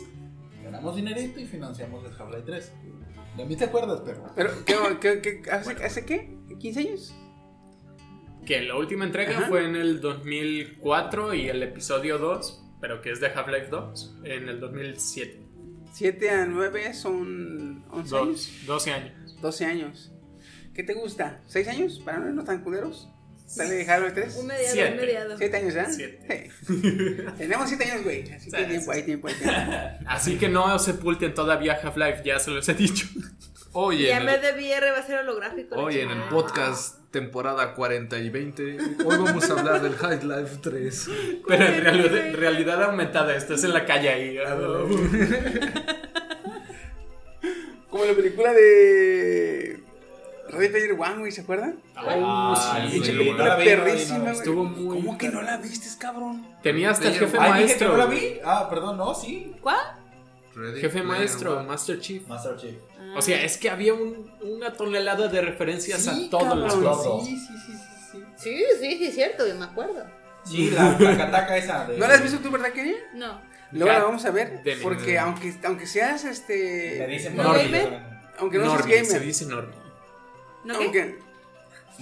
Speaker 3: ganamos dinerito y financiamos el Half-Life 3. De mí te acuerdas, pero.
Speaker 1: Pero, ¿qué, qué, qué- hace, hace qué? ¿15 años?
Speaker 5: Que la última entrega
Speaker 1: Ajá.
Speaker 5: fue en el 2004 y el episodio 2, pero que es de Half-Life 2, en el 2007.
Speaker 1: 7 a 9 son 11
Speaker 5: Do-
Speaker 1: años.
Speaker 5: 12 años.
Speaker 1: 12 años. ¿Qué te gusta? ¿6 años? Para no irnos tan culeros. Dale de Halo 3.
Speaker 4: Un mediado, Siete. un mediado.
Speaker 1: 7 años, ¿eh?
Speaker 5: Siete.
Speaker 1: Tenemos 7 años, güey. Así que hay tiempo, hay tiempo, hay tiempo.
Speaker 5: Así que no sepulten todavía Half-Life, ya se los he dicho.
Speaker 6: Oye,
Speaker 4: Ya
Speaker 6: en
Speaker 4: en
Speaker 6: el-
Speaker 4: vez de VR va a ser holográfico. la
Speaker 6: Hoy en el
Speaker 4: chingada.
Speaker 6: podcast temporada 40 y 20, hoy vamos a hablar del High Life 3.
Speaker 5: Pero en realidad, realidad aumentada, estás en la calle ahí.
Speaker 3: Ah,
Speaker 5: Oh.
Speaker 1: Como la película de. Ready Player One, güey, ¿se acuerdan?
Speaker 3: Oh,
Speaker 5: Ah, sí,
Speaker 1: Pinche
Speaker 5: sí,
Speaker 1: película
Speaker 5: no la vi, no la vi,
Speaker 1: perrísima,
Speaker 5: no la vi.
Speaker 1: güey.
Speaker 5: Estuvo muy
Speaker 1: ¿Cómo que no la viste, cabrón?
Speaker 5: Tenía hasta el jefe
Speaker 3: Ay, dije que
Speaker 5: maestro.
Speaker 3: no la
Speaker 5: güey.
Speaker 3: vi. Ah, perdón, no, sí.
Speaker 4: ¿Cuál?
Speaker 5: Jefe maestro, Master Chief.
Speaker 3: Master Chief.
Speaker 5: O sea, es que había un- una tonelada de referencias a todos los
Speaker 3: cabrón,
Speaker 5: juegos.
Speaker 1: Sí, sí, sí, sí, sí.
Speaker 4: Sí, sí, sí, es cierto, yo me acuerdo.
Speaker 3: Sí, la tacataca esa. De,
Speaker 1: ¿No la has visto tú, verdad, Kenia?
Speaker 4: No.
Speaker 1: Luego
Speaker 5: Ya,
Speaker 1: la vamos a ver.
Speaker 5: de mi-
Speaker 1: Porque aunque, aunque seas este.
Speaker 3: Le dicen
Speaker 5: ¿No
Speaker 3: Normie.
Speaker 5: gamer?
Speaker 1: Aunque no
Speaker 5: Normie,
Speaker 1: seas
Speaker 5: se
Speaker 1: gamer.
Speaker 5: dice Normie.
Speaker 4: ¿No qué?
Speaker 1: Aunque,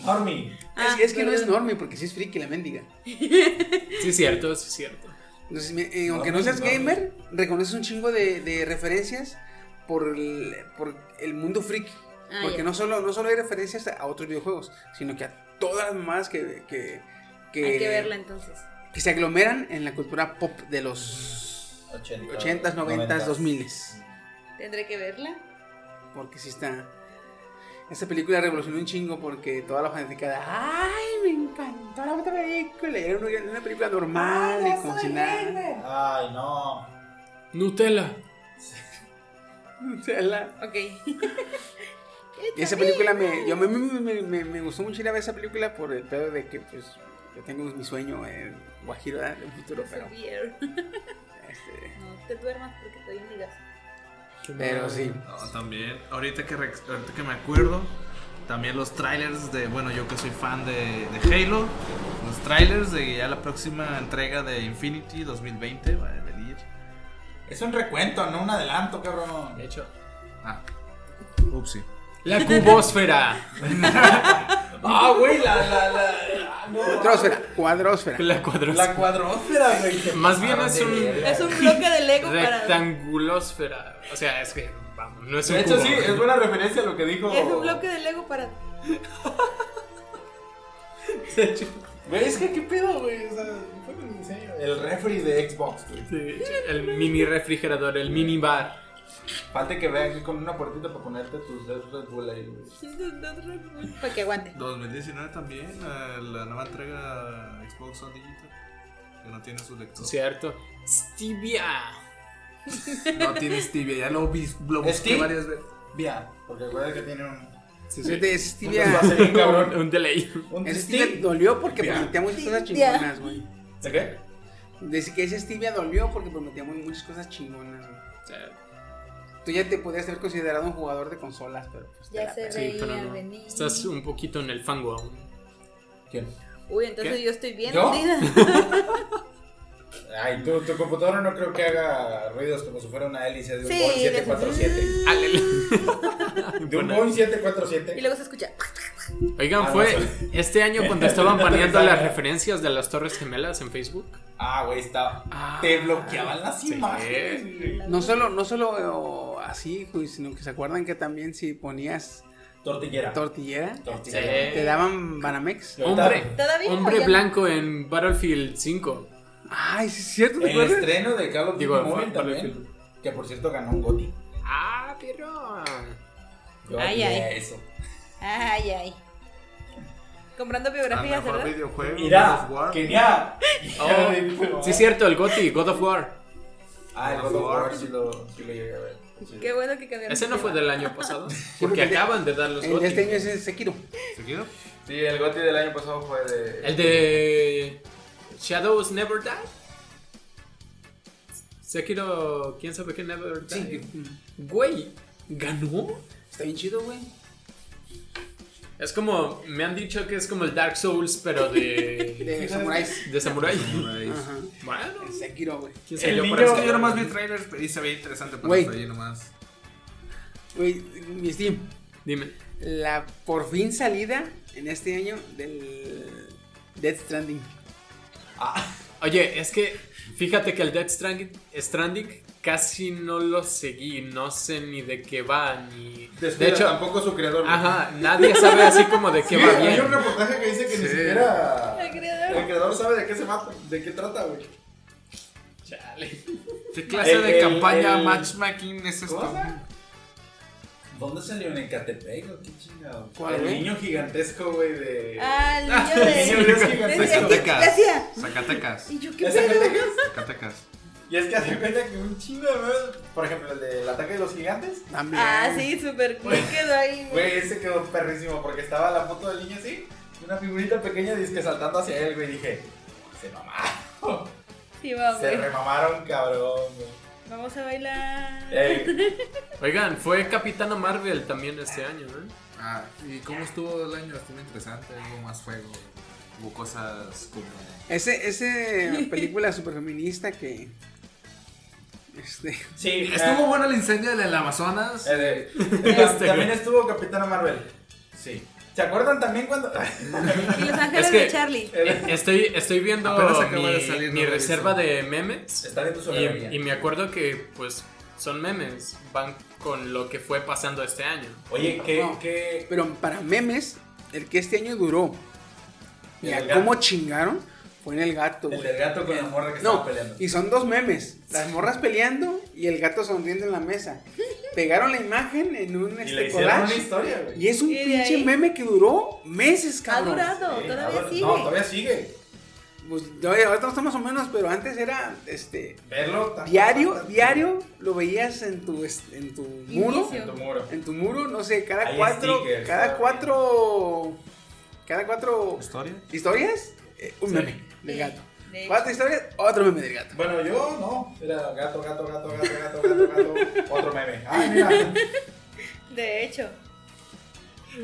Speaker 3: Normie.
Speaker 4: Ah,
Speaker 1: es, es que no es
Speaker 4: perdón.
Speaker 1: enorme porque sí es friki la mendiga.
Speaker 5: Sí, es cierto, sí, es cierto.
Speaker 1: Entonces, mi- eh, aunque no
Speaker 3: Normie,
Speaker 1: seas
Speaker 3: normie.
Speaker 1: gamer, reconoces un chingo de, de referencias por el, por el mundo friki.
Speaker 4: Ah,
Speaker 1: porque
Speaker 4: ya.
Speaker 1: no solo, no solo hay referencias a otros videojuegos, sino que a todas las mamadas que, que, que,
Speaker 4: Hay que verla entonces.
Speaker 1: que se aglomeran en la cultura pop de los
Speaker 3: 80,
Speaker 1: 80s, 90s, 2000
Speaker 4: Tendré que verla.
Speaker 1: Porque sí está. Esta película revolucionó un chingo porque toda la fanaticada. ¡Ay, me encantó la otra película! Y Era una, una película normal, y como si nada.
Speaker 3: Ay, no.
Speaker 5: Nutella.
Speaker 1: Nutella.
Speaker 4: Ok.
Speaker 1: Y esa película me, yo, me, me, me- me- me gustó mucho ir a ver esa película por el pedo de que, pues, yo tengo mi sueño eh, guajiro ¿verdad? de un futuro, pero.
Speaker 4: Severe.
Speaker 1: este,
Speaker 4: No te duermas porque estoy en mi casa.
Speaker 1: pero sí.
Speaker 6: No, también, ahorita que, re- ahorita que me acuerdo, también los trailers de, bueno, yo que soy fan de, de Halo, los trailers de ya la próxima entrega de Infinity 2020 va a venir.
Speaker 3: Es un recuento, no un adelanto, cabrón.
Speaker 5: De hecho,
Speaker 6: Ah, upsi.
Speaker 5: la cubósfera.
Speaker 3: Ah, güey, la, la, la. ah, no.
Speaker 1: Cuadrósfera, cuadrósfera.
Speaker 5: La cuadrósfera.
Speaker 3: La cuadrósfera, güey. que
Speaker 5: Más bien
Speaker 3: pasaron
Speaker 5: es un-
Speaker 3: de verga.
Speaker 4: Es un bloque de Lego para.
Speaker 5: Rectangulósfera. O sea, es que, vamos, no es un
Speaker 3: De hecho,
Speaker 5: cubo.
Speaker 3: sí, es buena referencia a lo que dijo.
Speaker 4: Es un bloque de Lego para.
Speaker 3: Güey, es que qué pedo, güey. O sea, fue un diseño. El refri de Xbox, güey.
Speaker 5: Sí, El mini refrigerador, el mini bar.
Speaker 3: Falta que vean aquí con una puertita para ponerte tus dedos Red Bull ahí, güey.
Speaker 4: Para que aguante.
Speaker 6: 2019 también, eh, la nueva entrega Xbox One Digital, que no tiene su lector.
Speaker 5: Cierto. Stevia.
Speaker 6: No tiene Stevia, ya lo, vi, lo busqué
Speaker 3: ¿Steve?
Speaker 6: varias veces.
Speaker 3: Vía, porque recuerda que tiene un.
Speaker 5: Sí, sí.
Speaker 1: Fíjate, ese tibia.
Speaker 3: Va a ser bien
Speaker 5: Un,
Speaker 3: cabrón.
Speaker 5: un delay.
Speaker 3: Un
Speaker 1: Ese
Speaker 3: stick.
Speaker 1: tibia dolió porque
Speaker 3: Tibia.
Speaker 1: prometía muchas cosas
Speaker 4: Tibia.
Speaker 1: chingonas, güey.
Speaker 3: ¿De qué?
Speaker 1: Dice que ese Stevia dolió porque prometía muy- muchas cosas chingonas. güey. Tú ya te podías haber considerado un jugador de consolas, pero pues te
Speaker 4: Ya
Speaker 1: la
Speaker 4: se
Speaker 1: pelas.
Speaker 5: Sí,
Speaker 4: veía
Speaker 5: pero no.
Speaker 4: venir.
Speaker 5: Estás un poquito en el fango aún.
Speaker 3: ¿Quién?
Speaker 4: Uy, entonces
Speaker 5: ¿Qué?
Speaker 4: yo estoy bien
Speaker 3: ¿Yo?
Speaker 4: hundida.
Speaker 3: Ay, tu, tu computadora no creo que haga ruidos como si fuera una hélice de un
Speaker 4: Sí,
Speaker 3: Boeing
Speaker 4: de-
Speaker 3: 747. De un Boeing
Speaker 4: Y
Speaker 3: 747.
Speaker 4: luego se escucha.
Speaker 5: Oigan,
Speaker 3: Ah, no,
Speaker 5: fue
Speaker 3: sorry.
Speaker 5: este año cuando estaban baneando las referencias de las Torres Gemelas en Facebook.
Speaker 3: Ah, güey, está.
Speaker 5: Ah,
Speaker 3: te bloqueaban las
Speaker 5: sí.
Speaker 3: imágenes. güey.
Speaker 1: No solo, no solo eh, o así, güey, sino que se acuerdan que también si ponías
Speaker 3: Tortillera.
Speaker 1: tortillera,
Speaker 3: Tortillera.
Speaker 5: Sí.
Speaker 1: te daban Banamex.
Speaker 3: Yo
Speaker 5: Hombre,
Speaker 4: ¿Todavía o
Speaker 5: hombre
Speaker 4: ya no?
Speaker 5: blanco en Battlefield 5.
Speaker 1: Ay, sí es cierto, ¿te
Speaker 3: El
Speaker 1: acuerdas?
Speaker 3: estreno de Call of Duty
Speaker 5: Digo,
Speaker 3: Mobile
Speaker 5: fue-
Speaker 3: también. Que por cierto ganó un Goti.
Speaker 5: Ah, pero.
Speaker 3: Yo
Speaker 4: Ay,
Speaker 3: odié
Speaker 4: ay.
Speaker 3: Eso.
Speaker 4: Ay, ay. Comprando
Speaker 6: Al
Speaker 4: biografías,
Speaker 6: Ah, mejor
Speaker 4: ¿verdad?
Speaker 6: videojuego. God
Speaker 3: Mira,
Speaker 6: of War.
Speaker 3: Kenia.
Speaker 5: Oh, sí, es cierto, el Gotti, God of War.
Speaker 3: Ah, el God
Speaker 6: God of
Speaker 3: of
Speaker 6: War.
Speaker 3: War sí lo, sí lo llegué a ver.
Speaker 4: Qué bueno que cambiaron.
Speaker 5: Ese
Speaker 4: de
Speaker 5: no fue
Speaker 4: tema.
Speaker 5: del año pasado, porque acaban de dar los
Speaker 1: El de
Speaker 5: gotis.
Speaker 1: este año es el Sekiro.
Speaker 6: ¿Seguido?
Speaker 3: Sí, el Goti del año pasado fue de.
Speaker 5: El de Shadows Never Die. Sekiro, quién sabe qué Never Die. Güey, ganó.
Speaker 1: Está bien chido, güey.
Speaker 5: Es como, me han dicho que es como el Dark Souls, pero de.
Speaker 1: De samuráis.
Speaker 5: De samurai.
Speaker 1: Ajá.
Speaker 5: Bueno,
Speaker 1: El Sekiro, güey.
Speaker 5: quién sabe
Speaker 6: El
Speaker 5: yo
Speaker 6: niño,
Speaker 5: para
Speaker 6: es
Speaker 5: eso.
Speaker 6: que yo nomás vi trailers y se veía interesante, pero
Speaker 1: Güey.
Speaker 6: hasta ahí nomás.
Speaker 1: Güey, mi Steam.
Speaker 5: Dime.
Speaker 1: La por fin salida en este año del Death Stranding.
Speaker 5: Oye, es que fíjate que el Dead Stranding, Stranding casi no lo seguí, no sé ni de qué va, ni...
Speaker 3: Descuida, tampoco su creador. güey.
Speaker 5: Ajá, nadie sabe así como de qué
Speaker 3: Sí,
Speaker 5: va
Speaker 3: Hay
Speaker 5: bien.
Speaker 3: un reportaje que dice que ni
Speaker 5: Sí.
Speaker 3: siquiera.
Speaker 4: El creador.
Speaker 3: El creador sabe de qué se mata, de qué trata, güey.
Speaker 5: Chale. ¿Qué clase
Speaker 3: El-
Speaker 5: de
Speaker 3: el-
Speaker 5: campaña
Speaker 3: el-
Speaker 5: matchmaking es esto?
Speaker 3: ¿Cosa? ¿Dónde salió en Ecatepec o qué chingado?
Speaker 1: ¿Cuál,
Speaker 3: el
Speaker 1: güey?
Speaker 3: niño gigantesco, güey, de.
Speaker 4: Ah, el niño de.
Speaker 3: Sí, es
Speaker 4: Decía,
Speaker 3: gigantesco.
Speaker 4: "¿Qué- qué hacía?"
Speaker 6: Zacatecas.
Speaker 4: Y yo, ¿qué
Speaker 3: ¿Es Zacatecas?
Speaker 4: pedo?
Speaker 6: Zacatecas.
Speaker 3: Y es que hace cuenta que un chingo de veces, por ejemplo, el del ataque de los gigantes,
Speaker 1: También.
Speaker 4: Ah, sí, súper cool. Quedó ahí.
Speaker 3: güey, ese quedó perrísimo porque estaba la foto del niño así, y una figurita pequeña disque saltando hacia él, güey, y dije, se mamaron,
Speaker 4: Sí, va,
Speaker 3: se
Speaker 4: güey.
Speaker 3: remamaron, cabrón, güey.
Speaker 4: Vamos a bailar.
Speaker 3: Eh, Ey,
Speaker 5: Oigan, fue Capitana Marvel también este año, ¿eh?
Speaker 6: Ah, ¿y cómo estuvo el año? Estuvo interesante, hubo más fuego. Hubo cosas como.
Speaker 1: Ese, ese película super feminista que. Este.
Speaker 3: sí,
Speaker 6: Estuvo
Speaker 3: eh,
Speaker 6: bueno el incendio del Amazonas.
Speaker 3: eh, de-
Speaker 5: Este, güey.
Speaker 3: también estuvo Capitana Marvel. Sí. ¿Se acuerdan también cuando.?
Speaker 4: Y los ángeles
Speaker 5: Es que-
Speaker 4: de Charlie.
Speaker 3: El-
Speaker 5: Eh, Estoy, estoy viendo
Speaker 6: Eh, Apenas acaba
Speaker 5: mi,
Speaker 6: de salir, no
Speaker 5: mi
Speaker 6: lo he
Speaker 5: reserva
Speaker 6: visto.
Speaker 5: de memes.
Speaker 3: Está viendo su
Speaker 5: Y, y
Speaker 3: galería.
Speaker 5: me acuerdo que, pues, son memes. Van con lo que fue pasando este año.
Speaker 3: Oye, ¿qué,
Speaker 1: No.
Speaker 3: qué,
Speaker 1: Pero para memes, el que este año duró.
Speaker 3: El
Speaker 1: Mira,
Speaker 3: del gato.
Speaker 1: cómo chingaron. Fue en el gato,
Speaker 3: El
Speaker 1: güey.
Speaker 3: del gato con la morra que
Speaker 1: No,
Speaker 3: estaba peleando.
Speaker 1: y son dos memes. Las morras peleando y el gato sonriendo en la mesa. Pegaron la imagen en un
Speaker 3: Y
Speaker 1: este,
Speaker 3: le hicieron una
Speaker 1: collage,
Speaker 3: historia, güey.
Speaker 1: Y es un
Speaker 4: Y de
Speaker 1: pinche
Speaker 4: ahí-
Speaker 1: meme que duró meses,
Speaker 4: Ha
Speaker 1: cabrón.
Speaker 4: durado,
Speaker 3: Sí,
Speaker 4: todavía
Speaker 3: ahora-
Speaker 4: sigue.
Speaker 3: No, todavía sigue.
Speaker 1: Pues todavía- ahorita está más o menos, pero antes era este
Speaker 3: Verlo. tan-
Speaker 1: diario,
Speaker 3: tan-
Speaker 1: diario lo veías en tu est- en tu muro,
Speaker 4: Inicio.
Speaker 3: En tu muro.
Speaker 1: en tu muro, no sé, cada
Speaker 3: Hay
Speaker 1: cuatro,
Speaker 3: stickers,
Speaker 1: cada
Speaker 3: ¿sabes?
Speaker 1: cuatro, cada cuatro
Speaker 6: ¿Historia?
Speaker 1: historias, eh, un
Speaker 5: Sí.
Speaker 1: meme del gato.
Speaker 4: De hecho,
Speaker 1: Cuatro historias, otro meme del gato.
Speaker 3: Bueno, yo no. Era gato, gato, gato, gato, gato, gato, gato. Otro meme. Ay, mira.
Speaker 4: de hecho.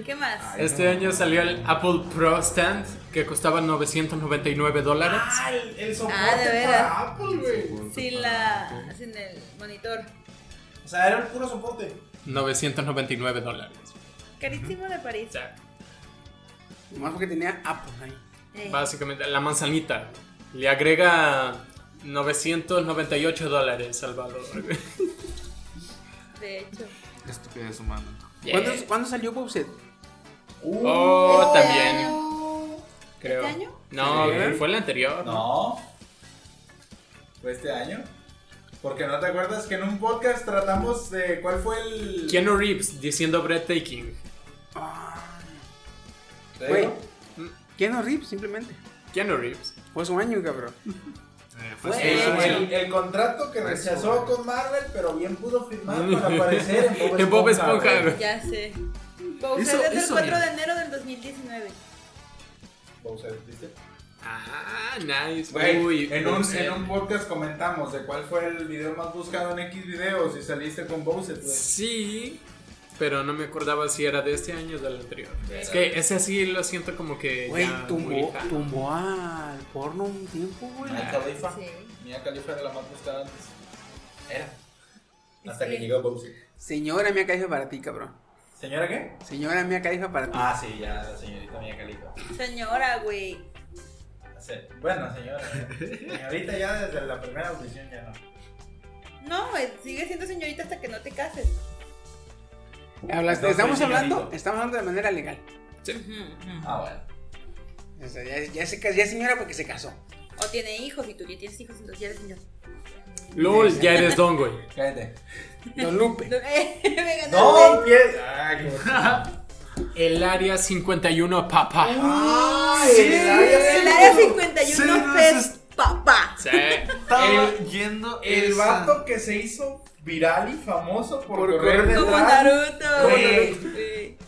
Speaker 4: ¿Qué más?
Speaker 3: Ay,
Speaker 5: Este
Speaker 3: no.
Speaker 5: año salió el Apple Pro Stand que costaba 999 dólares.
Speaker 3: Ah, el, el soporte
Speaker 4: Ah, de veras.
Speaker 3: para Apple, güey.
Speaker 4: Sin la. Sin el monitor.
Speaker 3: O sea, era el puro soporte.
Speaker 5: 999 dólares.
Speaker 4: Carísimo de París.
Speaker 5: O sea,
Speaker 1: Nomás porque tenía Apple ahí.
Speaker 4: Eh,
Speaker 5: básicamente la manzanita le agrega 998 dólares al valor.
Speaker 4: de hecho.
Speaker 6: Estupidez humana.
Speaker 1: ¿Cuándo, cuándo salió Bobset?
Speaker 5: Oh,
Speaker 4: ¿Este
Speaker 5: también.
Speaker 4: año?
Speaker 5: Creo.
Speaker 4: ¿Este año?
Speaker 5: No,
Speaker 3: Sí.
Speaker 5: fue el anterior.
Speaker 3: No. ¿Fue este año? Porque no te acuerdas que en un podcast tratamos de cuál fue el.
Speaker 5: Keanu Reeves diciendo breathtaking.
Speaker 3: ¿Te
Speaker 1: Güey.
Speaker 3: digo?
Speaker 1: Ah, Keanu Reeves, simplemente.
Speaker 5: Keanu Reeves.
Speaker 1: Fue su año, cabrón.
Speaker 6: Eh, fue
Speaker 3: pues Sí,
Speaker 6: su-
Speaker 3: güey, el, el contrato que
Speaker 5: Pues,
Speaker 3: rechazó con Marvel, pero bien pudo firmar para aparecer
Speaker 5: En
Speaker 3: en
Speaker 5: Bob
Speaker 3: Bob
Speaker 5: Esponja,
Speaker 3: Esponja. güey.
Speaker 4: Ya sé.
Speaker 6: Hizo-
Speaker 4: Bowser desde el
Speaker 6: hizo
Speaker 4: 4
Speaker 6: bien.
Speaker 4: de enero del 2019.
Speaker 3: Bowser, ¿viste?
Speaker 5: Ah, nice. Eh,
Speaker 3: Güey,
Speaker 5: Uy,
Speaker 3: en, un,
Speaker 5: Bowser.
Speaker 3: en un podcast comentamos de cuál fue el video más buscado en X videos y saliste con Bowser. güey.
Speaker 5: Sí, pero no me acordaba si era de este año o del anterior. Es que ese sí lo siento como que.
Speaker 1: Güey,
Speaker 5: ya muy
Speaker 1: tumbó,
Speaker 5: lejano.
Speaker 1: tumbó al porno un tiempo, güey.
Speaker 3: Mia Khalifa.
Speaker 4: Sí.
Speaker 3: Mia Khalifa era la más buscada antes. Era. Hasta
Speaker 4: Es
Speaker 3: que
Speaker 4: que-
Speaker 3: llegó Bowser.
Speaker 1: Señora mía caiga para ti, cabrón.
Speaker 3: ¿Señora qué?
Speaker 1: Señora mía caiga para ti.
Speaker 3: Ah, sí, ya, la señorita Mia Khalifa.
Speaker 4: Señora, güey.
Speaker 3: Se- Bueno, señora. Señorita ya desde la primera audición ya no.
Speaker 4: No, güey, sigue siendo señorita hasta que no te cases.
Speaker 1: Hablaste-
Speaker 3: No,
Speaker 1: estamos
Speaker 3: soy
Speaker 1: hablando,
Speaker 3: señorito.
Speaker 1: estamos hablando de manera legal.
Speaker 3: Ah, bueno.
Speaker 1: O sea, ya, ya se, ca- ya es señora porque se casó.
Speaker 4: O tiene hijos y tú ya tienes hijos, entonces ya eres señor.
Speaker 5: LOL, ya eres don, güey.
Speaker 3: Cállate.
Speaker 1: Don Lupe.
Speaker 4: Eh, me ganaste.
Speaker 3: No, pie. Ah, qué
Speaker 5: El área 51, papá.
Speaker 3: Ay, el
Speaker 4: El área 51 es papá.
Speaker 5: Sí.
Speaker 6: Estaba yendo
Speaker 3: El
Speaker 6: esa-
Speaker 3: vato que se hizo viral y famoso por,
Speaker 1: Por
Speaker 3: correr
Speaker 1: correr
Speaker 3: detrás.
Speaker 1: Como Naruto,
Speaker 3: Como
Speaker 1: güey.
Speaker 3: Naruto.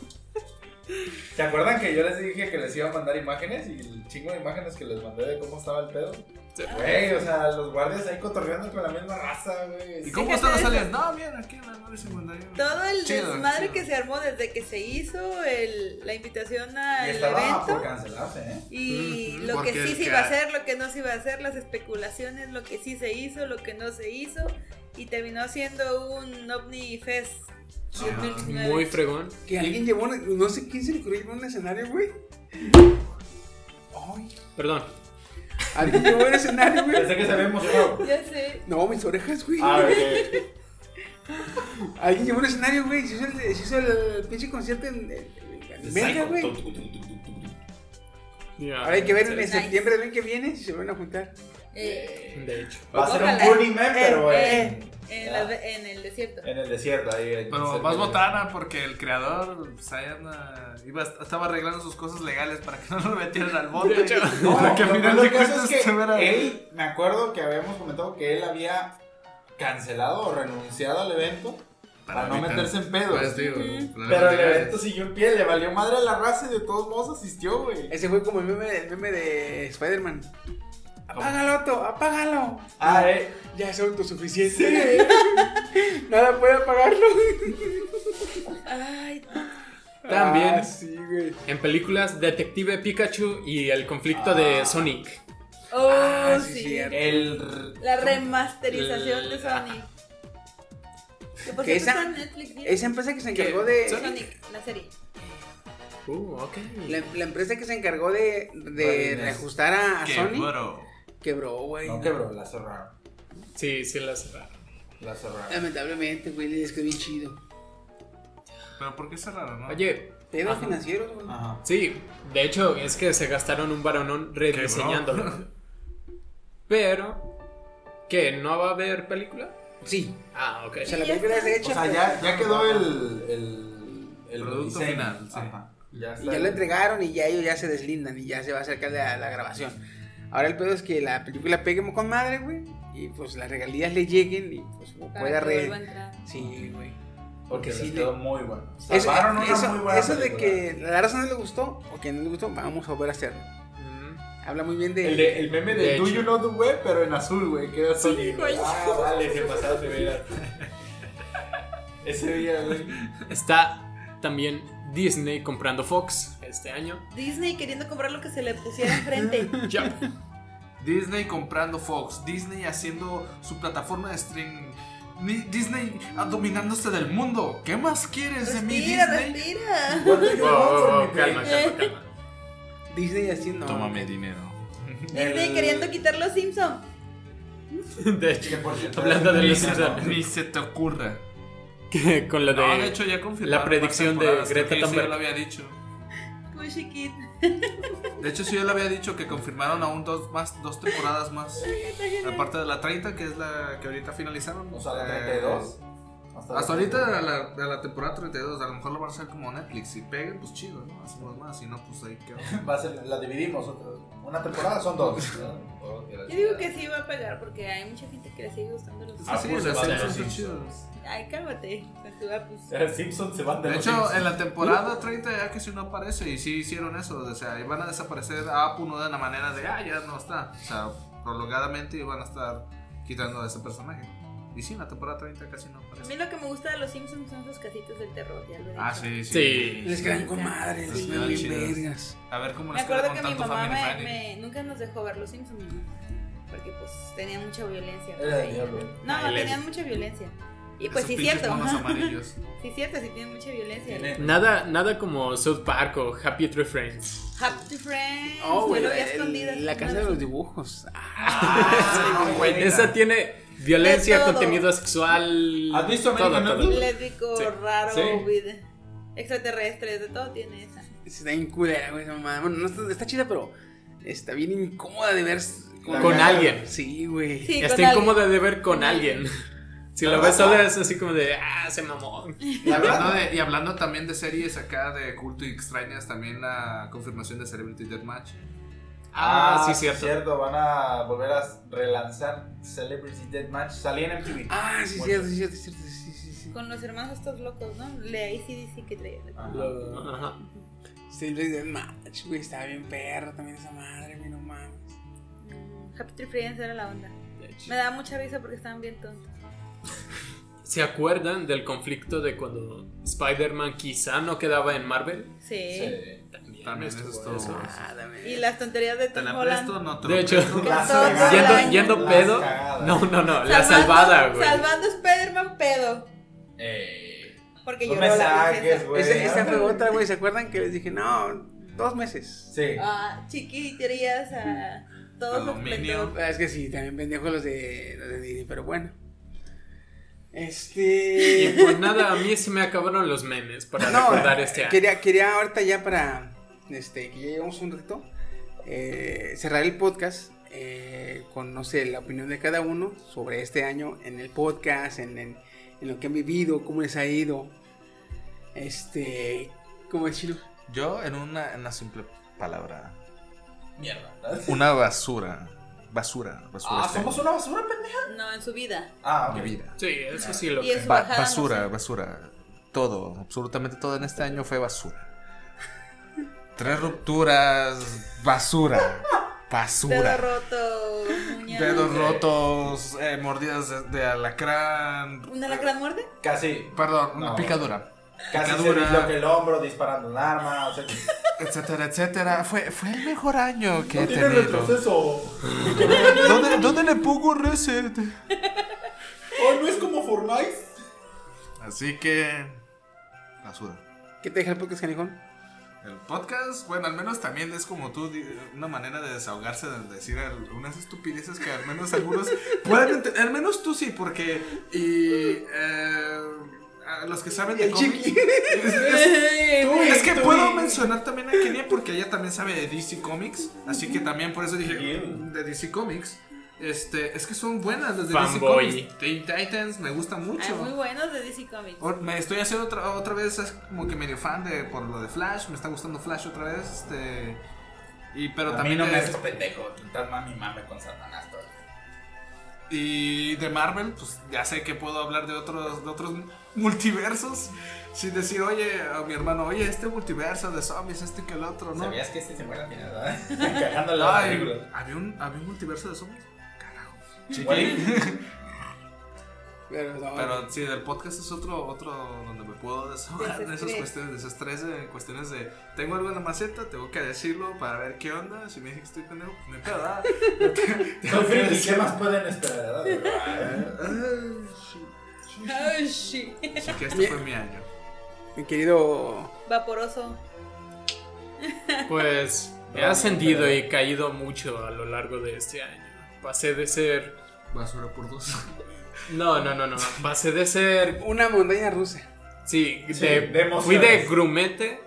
Speaker 3: ¿Se acuerdan que yo les dije que les iba a mandar imágenes y el chingo de imágenes que les mandé de cómo estaba el pedo? Güey, o sea, los guardias ahí cotorreando con la misma raza, güey.
Speaker 6: ¿Y cómo están las alias? No, bien, aquí en la madre secundaria.
Speaker 4: Todo el
Speaker 6: Chido,
Speaker 4: desmadre
Speaker 6: chido.
Speaker 4: que se armó desde que se hizo el- la invitación
Speaker 3: Y
Speaker 4: al
Speaker 3: estaba por
Speaker 4: evento.
Speaker 3: cancelarse, ¿eh?
Speaker 4: Y lo que
Speaker 3: porque
Speaker 4: sí
Speaker 3: es
Speaker 4: se
Speaker 3: que-
Speaker 4: iba a hacer, lo que no se iba a hacer, las especulaciones, lo que sí se hizo, lo que no se hizo. Y terminó siendo un OVNI Fest. 2019.
Speaker 5: Muy fregón.
Speaker 1: Que alguien llevó, una- no sé quién se le ocurrió llevar un escenario, güey.
Speaker 5: Perdón.
Speaker 1: Alguien llevó un escenario, güey.
Speaker 5: Pensé que se había emocionado.
Speaker 4: Ya sé.
Speaker 1: No, mis orejas, güey.
Speaker 5: Ah,
Speaker 1: Alguien llevó un escenario, güey. Se hizo el, se hizo el pinche concierto en, en- en Verga, güey. Ahora hay que ver en septiembre del año que viene si se van a juntar.
Speaker 3: Eh,
Speaker 5: De hecho.
Speaker 1: Va a ser un
Speaker 4: Ojalá.
Speaker 1: Burning Man, pero
Speaker 4: Eh,
Speaker 1: en-
Speaker 4: eh, en las- en el desierto.
Speaker 1: Eh.
Speaker 3: En el desierto, ahí. en-
Speaker 6: Pero
Speaker 3: cerca
Speaker 6: más
Speaker 3: de-
Speaker 6: botana porque el creador pues, ahí anda- iba, estaba arreglando sus cosas legales para que no lo metieran al bote.
Speaker 3: De hecho,
Speaker 6: No, para que al
Speaker 3: Ah, lo
Speaker 6: final
Speaker 3: peor
Speaker 6: de
Speaker 3: del caso
Speaker 6: cuentas
Speaker 3: es que
Speaker 6: se hubiera-
Speaker 3: él, me acuerdo que habíamos comentado que él había cancelado o renunciado al evento para,
Speaker 6: Para
Speaker 3: no
Speaker 6: evitar-
Speaker 3: meterse en pedos.
Speaker 6: Pues, digo,
Speaker 3: Ujú.
Speaker 6: problemas
Speaker 3: Pero el
Speaker 6: legales.
Speaker 3: evento siguió en pie, le valió madre a la raza y de todos modos asistió, güey.
Speaker 1: Ese fue como el meme, el meme de Spider-Man. Apágalo, Otto, apágalo.
Speaker 3: Ah, eh.
Speaker 1: Ya es autosuficiente. Nada puede apagarlo.
Speaker 4: Ay,
Speaker 5: También.
Speaker 1: Ah, sí, güey.
Speaker 5: En películas Detective Pikachu y el conflicto de Sonic.
Speaker 4: Oh,
Speaker 1: Ah, sí,
Speaker 4: sí.
Speaker 1: cierto. Ah.
Speaker 5: El.
Speaker 4: La remasterización de
Speaker 5: El-
Speaker 4: Sonic. Que por
Speaker 1: Que
Speaker 4: cierto
Speaker 1: esa-
Speaker 4: está en Netflix. ¿sí?
Speaker 1: Esa empresa que se encargó de.
Speaker 4: Sonic, la serie.
Speaker 5: Uh, ok.
Speaker 1: La, la empresa que se encargó de, de
Speaker 5: Marines.
Speaker 1: reajustar a, a Sony. Quebró, güey.
Speaker 3: No quebró, la cerraron.
Speaker 5: Sí, sí, la cerraron.
Speaker 3: La cerraron.
Speaker 1: Lamentablemente, güey, es que bien chido.
Speaker 6: Pero ¿por qué cerraron? No?
Speaker 5: Oye.
Speaker 1: Pedos
Speaker 5: Ajá.
Speaker 1: financieros, güey.
Speaker 3: Ah.
Speaker 5: Sí, de hecho, es que se gastaron un varonón rediseñándolo. Pero. ¿Qué? ¿No va a haber película?
Speaker 1: Sí.
Speaker 5: Ah, ok.
Speaker 1: O sea, la película es hecha.
Speaker 3: O sea,
Speaker 1: pero-
Speaker 3: ya, ya quedó el, el, el
Speaker 6: Producto
Speaker 3: diseño.
Speaker 6: final, sí.
Speaker 3: Ajá. Ya
Speaker 1: Y
Speaker 3: está.
Speaker 1: ya lo entregaron y ya ellos ya se deslindan y ya se va a acercar la, la grabación. Ahora el pedo es que la película pegue con madre, güey. Y pues las regalías le lleguen y pues pueda
Speaker 4: que
Speaker 1: re.
Speaker 4: vuelva a entrar.
Speaker 1: Sí, güey.
Speaker 3: Porque
Speaker 1: sí
Speaker 3: sí
Speaker 1: le-
Speaker 3: quedó muy bueno.
Speaker 1: Eso,
Speaker 3: Salvaron una
Speaker 1: eso-
Speaker 3: muy buena
Speaker 1: eso de
Speaker 3: película.
Speaker 1: que la raza no le gustó o que no le gustó, vamos a volver a hacerlo.
Speaker 5: Mm.
Speaker 1: Habla muy bien de.
Speaker 3: El, de- el meme de,
Speaker 1: De
Speaker 3: Do
Speaker 1: hecho.
Speaker 3: You Know The Way, pero en azul, güey, que era azul.
Speaker 1: güey.
Speaker 3: ah, vale, se pasaste, mira. Ese día, güey.
Speaker 5: Está también Disney comprando Fox este año.
Speaker 4: Disney queriendo comprar lo que se le
Speaker 1: Ah,
Speaker 4: pusiera enfrente.
Speaker 6: Disney comprando Fox, Disney haciendo su plataforma de streaming, Ni- Disney dominándose del mundo. ¿Qué más quieres de mí,
Speaker 4: Respira,
Speaker 6: Disney?
Speaker 4: respira.
Speaker 6: What do you
Speaker 5: Wow,
Speaker 6: want
Speaker 5: wow,
Speaker 6: from me,
Speaker 5: wow, Oh, calma,
Speaker 4: baby?
Speaker 5: calma, calma.
Speaker 1: Disney haciendo.
Speaker 6: Tómame dinero.
Speaker 4: Disney queriendo quitar los Simpsons.
Speaker 5: De hecho, hablando de
Speaker 6: Ni
Speaker 5: los
Speaker 6: se-
Speaker 5: Simpsons.
Speaker 6: Ni se te ocurra.
Speaker 5: Que Con lo de,
Speaker 6: No, de hecho ya confirmaron
Speaker 5: la predicción
Speaker 6: más
Speaker 5: de
Speaker 6: temporadas, creo que
Speaker 5: Greta
Speaker 6: eso ya lo
Speaker 5: Thunberg.
Speaker 6: había dicho.
Speaker 4: Pushy Kid.
Speaker 6: De hecho, sí, yo le había dicho que confirmaron aún dos, más, dos temporadas más. Aparte de la 30, que es la que ahorita finalizaron.
Speaker 3: O sea, la
Speaker 6: Eh,
Speaker 3: 32.
Speaker 6: Hasta, ahorita a la, a la temporada 32. A lo mejor lo van a hacer como Netflix. Si peguen, pues chido, ¿no? Hacemos más. Si no, pues ahí queda.
Speaker 3: Va a ser, la dividimos otra vez. Una temporada son dos. ¿no?
Speaker 4: Yo digo que sí va a pegar porque hay mucha gente que le sigue gustando los
Speaker 6: Ah, sí,
Speaker 4: Simpsons.
Speaker 6: los
Speaker 3: va a ser
Speaker 6: Simpsons son
Speaker 3: Simpsons.
Speaker 6: chidos.
Speaker 4: Ay, cálmate. con tu apus.
Speaker 3: Los Simpsons se van de
Speaker 6: De
Speaker 3: los
Speaker 6: hecho,
Speaker 3: Simpsons.
Speaker 6: en la temporada 30 ya que si no aparece, y sí hicieron eso, o sea, iban a desaparecer a Apu no de la manera de, ah, ya no está, o sea, prolongadamente iban a estar quitando a ese personaje. Y sí, en la temporada 30 casi no
Speaker 4: A
Speaker 6: aparece.
Speaker 4: mí lo que me gusta de los Simpsons son sus casitas del terror. Ya lo he
Speaker 6: Ah,
Speaker 4: dicho.
Speaker 6: sí, sí.
Speaker 5: Sí.
Speaker 1: Les quedan con madre,
Speaker 6: Los
Speaker 1: les
Speaker 6: quedan
Speaker 1: quedan bien
Speaker 6: chidos.
Speaker 1: vergas.
Speaker 6: A ver cómo
Speaker 4: Me
Speaker 6: les queda
Speaker 4: acuerdo
Speaker 6: Pues con
Speaker 4: que mi
Speaker 6: tanto
Speaker 4: mamá
Speaker 6: Family
Speaker 4: me,
Speaker 6: Friendly.
Speaker 4: me- nunca nos dejó ver los Simpsons, porque pues tenían mucha violencia.
Speaker 3: Era
Speaker 4: por ahí.
Speaker 3: del diablo.
Speaker 4: No,
Speaker 5: Ay, le-
Speaker 4: tenían mucha violencia. Y pues
Speaker 6: Esos
Speaker 4: sí es
Speaker 6: pinches
Speaker 4: cierto.
Speaker 6: monos amarillos.
Speaker 4: Sí es cierto, sí tienen mucha violencia.
Speaker 5: Nada, nada como South Park o Happy Tree Friends.
Speaker 4: Happy Friends.
Speaker 1: Oh,
Speaker 4: yo
Speaker 1: güey.
Speaker 4: lo vi a
Speaker 1: el-
Speaker 4: escondidas.
Speaker 1: La
Speaker 4: No,
Speaker 1: casa de
Speaker 4: no.
Speaker 1: los dibujos. Ah,
Speaker 5: Sí, güey, Esa tiene
Speaker 4: De
Speaker 5: violencia,
Speaker 4: todo.
Speaker 5: contenido sexual.
Speaker 3: ¿Has visto
Speaker 5: todo,
Speaker 3: American
Speaker 5: todo.
Speaker 4: Lésbico,
Speaker 5: Sí.
Speaker 4: raro,
Speaker 5: Sí.
Speaker 4: vida. Extraterrestres, de todo tiene esa.
Speaker 1: Está bien culera, güey, esa mamada. Bueno, no está, está chida, pero está bien incómoda de ver. s-
Speaker 5: Con alguien.
Speaker 1: Sí, güey.
Speaker 4: Sí, con
Speaker 5: Está
Speaker 4: alguien.
Speaker 5: incómoda de ver con alguien. Si lo ves sola es así como de, ah, se mamó.
Speaker 6: Y hablando, de- y hablando también de series acá de culto y extrañas, también la confirmación de Celebrity Deathmatch.
Speaker 5: Ah, sí, cierto.
Speaker 3: cierto. Van a volver a relanzar Celebrity Deathmatch. Salí en MTV.
Speaker 1: Ah, sí,
Speaker 3: Bueno.
Speaker 1: cierto, sí, cierto, sí, cierto, sí, sí, sí.
Speaker 4: Con los hermanos estos locos, ¿no? Le ACDC que traía.
Speaker 1: Lo- Sí, lo del match, güey, estaba bien perro también esa madre, güey, no mames.
Speaker 4: mm, Happy Tree Friends era la onda. Me daba mucha risa porque estaban bien tontos.
Speaker 5: ¿Se acuerdan del conflicto de cuando Spider-Man quizá no quedaba en Marvel?
Speaker 4: Sí.
Speaker 5: También, eso estuvo-
Speaker 4: Y las tonterías de Tom Holland.
Speaker 5: de hecho,
Speaker 4: Las cagadas.
Speaker 5: yendo, yendo
Speaker 4: Las
Speaker 5: pedo.
Speaker 4: cagadas.
Speaker 5: No, no, no, la salvada, güey.
Speaker 4: Salvando a Spider-Man pedo.
Speaker 3: Eh,
Speaker 4: Porque
Speaker 1: No
Speaker 4: yo
Speaker 1: me
Speaker 4: la
Speaker 1: saques,
Speaker 4: princesa.
Speaker 1: güey. Esa, esa fue otra, güey, ¿se acuerdan que les dije, no, dos meses?
Speaker 3: Sí.
Speaker 4: Ah, chiquiterías a todos los
Speaker 1: Aluminio. Ah, Es que sí, también pendejos los de, los de Disney, pero bueno. Este.
Speaker 5: Y pues nada, a mí sí me acabaron los memes para
Speaker 1: No,
Speaker 5: recordar este año.
Speaker 1: quería, quería ahorita ya para este, que ya llevamos un ratito eh, cerrar el podcast eh, con, no sé, la opinión de cada uno sobre este año en el podcast, en, en- en lo que han vivido, cómo les ha ido. Este, ¿cómo es chino?
Speaker 6: Yo, en una, en una simple palabra,
Speaker 3: Mierda.
Speaker 6: una basura. Basura, basura.
Speaker 3: Ah,
Speaker 6: este
Speaker 3: somos
Speaker 6: año.
Speaker 3: una basura, pendeja.
Speaker 4: No, en su vida.
Speaker 3: Ah,
Speaker 6: Mi vida.
Speaker 5: Sí, eso sí lo
Speaker 4: Y en su
Speaker 6: Ba-
Speaker 4: bajada, no
Speaker 6: basura, basura. Todo, absolutamente todo en este año fue basura. Tres rupturas, basura,
Speaker 4: Dedo
Speaker 6: basura.
Speaker 4: roto, uña.
Speaker 6: Dedos rotos, eh, mordidas de, de alacrán.
Speaker 4: ¿Una lacrán muerte? Ah,
Speaker 3: Casi.
Speaker 6: Perdón,
Speaker 3: No.
Speaker 6: una picadura.
Speaker 3: Casi se
Speaker 6: Picadura.
Speaker 3: disloca el hombro disparando un arma. O sea, que-
Speaker 6: etcétera, etcétera. Fue, fue el mejor año que he
Speaker 3: tiene
Speaker 6: tenido.
Speaker 3: retroceso.
Speaker 6: ¿Dónde, dónde le pongo reset?
Speaker 3: Hoy no es como Fortnite.
Speaker 6: Así que. Basura.
Speaker 1: ¿Qué te deja el podcast, Canijón?
Speaker 6: El podcast, bueno, al menos también es como tú, di- una manera de desahogarse, de decir al- unas estupideces que al menos algunos pueden entender, al menos tú sí, porque, y eh, a los que saben de cómics, es, es-
Speaker 3: Tú,
Speaker 6: es que
Speaker 3: tú.
Speaker 6: puedo mencionar también a Kenia porque ella también sabe de DC Comics, así que también por eso dije de DC Comics. Este, es que son buenas las de DC
Speaker 5: Fanboy.
Speaker 6: Comics. Teen Titans me gusta mucho.
Speaker 4: Hay muy buenos de DC Comics.
Speaker 6: Or- Me estoy haciendo otra, otra vez es como que medio fan de por lo de Flash, me está gustando Flash otra vez, este y pero
Speaker 3: A mí
Speaker 6: también
Speaker 3: no me
Speaker 6: es-
Speaker 3: haces pendejo. Estás mami mame con Satanás. todo.
Speaker 6: y de Marvel, pues ya sé que puedo hablar de otros de otros multiversos sin decir, "Oye, a mi hermano, oye, este multiverso de zombies, este que el otro, ¿no?"
Speaker 3: ¿Sabías que este se muere al final, verdad? Cagando la
Speaker 6: Ay,
Speaker 3: película.
Speaker 6: había un había un multiverso de zombies.
Speaker 3: Güey.
Speaker 1: Pero, no,
Speaker 6: Pero sí, del podcast es otro, otro donde me puedo desahogar en esas
Speaker 4: Desestrés.
Speaker 6: cuestiones, desestrés, en cuestiones de tengo algo en la maceta, tengo que decirlo para ver qué onda. Si me dicen que estoy pendejo, pues no hay pedo. ¿verdad?
Speaker 3: Soy friki, ¿qué más pueden esperar?
Speaker 6: Ay,
Speaker 4: Ay, sí.
Speaker 6: Así que este fue mi año.
Speaker 1: mi querido.
Speaker 4: Vaporoso.
Speaker 5: Pues he ascendido y caído mucho a lo largo de este año. Pasé de ser.
Speaker 6: Basura por dos.
Speaker 5: No, no, no, no. Pasé de ser.
Speaker 1: Una montaña rusa.
Speaker 5: Sí,
Speaker 3: Sí,
Speaker 5: de-
Speaker 3: de emociones.
Speaker 5: fui de grumete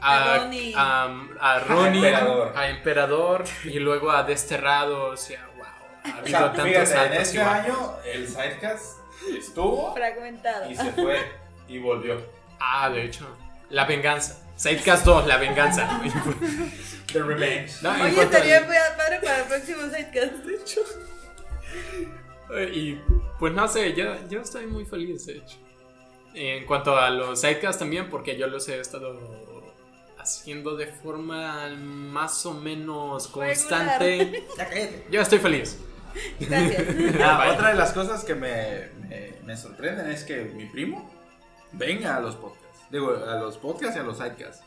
Speaker 4: A
Speaker 5: a,
Speaker 4: Ronnie.
Speaker 5: a, a Ronnie, a
Speaker 3: Emperador.
Speaker 5: emperador. y luego a desterrados. Y a, wow, ha
Speaker 3: O
Speaker 5: habido
Speaker 3: sea,
Speaker 5: tantos
Speaker 3: fíjate, en
Speaker 5: altos y
Speaker 3: este
Speaker 5: bajos.
Speaker 3: año el Sidecast estuvo
Speaker 4: Fragmentado.
Speaker 3: y se fue y volvió.
Speaker 5: Ah, de hecho. La venganza. Sidecast 2, la venganza. pues,
Speaker 3: The Revenge.
Speaker 5: No, pues, eh, en
Speaker 4: Oye,
Speaker 5: cuanto al-
Speaker 4: estaría padre para el próximo sidecast. De hecho.
Speaker 5: Eh, Y pues no sé, yo, yo estoy muy feliz, de hecho. En cuanto a los sidecasts también, porque yo los he estado haciendo de forma más o menos constante.
Speaker 3: Ya cállate.
Speaker 5: Yo estoy feliz.
Speaker 4: Gracias.
Speaker 3: Ah,
Speaker 5: Vaya.
Speaker 3: otra de las cosas que me, me- me sorprenden es que mi primo venga a los podcasts. Digo, a los podcasts y a los sidecasts.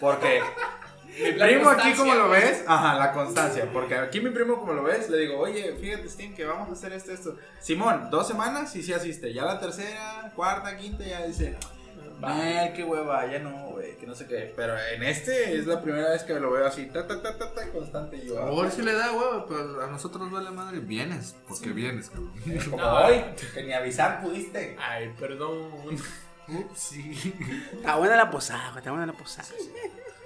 Speaker 3: Porque mi
Speaker 5: La
Speaker 3: primo aquí
Speaker 5: constancia,
Speaker 3: como lo
Speaker 5: pues.
Speaker 3: ves, ajá, la constancia. Porque aquí mi primo como lo ves, le digo, oye, fíjate Steam que vamos a hacer esto, esto. Simón, dos semanas y sí asiste. Ya la tercera, cuarta, quinta, ya dice, ay, qué hueva, ya no, güey, que no sé qué. Pero en este es la primera vez que lo veo así, ta, ta, ta, ta, ta, constante. Y yo,
Speaker 6: A ver si le da huevo, pero a nosotros vale madre. Vienes, porque vienes, cabrón.
Speaker 3: como
Speaker 5: No.
Speaker 3: hoy, que ni avisar pudiste.
Speaker 5: Ay, perdón.
Speaker 6: Ups, sí.
Speaker 1: Está buena la posada, güey, está buena la posada.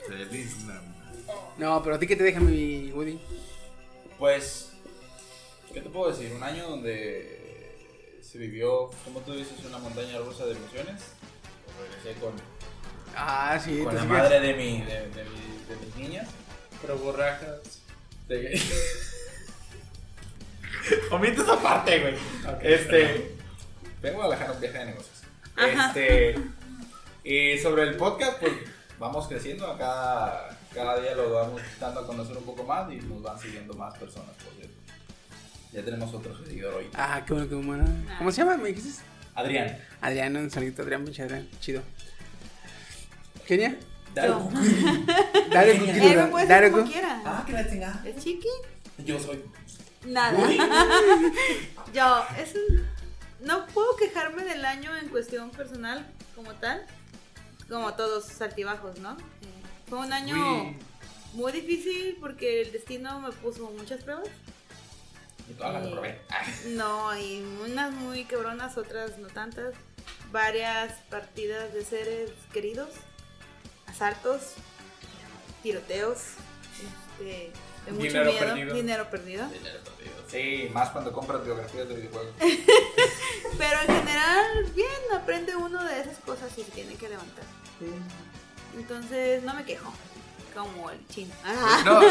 Speaker 6: Feliz Navidad.
Speaker 1: No, pero a ti que te deja mi Woody.
Speaker 3: Pues, ¿qué te puedo decir? Un año donde se vivió, como tú dices, una montaña rusa de emociones. Regresé con,
Speaker 1: Ah, sí,
Speaker 3: con
Speaker 1: tú
Speaker 3: la
Speaker 1: sigues-
Speaker 3: madre de, mi, de, de mi- de mis niñas.
Speaker 5: Pero borrajas.
Speaker 3: De- Omite esa parte, güey. Este. Vengo a Guadalajara un viaje de negocios.
Speaker 4: Ajá.
Speaker 3: Este. Y sobre el podcast, pues vamos creciendo. a Cada, cada día lo vamos dando a conocer un poco más y nos van siguiendo más personas, por cierto. Ya tenemos otro seguidor hoy.
Speaker 1: Ah, qué bueno, qué bueno. ¿Cómo se llama? ¿Me dijiste?
Speaker 3: Adrián.
Speaker 1: Adrián, un saludito, Adrián, pinche Adrián. Chido. Kenia.
Speaker 3: Dale.
Speaker 1: Dale,
Speaker 3: Kenia.
Speaker 1: Kenia.
Speaker 3: Eh, me
Speaker 1: Dale,
Speaker 3: puedes
Speaker 1: Dale,
Speaker 4: Como
Speaker 1: Kenia.
Speaker 4: quiera.
Speaker 3: Ah, que la chingada.
Speaker 4: ¿Es chiqui?
Speaker 3: Yo soy.
Speaker 4: Nada.
Speaker 3: Uy.
Speaker 4: Yo, es un- no puedo quejarme del año en cuestión personal como tal, como todos sus altibajos, ¿no? Fue un año
Speaker 3: Uy.
Speaker 4: muy difícil porque el destino me puso muchas pruebas.
Speaker 3: Y todas las
Speaker 4: Eh,
Speaker 3: probé.
Speaker 4: No, y unas muy quebronas, otras no tantas. Varias partidas de seres queridos, asaltos, tiroteos, este, de mucho
Speaker 3: Dinero
Speaker 4: miedo,
Speaker 3: perdido.
Speaker 4: dinero perdido.
Speaker 3: Sí, más cuando compras biografías de videojuegos.
Speaker 4: Pero en general, bien, aprende uno de esas cosas y se tiene que levantar. Entonces, no me quejo. Como el chino. Ajá.
Speaker 6: No, yo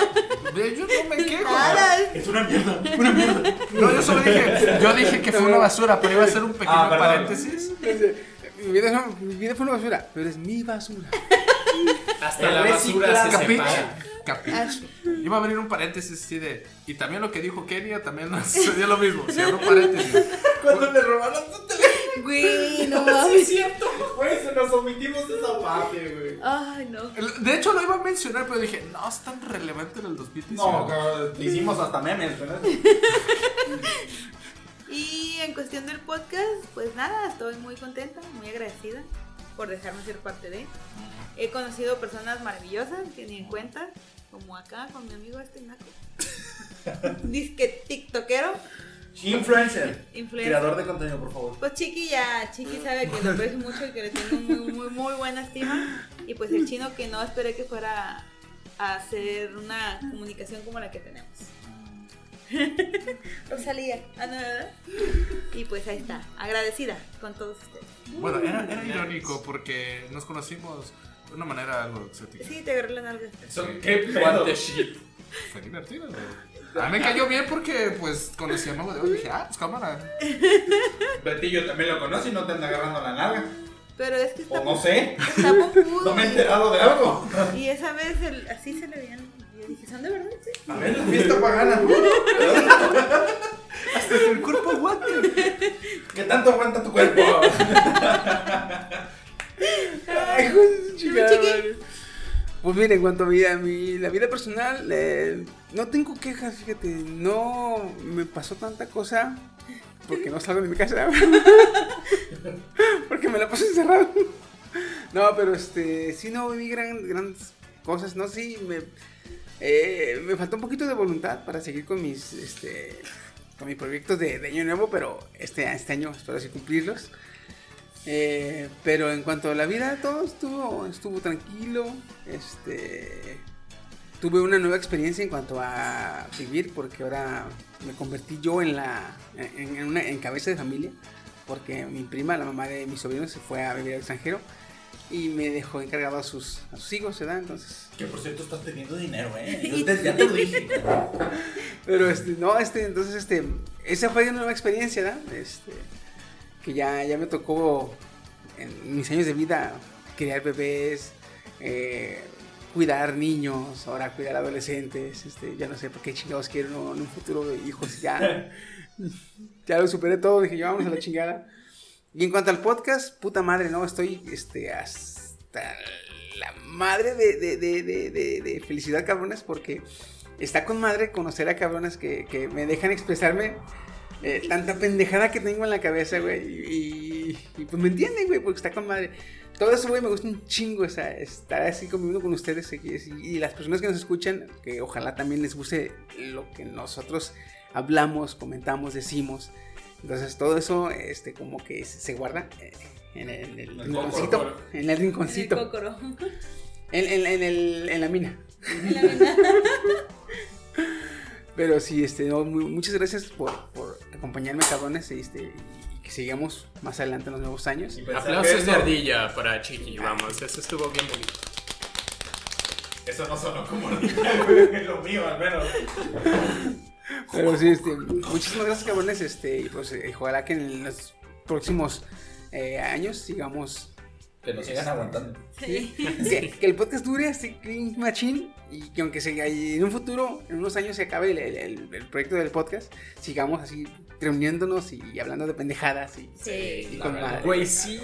Speaker 6: no me quejo.
Speaker 4: Nada,
Speaker 3: Es una mierda.
Speaker 6: No, yo solo dije, yo dije que fue una basura, pero iba a hacer un pequeño
Speaker 3: Ah, perdón.
Speaker 6: paréntesis.
Speaker 1: Este, Mi vida, no, mi vida fue una basura, pero es mi basura.
Speaker 5: Hasta la basura se
Speaker 6: Capiche,
Speaker 5: separa.
Speaker 6: capiche. Iba a abrir un paréntesis así de. Y también lo que dijo Kenia también nos sucedió lo mismo. Cierro paréntesis.
Speaker 3: Cuando le robaron tu teléfono.
Speaker 4: Güey, no
Speaker 3: Sí, es
Speaker 4: mames.
Speaker 3: cierto. Güey, se nos omitimos esa parte, güey.
Speaker 4: Ay, no.
Speaker 6: De hecho, lo iba a mencionar, pero dije, no, es tan relevante en el 2019.
Speaker 3: No, cabrón, hicimos hasta memes, ¿verdad?
Speaker 4: Y en cuestión del podcast, pues nada, estoy muy contenta, muy agradecida por dejarme ser parte de. He conocido personas maravillosas que ni en cuenta, como acá con mi amigo este naco. Disque tiktokero.
Speaker 3: Influencer.
Speaker 4: Influencer.
Speaker 3: Creador de contenido, por favor.
Speaker 4: Pues Chiqui ya, Chiqui sabe que lo aprecio mucho y que le tengo muy, muy, muy buena estima. Y pues el chino que no esperé que fuera a hacer una comunicación como la que tenemos. Rosalía, ah, no, ¿verdad? Y pues ahí está, agradecida con todos ustedes.
Speaker 6: Bueno, era, era irónico porque nos conocimos de una manera algo exótica.
Speaker 4: Sí, te agarré la nalga.
Speaker 3: ¿Qué
Speaker 6: What
Speaker 3: pedo?
Speaker 6: the shit. Fue divertido, güey. A mí me cayó bien porque, pues, conocí a Mago de Oz y dije, ah, pues cámara.
Speaker 3: Betillo también lo conoce y no te anda agarrando la nalga.
Speaker 4: Pero es que está
Speaker 3: O no sé.
Speaker 4: Está popudo.
Speaker 3: No me he enterado de algo.
Speaker 4: Y esa vez el- así se le veían. Yo dije, ¿son de verdad? Sí.
Speaker 3: A ver, la fiesta pagana.
Speaker 6: Hasta que el cuerpo aguante.
Speaker 3: ¿Qué tanto aguanta tu cuerpo?
Speaker 1: Ay, hijo de su chingada
Speaker 4: Chiqui.
Speaker 1: madre. Pues mira, en cuanto a mi, a mi- la vida personal, eh, no tengo quejas, fíjate, no me pasó tanta cosa porque no salgo de mi casa, porque me la paso encerrado. No, pero este, sí no viví gran- grandes cosas, no, sí, me, eh, me faltó un poquito de voluntad para seguir con mis, este, con mis proyectos de, de año nuevo, pero este, este año espero así cumplirlos. Eh, pero en cuanto a la vida, todo estuvo, estuvo tranquilo. Este, tuve una nueva experiencia en cuanto a vivir, porque ahora me convertí yo en la en, en una, en cabeza de familia, porque mi prima, la mamá de mi sobrino, se fue a vivir al extranjero y me dejó encargado a sus, a sus hijos, ¿verdad? Entonces,
Speaker 3: Que por cierto estás teniendo dinero, eh. Yo te- ya te lo dije.
Speaker 1: Pero este, no, este, entonces este, esa fue una nueva experiencia, ¿verdad? Este, que ya, ya me tocó en mis años de vida criar bebés, eh, cuidar niños, ahora cuidar adolescentes, este, ya no sé por qué chingados quiero uno en un futuro de hijos, ya, ya lo superé todo, dije, yo vamos a la chingada. Y en cuanto al podcast, puta madre, no, estoy este, hasta la madre de, de- de- de- de- de felicidad, cabrones, porque está con madre conocer a cabrones que, que me dejan expresarme eh, tanta pendejada que tengo en la cabeza, güey. Y, y, pues me entienden, güey, porque está con madre. Todo eso, güey, me gusta un chingo, o sea, estar así conviviendo con ustedes aquí, así, y las personas que nos escuchan, que ojalá también les guste lo que nosotros hablamos, comentamos, decimos. Entonces todo eso, este, como que se se guarda eh, en el, en el rinconcito.
Speaker 3: cócoro.
Speaker 1: En el
Speaker 4: En el
Speaker 1: rinconcito.
Speaker 4: cócoro.
Speaker 1: En, en- en el- en la mina.
Speaker 4: En la verdad.
Speaker 1: Pero sí, este, no, mu- muchas gracias por, por acompañarme, cabrones, y, este, y que sigamos más adelante en los nuevos años.
Speaker 3: Y pensar que
Speaker 5: Aplausos de
Speaker 3: eso-
Speaker 5: ardilla para Chiqui, vamos, eso estuvo bien bonito.
Speaker 3: Eso no sonó como original, güey, es lo mío al menos.
Speaker 1: Pero sí, este, muchísimas gracias, cabrones. Este, y pues eh, ojalá que en los próximos eh, años sigamos.
Speaker 3: Que nos sigan aguantando.
Speaker 1: Sí. Sí, que el podcast dure así, clean machine. Y que aunque se, y en un futuro, en unos años, se acabe el, el- el- el proyecto del podcast, sigamos así reuniéndonos y hablando de pendejadas. Y,
Speaker 4: Sí.
Speaker 1: y con madre.
Speaker 5: Güey, sí.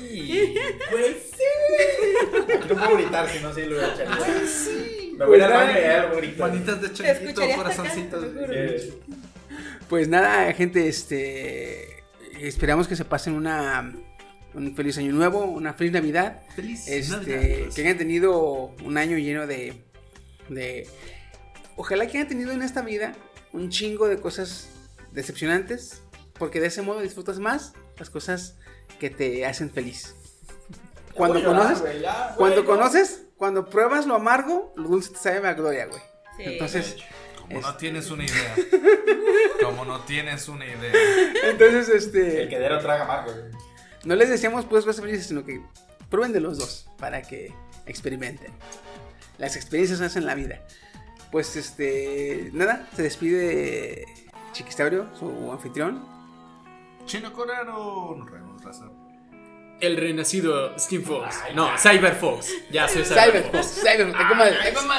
Speaker 3: Güey, sí. No puedo gritar si no sé lo voy a echar. Güey, sí. Me voy a Eh, ir
Speaker 1: Güey,
Speaker 3: al baño y algo grito.
Speaker 6: Manitas de changuito, corazoncitos.
Speaker 3: Sí.
Speaker 1: Pues nada, gente, este. Esperamos que se pasen una. Un feliz año nuevo, una feliz Navidad.
Speaker 6: Feliz
Speaker 1: este,
Speaker 3: pues.
Speaker 6: Navidad.
Speaker 1: que hayan tenido un año lleno de, de- Ojalá que hayan tenido en esta vida un chingo de cosas decepcionantes, porque de ese modo disfrutas más las cosas que te hacen feliz. Cuando
Speaker 3: voy a llorar,
Speaker 1: conoces,
Speaker 3: güey, ya, güey,
Speaker 1: cuando
Speaker 3: ya.
Speaker 1: conoces, cuando pruebas lo amargo, lo dulce te sabe a gloria, güey.
Speaker 4: Sí.
Speaker 1: Entonces,
Speaker 6: Como no tienes una idea. Como no tienes una idea.
Speaker 1: entonces este
Speaker 3: El quedero traga amargo, güey.
Speaker 1: No les pues deseamos puras cosas felices, sino que prueben de los dos para que experimenten. Las experiencias hacen la vida. Pues este, nada, se despide Chiquistabrio, su anfitrión.
Speaker 6: Chino Corano. Nos vemos, raza.
Speaker 5: El renacido Skin Fox. No, Cyber Fox. Ya soy Cyber,
Speaker 1: Cyberfox,
Speaker 5: Fox.
Speaker 1: Cyberfox, ¿cómo es?
Speaker 5: Ay, mamá.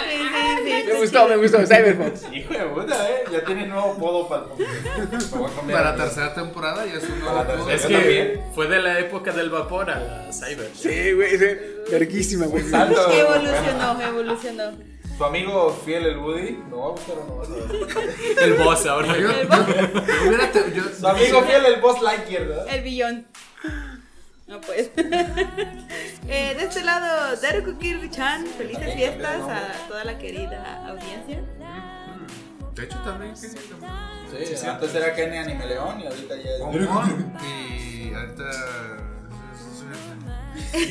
Speaker 1: Me gustó, me gustó, Cyberfox.
Speaker 3: Hijo de puta, eh. Ya tiene nuevo podo para el
Speaker 6: Para la tercera temporada ya es un nuevo
Speaker 3: Para la tercera.
Speaker 5: Es
Speaker 3: Yo
Speaker 5: que
Speaker 3: también.
Speaker 5: fue de la época del vapor a la Cyber.
Speaker 1: Sí, güey, sí, verguísima, güey.
Speaker 3: Salto.
Speaker 4: Evolucionó, evolucionó.
Speaker 3: Tu amigo fiel, el Woody, ¿lo va a buscar o no?
Speaker 5: El boss ahora.
Speaker 6: Yo, yo, yo hubiera te- yo-
Speaker 3: Tu amigo fiel, el Boss Lightyear, ¿verdad?
Speaker 4: El billón. No pues. Eh, de este lado, Daruku Kirby-chan, felices fiestas a toda la querida audiencia.
Speaker 6: De hecho, también. sí, también.
Speaker 3: Sí, antes era Kenny Anime León y ahorita ya es.
Speaker 6: Pomón Y ahorita.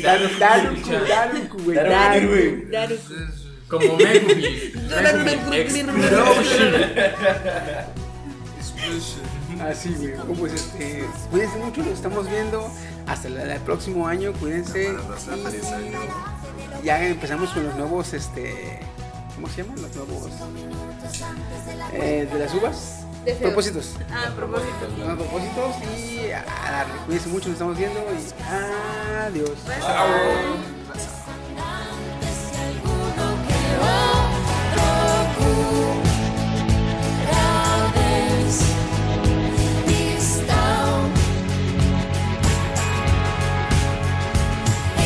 Speaker 1: Daru- Daruku, Daruku, güey.
Speaker 3: Daruku, güey.
Speaker 4: Daruku.
Speaker 5: Como Megumi.
Speaker 1: Así, güey. Como pues este, cuídense mucho, nos estamos viendo. Hasta la- el próximo año, cuídense. Y Ya empezamos con los nuevos, este, ¿cómo se llaman? Los nuevos eh, de las uvas.
Speaker 4: Deseos.
Speaker 1: Propósitos.
Speaker 4: Ah, propósito.
Speaker 1: Los nuevos propósitos y a darle. Cuídense mucho, nos estamos viendo y adiós.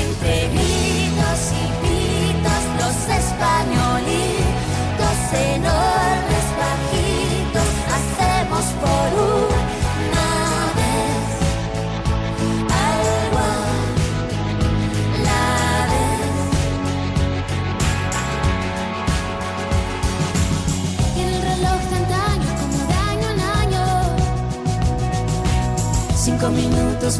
Speaker 2: Entre gritos y gritos los españolitos enormes bajitos hacemos por una vez algo a la vez. Y el reloj de antaño como de año en año. Cinco minutos